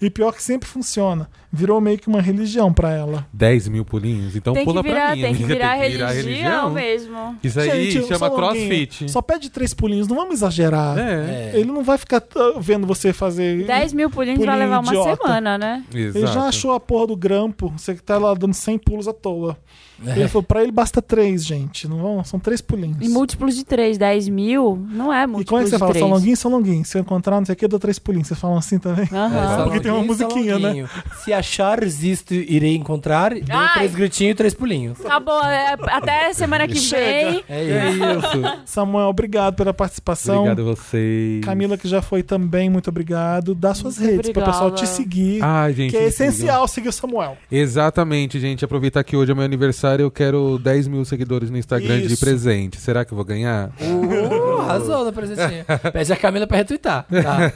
Speaker 1: e pior que sempre funciona. Virou meio que uma religião pra ela.
Speaker 5: 10 mil pulinhos, então
Speaker 3: tem que
Speaker 5: pula pra
Speaker 3: virar,
Speaker 5: mim.
Speaker 3: tem que
Speaker 5: amiga,
Speaker 3: virar,
Speaker 5: tem que virar
Speaker 3: religião,
Speaker 5: religião.
Speaker 3: mesmo.
Speaker 5: Isso aí
Speaker 1: Gente, o
Speaker 5: chama
Speaker 1: São Longuinho
Speaker 5: crossfit.
Speaker 1: Só pede três pulinhos, não vamos exagerar.
Speaker 5: É,
Speaker 1: Ele não vai ficar ah, vendo você fazer.
Speaker 3: 10 mil pulinhos
Speaker 1: Pulinho
Speaker 3: vai levar uma
Speaker 1: idiota.
Speaker 3: semana, né?
Speaker 5: exato.
Speaker 1: Ele já achou a porra do grampo. Você que tá lá dando 100 pulos à toa.
Speaker 5: É.
Speaker 1: Ele falou, pra ele basta três, gente. Não vão, são três pulinhos.
Speaker 3: E múltiplos de 3, 10 mil, não
Speaker 1: E como
Speaker 3: é
Speaker 1: é
Speaker 3: múltiplos
Speaker 1: que você
Speaker 3: de
Speaker 1: fala?
Speaker 3: 3.
Speaker 1: São longuinho, são longuinho. Se eu encontrar, não sei o que, eu dou três pulinhos. Vocês falam assim também?
Speaker 4: Ah.
Speaker 3: Aham.
Speaker 1: porque tem uma
Speaker 4: Salonguinho,
Speaker 1: musiquinha, né?
Speaker 4: salonguinho. é Se achar, existo, irei encontrar. Dou
Speaker 3: Ai.
Speaker 4: três gritinhos e três pulinhos.
Speaker 3: Tá bom, é, até semana que
Speaker 1: Chega.
Speaker 3: vem.
Speaker 4: É
Speaker 5: É
Speaker 4: isso.
Speaker 5: isso.
Speaker 1: Samuel, obrigado pela participação.
Speaker 5: Obrigado a vocês.
Speaker 1: Camila, que já foi também, muito obrigado. Dá suas
Speaker 3: Muito
Speaker 1: redes para o pessoal te
Speaker 3: obrigada.
Speaker 1: seguir.
Speaker 5: Ai, gente.
Speaker 1: que é
Speaker 5: incrível.
Speaker 1: essencial seguir o Samuel.
Speaker 5: Exatamente, gente. Aproveitar que hoje é meu aniversário, eu quero 10 mil seguidores no Instagram de
Speaker 1: Isso.
Speaker 5: presente. Será que eu vou ganhar?
Speaker 4: Uh, arrasou na presentinha. Pede a Camila pra retweetar. Tá.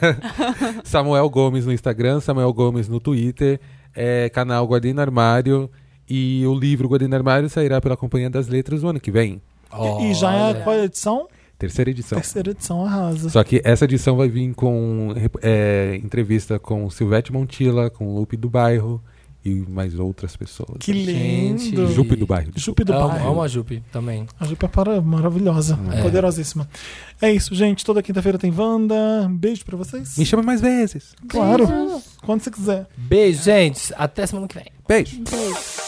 Speaker 5: Samuel Gomes no Instagram, Samuel Gomes no Twitter, é, canal Guardiã no Armário. E o livro Guardiã no Armário sairá pela Companhia das Letras o ano que vem.
Speaker 1: E já é
Speaker 4: Olha.
Speaker 1: qual é a edição?
Speaker 5: Terceira edição.
Speaker 1: Terceira edição arrasa.
Speaker 5: Só que essa edição vai vir com é, entrevista com Silvete Montilla, com Lupe do Bairro e mais outras pessoas.
Speaker 1: Que
Speaker 4: Gente.
Speaker 1: lindo.
Speaker 5: Jupe do Bairro.
Speaker 1: Jupe do
Speaker 4: Amo,
Speaker 1: Bairro.
Speaker 5: é
Speaker 4: amo a Jupe também.
Speaker 1: A Jupe é para- maravilhosa,
Speaker 4: É.
Speaker 1: poderosíssima. É isso, gente. Toda quinta-feira tem Wanda. Um beijo pra vocês.
Speaker 5: Me chama mais vezes.
Speaker 1: Claro. Quando você quiser.
Speaker 4: Beijo, gente. Até semana que vem.
Speaker 5: Beijo.
Speaker 3: Beijo.